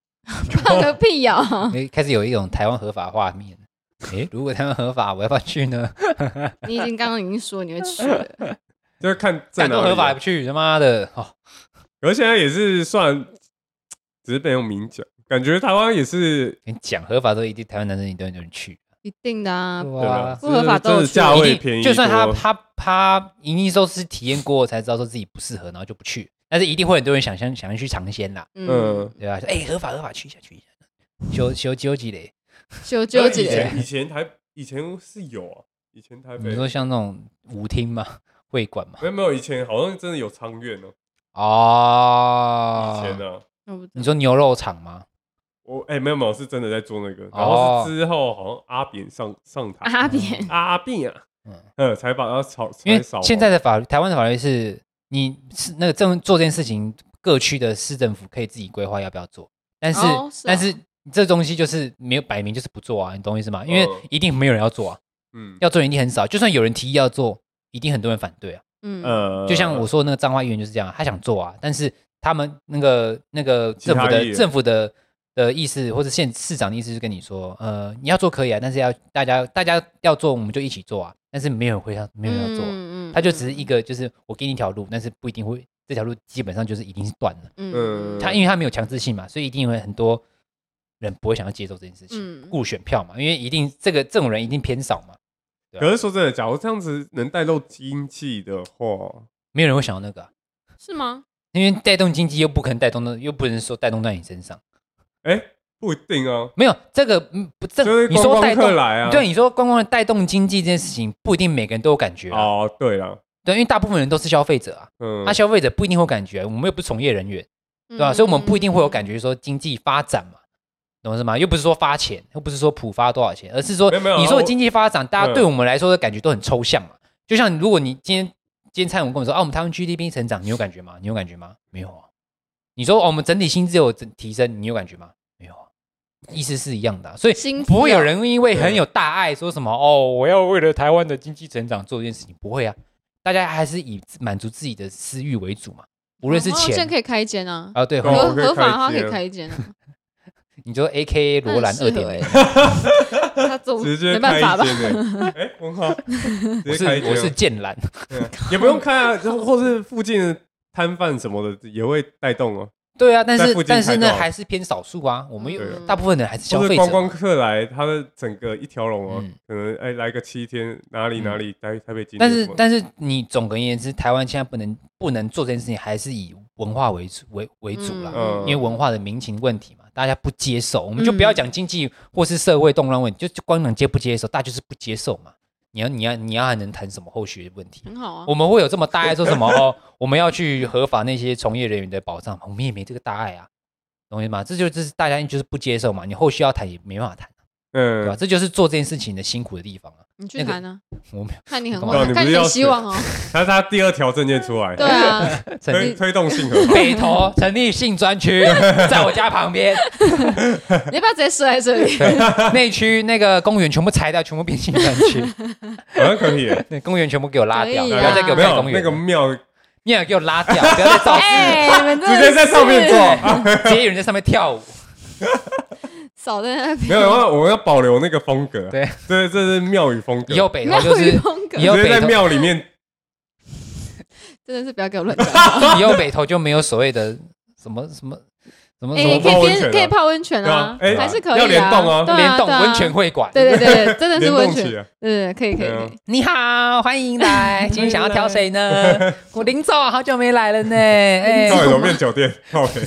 [SPEAKER 4] 放个屁哦呀！
[SPEAKER 3] 诶开始有一种台湾合法画面。诶，如果台湾合法，我要不要去呢？
[SPEAKER 4] 你已经刚刚已经说你会去了，
[SPEAKER 1] 就是看 在
[SPEAKER 3] 干都
[SPEAKER 1] 哪
[SPEAKER 3] 合
[SPEAKER 1] 里
[SPEAKER 3] 法还
[SPEAKER 1] 啊，
[SPEAKER 3] 不去，他妈的！哦，
[SPEAKER 1] 而现在也是算，只是没有明讲，感觉台湾也是
[SPEAKER 3] 跟你讲合法都一定台湾男生一定有人去，
[SPEAKER 4] 一定的啊。
[SPEAKER 1] 对吧？
[SPEAKER 4] 不合法
[SPEAKER 1] 就是
[SPEAKER 4] 都有
[SPEAKER 1] 真的价
[SPEAKER 3] 一
[SPEAKER 1] 位
[SPEAKER 3] 定
[SPEAKER 1] 便宜多，
[SPEAKER 3] 就算他他他营业寿司体验过，才知道说自己不适合，然后就不去。但是一定会很多人想想想要去尝鲜啦，
[SPEAKER 4] 嗯，
[SPEAKER 1] 嗯，
[SPEAKER 3] 对吧？说哎、合法合法，去一下去一下，修修纠结嘞。
[SPEAKER 4] 就纠
[SPEAKER 1] 以
[SPEAKER 4] 结。
[SPEAKER 1] 前以前台以前是有啊，以前台
[SPEAKER 3] 你
[SPEAKER 1] 北
[SPEAKER 3] 说像那种舞厅嘛，会馆嘛，
[SPEAKER 1] 没有没有，以前好像真的有仓院哦，以前
[SPEAKER 3] 哦，
[SPEAKER 1] 呢。
[SPEAKER 4] 我不知道
[SPEAKER 3] 你说牛肉场吗？
[SPEAKER 1] 我哎、没有没有，是真的在做那个，然
[SPEAKER 3] 哦
[SPEAKER 1] 后是之后好像阿扁上上台，
[SPEAKER 4] 啊阿扁
[SPEAKER 1] 阿扁啊，
[SPEAKER 3] 嗯
[SPEAKER 1] 呃，才把他炒，
[SPEAKER 3] 因
[SPEAKER 1] 才
[SPEAKER 3] 为
[SPEAKER 1] 哦扫
[SPEAKER 3] 现
[SPEAKER 1] 黄
[SPEAKER 3] 在的法律，台湾的法律是，你是那个政做这件事情，各区的市政府可以自己规划要不要做，但是、
[SPEAKER 4] 哦是啊
[SPEAKER 3] 但是这东西就是没有摆明就是不做啊，你懂我意思吗？因为
[SPEAKER 1] 嗯
[SPEAKER 3] 一定没有人要做啊，
[SPEAKER 1] 嗯
[SPEAKER 3] 要做人一定很少，就算有人提议要做，一定很多人反对啊。
[SPEAKER 4] 嗯，
[SPEAKER 1] 呃
[SPEAKER 3] 就像我说的那个彰化议员就是这样啊，他想做啊，但是他们那个那个
[SPEAKER 1] 其
[SPEAKER 3] 政
[SPEAKER 1] 他
[SPEAKER 3] 府
[SPEAKER 1] 议
[SPEAKER 3] 的
[SPEAKER 1] 员
[SPEAKER 3] 政府的的意思，或者县市长的意思，是跟你说，呃，你要做可以啊，但是要大家大家要做，我们就一起做啊，但是没有人会要没有人要做啊、
[SPEAKER 4] 嗯
[SPEAKER 3] 他就只是一个，就是我给你一条路，但是不一定会这条路基本上就是一定是断了。
[SPEAKER 1] 嗯
[SPEAKER 3] 他因为他没有强制性嘛，所以一定会很多人不会想要接受这件事情，
[SPEAKER 4] 嗯
[SPEAKER 3] 顾选票嘛，因为一定这个这种人一定偏少嘛，啊
[SPEAKER 1] 可是说真的，假如这样子能带动经济的话，
[SPEAKER 3] 没有人会想要那个啊、
[SPEAKER 4] 是吗？
[SPEAKER 3] 因为带动经济又不可能带动到，又不能说带动到你身上，
[SPEAKER 1] 哎、不一定哦、
[SPEAKER 3] 没有这个嗯不这
[SPEAKER 1] 就是
[SPEAKER 3] 你
[SPEAKER 1] 观
[SPEAKER 3] 说
[SPEAKER 1] 光
[SPEAKER 3] 带
[SPEAKER 1] 客
[SPEAKER 3] 动
[SPEAKER 1] 来啊
[SPEAKER 3] 对你说观光的带动经济这件事情不一定每个人都有感觉啊，
[SPEAKER 1] 哦，对了，
[SPEAKER 3] 对，因为大部分人都是消费者啊，
[SPEAKER 1] 嗯，
[SPEAKER 3] 那、消费者不一定会有感觉，啊我们又不是从业人员。
[SPEAKER 4] 对
[SPEAKER 3] 对啊吧、所
[SPEAKER 4] 嗯
[SPEAKER 3] 以我们不一定会有感
[SPEAKER 4] 觉。
[SPEAKER 3] 觉说经济发展嘛，懂我意思吗？又不是说发钱，又不是说普发多少钱，而是说
[SPEAKER 1] 没有没有
[SPEAKER 3] 你说
[SPEAKER 1] 我
[SPEAKER 3] 经济发展，大家
[SPEAKER 1] 嗯
[SPEAKER 3] 对我们来说的感觉都很抽象嘛。就像如果你今天今天蔡文跟我说啊，我们台湾 GDP 成长，你有感觉吗？你有感觉吗？没有啊。你说、哦、我们整体薪资有整提升，你有感觉吗？没有啊。意思是一样的啊、所以
[SPEAKER 4] 薪资
[SPEAKER 3] 不会有
[SPEAKER 4] 啊
[SPEAKER 3] 人因为很有大爱说什么哦，我要为了台湾的经济成长做这件事情，不会啊。大家还是以自满足自己的私欲为主嘛，无论是
[SPEAKER 4] 哦现在
[SPEAKER 3] 钱
[SPEAKER 4] 可以开一间啊，
[SPEAKER 3] 啊，对，
[SPEAKER 1] 哦
[SPEAKER 4] 合
[SPEAKER 1] 我可以
[SPEAKER 4] 合法的话可
[SPEAKER 1] 开一间
[SPEAKER 4] 以开一间啊，
[SPEAKER 3] 你就 A K A 罗兰二
[SPEAKER 4] 很适
[SPEAKER 3] 点
[SPEAKER 4] 合欸
[SPEAKER 3] 零，
[SPEAKER 4] 他做
[SPEAKER 1] 直接
[SPEAKER 4] 啊
[SPEAKER 1] 开
[SPEAKER 4] 没办
[SPEAKER 1] 一
[SPEAKER 4] 法吧？
[SPEAKER 1] 间 哎、哎文豪，
[SPEAKER 3] 我
[SPEAKER 1] 直
[SPEAKER 3] 是
[SPEAKER 1] 接开一间
[SPEAKER 3] 我
[SPEAKER 1] 哦
[SPEAKER 3] 是剑兰，
[SPEAKER 1] 啊嗯也不用看啊，就或是附近的摊贩什么的也会带动哦、
[SPEAKER 3] 对啊，但
[SPEAKER 1] 在
[SPEAKER 3] 是
[SPEAKER 1] 附近
[SPEAKER 3] 但是
[SPEAKER 1] 采
[SPEAKER 3] 呢，
[SPEAKER 1] 购
[SPEAKER 3] 还是偏少数啊。我们有
[SPEAKER 1] 对
[SPEAKER 3] 大部分人还是消
[SPEAKER 1] 或
[SPEAKER 3] 费
[SPEAKER 1] 者
[SPEAKER 3] 者
[SPEAKER 1] 观光
[SPEAKER 3] 嘛，
[SPEAKER 1] 客来，他们整个一条龙哦
[SPEAKER 3] 嗯，
[SPEAKER 1] 可能哎来个七天，哪里哪里台台北景点
[SPEAKER 3] 但
[SPEAKER 1] 什
[SPEAKER 3] 是
[SPEAKER 1] 么的，
[SPEAKER 3] 但是你总而言之，台湾现在不能不能做这件事情，还是以文化为主为为主啦，
[SPEAKER 1] 嗯
[SPEAKER 3] 因为文化的民情问题嘛，大家不接受，我们就不要讲经济或是社会动乱问题，就就光讲接不接受，大家就是不接受嘛。你要你要你要还能谈什么后续的问题？
[SPEAKER 4] 很好啊。
[SPEAKER 3] 我们会有这么大爱说什么哦？我们要去合法那些从业人员的保障，我们也没这个大爱啊，懂我意思吗？这就这是大家就是不接受嘛，你后续要谈也没办法谈，对吧？啊
[SPEAKER 1] 嗯，
[SPEAKER 3] 这就是做这件事情的辛苦的地方啊。
[SPEAKER 4] 你去
[SPEAKER 3] 那个
[SPEAKER 4] 谈啊，
[SPEAKER 3] 我没
[SPEAKER 4] 看你很
[SPEAKER 3] 干
[SPEAKER 1] 嘛
[SPEAKER 4] 晚，
[SPEAKER 1] 你不
[SPEAKER 4] 看
[SPEAKER 1] 是
[SPEAKER 4] 你很
[SPEAKER 1] 要
[SPEAKER 4] 希
[SPEAKER 1] 学
[SPEAKER 4] 望 哦。
[SPEAKER 1] 他是他第二条证件出来，
[SPEAKER 4] 对啊，
[SPEAKER 3] 有成
[SPEAKER 1] 推
[SPEAKER 3] 立
[SPEAKER 1] 推动性合 法，
[SPEAKER 3] 北投成立性 专区，在我家旁边
[SPEAKER 4] 你要不要直接睡在 这里？
[SPEAKER 3] 内区那个公园全部拆掉，全部变性专 区，
[SPEAKER 1] 好像可以耶，
[SPEAKER 3] 那公园全部给我拉掉，
[SPEAKER 4] 可以
[SPEAKER 3] 不
[SPEAKER 4] 啊
[SPEAKER 3] 要再给我
[SPEAKER 1] 没
[SPEAKER 3] 盖
[SPEAKER 1] 有
[SPEAKER 3] 公
[SPEAKER 1] 那
[SPEAKER 3] 园
[SPEAKER 1] 个
[SPEAKER 3] 了，
[SPEAKER 1] 庙
[SPEAKER 3] 你也给我拉掉，不要再造势。
[SPEAKER 4] 哎，你们
[SPEAKER 1] 直
[SPEAKER 4] 真
[SPEAKER 1] 接
[SPEAKER 4] 的
[SPEAKER 1] 在上 面坐，
[SPEAKER 3] 对，直接有人在上面跳舞，
[SPEAKER 4] 少在那边
[SPEAKER 1] 没有，我要我们要保留那个风格，
[SPEAKER 3] 对，
[SPEAKER 1] 这这是庙宇风格，
[SPEAKER 3] 以后北投
[SPEAKER 4] 庙
[SPEAKER 3] 就
[SPEAKER 4] 宇
[SPEAKER 3] 是
[SPEAKER 4] 风格
[SPEAKER 3] 以，后
[SPEAKER 1] 直接在
[SPEAKER 3] 北投
[SPEAKER 1] 庙里面
[SPEAKER 4] 真的是不要给我乱讲。
[SPEAKER 3] 以后北投就没有所谓的什么什么什么
[SPEAKER 4] 哎，
[SPEAKER 3] 什
[SPEAKER 4] 你
[SPEAKER 3] 么
[SPEAKER 4] 可
[SPEAKER 1] 泡
[SPEAKER 4] 以
[SPEAKER 1] 温泉啊
[SPEAKER 4] 边可以泡温泉啊，
[SPEAKER 1] 对啊哎
[SPEAKER 4] 还是可以啊
[SPEAKER 1] 要联动啊
[SPEAKER 4] 对
[SPEAKER 3] 联动
[SPEAKER 4] 对啊
[SPEAKER 3] 哦温泉会馆。
[SPEAKER 4] 对对对，真的
[SPEAKER 1] 联
[SPEAKER 4] 是温
[SPEAKER 1] 动
[SPEAKER 4] 泉
[SPEAKER 1] 起，来，
[SPEAKER 4] 对对，可以可以
[SPEAKER 1] 对啊
[SPEAKER 4] 可以，
[SPEAKER 3] 你好，欢迎来，今天想要挑谁 呢？我林总好久没来了 呢，哎，
[SPEAKER 1] 到底怎么变酒店？靠北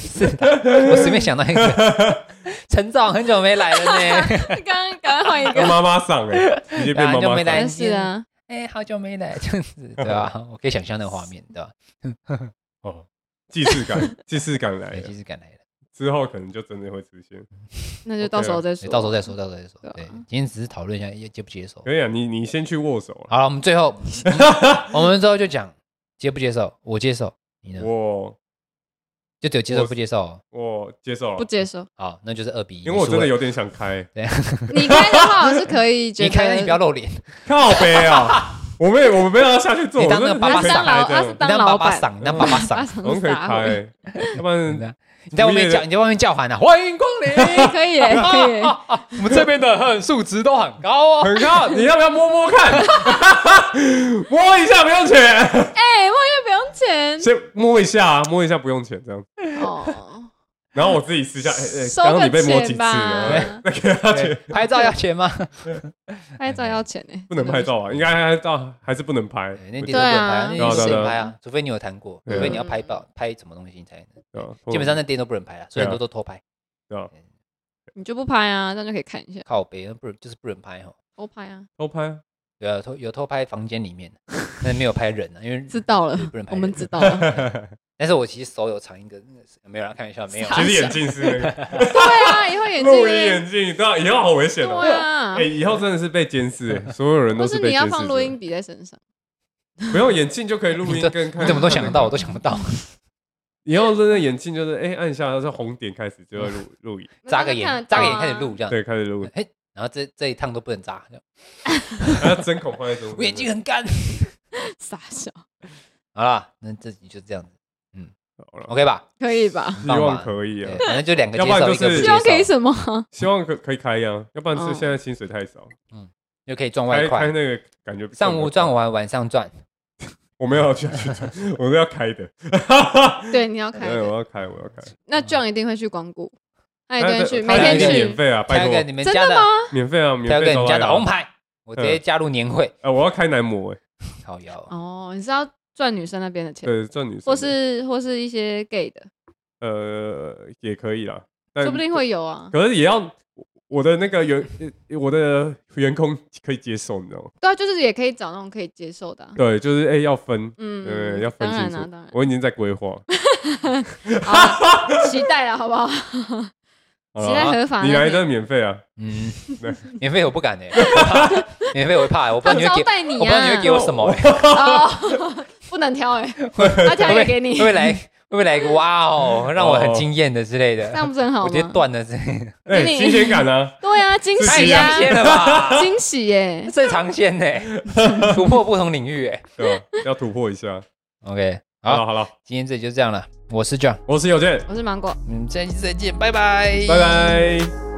[SPEAKER 3] 我随便想到一个， 陈总很久没来了呢，
[SPEAKER 4] 刚刚赶快换一
[SPEAKER 1] 跟
[SPEAKER 4] 个，
[SPEAKER 1] 妈妈上哎，直接变妈
[SPEAKER 3] 对啊就
[SPEAKER 1] 妈
[SPEAKER 3] 没
[SPEAKER 1] 上，
[SPEAKER 3] 来哎
[SPEAKER 4] 是啊，
[SPEAKER 3] 哎，好久没来，这样子对吧？我可以想象那个画面，对吧？
[SPEAKER 1] 哦，既视感，既视感来
[SPEAKER 3] 对，
[SPEAKER 1] 了
[SPEAKER 3] 其，实赶来了，
[SPEAKER 1] 之后可能就真的会出现。
[SPEAKER 4] 那就到时候再
[SPEAKER 3] 对
[SPEAKER 4] 说，
[SPEAKER 3] 到时候再说，到时候再说
[SPEAKER 4] 对啊。
[SPEAKER 3] 对，嗯今天只是讨论一下要接不接受。
[SPEAKER 1] 可以啊，你你先去握手啊了，
[SPEAKER 3] 好了，我们最 后，我们之后就讲接不接受，我接受，你呢？
[SPEAKER 1] 我
[SPEAKER 3] 就只有接受
[SPEAKER 1] 我
[SPEAKER 3] 不接受哦。
[SPEAKER 1] 我接受
[SPEAKER 4] 不
[SPEAKER 1] 了，
[SPEAKER 4] 接受。
[SPEAKER 3] 好，那就是二比一。
[SPEAKER 1] 因为我
[SPEAKER 3] 你输
[SPEAKER 1] 真
[SPEAKER 3] 了
[SPEAKER 1] 的有点想开，
[SPEAKER 4] 你开的话，我是可以觉
[SPEAKER 3] 你
[SPEAKER 4] 得
[SPEAKER 3] 开，那你不要露脸，你
[SPEAKER 1] 靠背啊，我没我没有要下去做，
[SPEAKER 3] 你
[SPEAKER 1] 我
[SPEAKER 3] 当
[SPEAKER 1] 真的
[SPEAKER 3] 那个爸
[SPEAKER 1] 可以开
[SPEAKER 4] 爸
[SPEAKER 1] 这
[SPEAKER 4] 桑拿啊是
[SPEAKER 1] 样，
[SPEAKER 4] 当
[SPEAKER 3] 当爸
[SPEAKER 4] 老
[SPEAKER 3] 爸
[SPEAKER 4] 板
[SPEAKER 3] 嗓，你当爸爸
[SPEAKER 4] 把
[SPEAKER 3] 嗓，
[SPEAKER 4] 什
[SPEAKER 1] 我
[SPEAKER 4] 么
[SPEAKER 1] 们可以
[SPEAKER 4] 撒谎？
[SPEAKER 1] 开，要不然
[SPEAKER 3] 你在外面叫，你在外面叫喊啊，欢迎光 临。
[SPEAKER 4] 可以耶可以耶，
[SPEAKER 3] 我们这边的很数值都很高哦。
[SPEAKER 1] 很高， 你要不要摸摸看？ 摸一下不用钱，
[SPEAKER 4] 哎，望月不用
[SPEAKER 1] 先摸一下啊，摸一下不用钱这样。
[SPEAKER 4] 钱哦，
[SPEAKER 1] 然后我自己私下，哎哎，
[SPEAKER 4] 收
[SPEAKER 1] 刚刚你被
[SPEAKER 4] 个
[SPEAKER 1] 摸几
[SPEAKER 4] 钱
[SPEAKER 1] 次了？
[SPEAKER 4] 吧，
[SPEAKER 1] 那给他钱
[SPEAKER 3] 拍照要 钱吗？
[SPEAKER 4] 拍照要钱哎，
[SPEAKER 1] 不能拍照啊，应该还到还是不能拍。
[SPEAKER 3] 对那
[SPEAKER 1] 我觉
[SPEAKER 3] 地图不
[SPEAKER 1] 得
[SPEAKER 3] 能拍啊，
[SPEAKER 4] 对啊
[SPEAKER 3] 那地图
[SPEAKER 1] 对啊
[SPEAKER 3] 不
[SPEAKER 1] 对
[SPEAKER 3] 能
[SPEAKER 1] 啊
[SPEAKER 3] 拍啊，除非你有谈过，
[SPEAKER 1] 对啊
[SPEAKER 3] 除非你要拍照，拍什么东西你才能。
[SPEAKER 1] 对啊
[SPEAKER 3] 基本上那店都不能拍啊，所以很多都偷拍，
[SPEAKER 1] 对啊
[SPEAKER 4] 你就不拍啊，这样就可以看一下，
[SPEAKER 3] 靠北不就是不能拍哦。
[SPEAKER 4] 偷拍啊，
[SPEAKER 1] 偷拍，
[SPEAKER 3] 对啊，偷有偷拍房间里 面，但是没有拍人啊，因为
[SPEAKER 4] 知道了
[SPEAKER 3] 不能，拍
[SPEAKER 4] 我们
[SPEAKER 3] 人
[SPEAKER 4] 知道了，
[SPEAKER 3] 但是我其实手有藏一个，那个是没有啦，开玩笑，没有啊
[SPEAKER 4] 傻
[SPEAKER 3] 啦。
[SPEAKER 1] 其实眼镜是那个。
[SPEAKER 4] 对啊，以后 眼镜
[SPEAKER 1] 录音
[SPEAKER 4] 对
[SPEAKER 1] 眼镜，对啊，以后好危险哦。
[SPEAKER 4] 啊
[SPEAKER 1] 哎，，以后真的是被监视，哎所有人
[SPEAKER 4] 或
[SPEAKER 1] 都
[SPEAKER 4] 是
[SPEAKER 1] 被
[SPEAKER 4] 你
[SPEAKER 1] 监
[SPEAKER 4] 要
[SPEAKER 1] 视
[SPEAKER 4] 放
[SPEAKER 1] 者。
[SPEAKER 4] 录音笔在身上，
[SPEAKER 1] 不用眼镜就可以 录
[SPEAKER 3] 你
[SPEAKER 1] 音
[SPEAKER 3] 这
[SPEAKER 1] 跟看。
[SPEAKER 3] 你怎么都想得到，我都想不到。
[SPEAKER 1] 以后真的眼镜就是，哎，按一下它是红点开始就要
[SPEAKER 3] 嗯
[SPEAKER 1] 录录影，
[SPEAKER 3] 眨个
[SPEAKER 4] 那
[SPEAKER 3] 眼，
[SPEAKER 4] 这
[SPEAKER 3] 眨
[SPEAKER 4] 样
[SPEAKER 3] 个
[SPEAKER 4] 看
[SPEAKER 3] 眼开始
[SPEAKER 4] 得到啊
[SPEAKER 3] 录这样。
[SPEAKER 1] 对，开始录，
[SPEAKER 3] 哎，然后这这一趟都不能眨，这样
[SPEAKER 1] 然啊后针孔放在中间。
[SPEAKER 3] 我眼睛很干。
[SPEAKER 4] 傻笑，
[SPEAKER 3] 好啦，那这集就这样子嗯
[SPEAKER 1] 好了，
[SPEAKER 3] ，OK 吧？
[SPEAKER 4] 可以吧？
[SPEAKER 1] 希
[SPEAKER 3] 棒
[SPEAKER 1] 望
[SPEAKER 3] 吧
[SPEAKER 1] 可以啊
[SPEAKER 3] 对，反正就两个
[SPEAKER 1] 要不
[SPEAKER 3] 接
[SPEAKER 1] 然
[SPEAKER 3] 受，
[SPEAKER 1] 就
[SPEAKER 3] 一个不
[SPEAKER 1] 是
[SPEAKER 3] 接
[SPEAKER 4] 希望可以
[SPEAKER 3] 受，
[SPEAKER 4] 什么？
[SPEAKER 1] 希望可可以开呀，要不然
[SPEAKER 4] 嗯
[SPEAKER 1] 是现在薪水太少，
[SPEAKER 3] 就可以赚外
[SPEAKER 1] 开开
[SPEAKER 3] 快。
[SPEAKER 1] 那个感觉
[SPEAKER 3] 上午赚，完，晚上赚。
[SPEAKER 1] 我没有要去赚，我是要开的，
[SPEAKER 4] 对，你要开
[SPEAKER 1] 对，
[SPEAKER 4] 的
[SPEAKER 1] 我要开，我要开，
[SPEAKER 4] 那 John 一定会去光顾，他一定
[SPEAKER 1] 他
[SPEAKER 4] 会去，
[SPEAKER 1] 哎他
[SPEAKER 4] 每
[SPEAKER 1] 一
[SPEAKER 4] 天
[SPEAKER 1] 定
[SPEAKER 4] 去
[SPEAKER 1] 免。费啊，拜
[SPEAKER 3] 挑一个
[SPEAKER 1] 托，
[SPEAKER 3] 你们
[SPEAKER 4] 真
[SPEAKER 3] 家
[SPEAKER 4] 的
[SPEAKER 3] 的，
[SPEAKER 4] 吗？
[SPEAKER 1] 免费啊，免
[SPEAKER 3] 挑一
[SPEAKER 1] 费
[SPEAKER 3] 个你
[SPEAKER 1] 招
[SPEAKER 3] 们
[SPEAKER 1] 待
[SPEAKER 3] 家
[SPEAKER 1] 啊
[SPEAKER 3] 的红牌，我直接加入年会，
[SPEAKER 1] 哎，我要开男模，哎，
[SPEAKER 3] 好摇。
[SPEAKER 4] 哦，你是要赚女生那边的钱，
[SPEAKER 1] 对，赚女生的，
[SPEAKER 4] 或是或是一些 gay 的，
[SPEAKER 1] 呃也可以啦，但
[SPEAKER 4] 说不定会有啊。
[SPEAKER 1] 可是也要我的那个员，呃我的员工可以接受，你知道吗？
[SPEAKER 4] 对啊，就是也可以找那种可以接受的啊。
[SPEAKER 1] 对，就是哎、要分，
[SPEAKER 4] 嗯，
[SPEAKER 1] 嗯，要分
[SPEAKER 4] 当
[SPEAKER 1] 清
[SPEAKER 4] 然
[SPEAKER 1] 楚。
[SPEAKER 4] 啊，当然
[SPEAKER 1] 我已经在规划，
[SPEAKER 4] 好啊，期待了，好不好？
[SPEAKER 1] 好啦
[SPEAKER 4] 期待合法
[SPEAKER 1] 你
[SPEAKER 4] 那
[SPEAKER 1] 来
[SPEAKER 4] 边
[SPEAKER 1] 的免费啊，
[SPEAKER 3] 嗯
[SPEAKER 1] 对，
[SPEAKER 3] 免费我不敢哎，我怕 免费我会怕，我不知道
[SPEAKER 4] 他
[SPEAKER 3] 你会
[SPEAKER 4] 招
[SPEAKER 3] 给，
[SPEAKER 4] 待你
[SPEAKER 3] 我不知道你会
[SPEAKER 4] 啊
[SPEAKER 3] 给，我什么欸，
[SPEAKER 4] 哦， 不能挑哎，他挑
[SPEAKER 3] 会不
[SPEAKER 4] 一个
[SPEAKER 3] 会
[SPEAKER 4] 给你
[SPEAKER 3] 会，不会来会不会来一个哇哦，让我很惊艳的之类
[SPEAKER 4] 这样
[SPEAKER 3] 的，
[SPEAKER 4] 不是很好
[SPEAKER 3] 我
[SPEAKER 4] 吗
[SPEAKER 3] 直？接断了之类的，
[SPEAKER 1] 哎、
[SPEAKER 4] 你
[SPEAKER 1] 新鲜感啊，
[SPEAKER 4] 对啊，惊
[SPEAKER 3] 太
[SPEAKER 4] 喜
[SPEAKER 3] 尝
[SPEAKER 4] 啊，
[SPEAKER 3] 鲜了吧，
[SPEAKER 4] 惊喜 耶！
[SPEAKER 3] 最尝鲜呢，欸突破不同领域哎。
[SPEAKER 1] 对吧？要突破一下。
[SPEAKER 3] OK，
[SPEAKER 1] 好了
[SPEAKER 3] 好，
[SPEAKER 1] 好了，
[SPEAKER 3] 今天这里就这样了，我是 John，
[SPEAKER 1] 我是有健，
[SPEAKER 4] 我是芒果。
[SPEAKER 3] 嗯，下期再见，拜拜，
[SPEAKER 1] 拜。拜。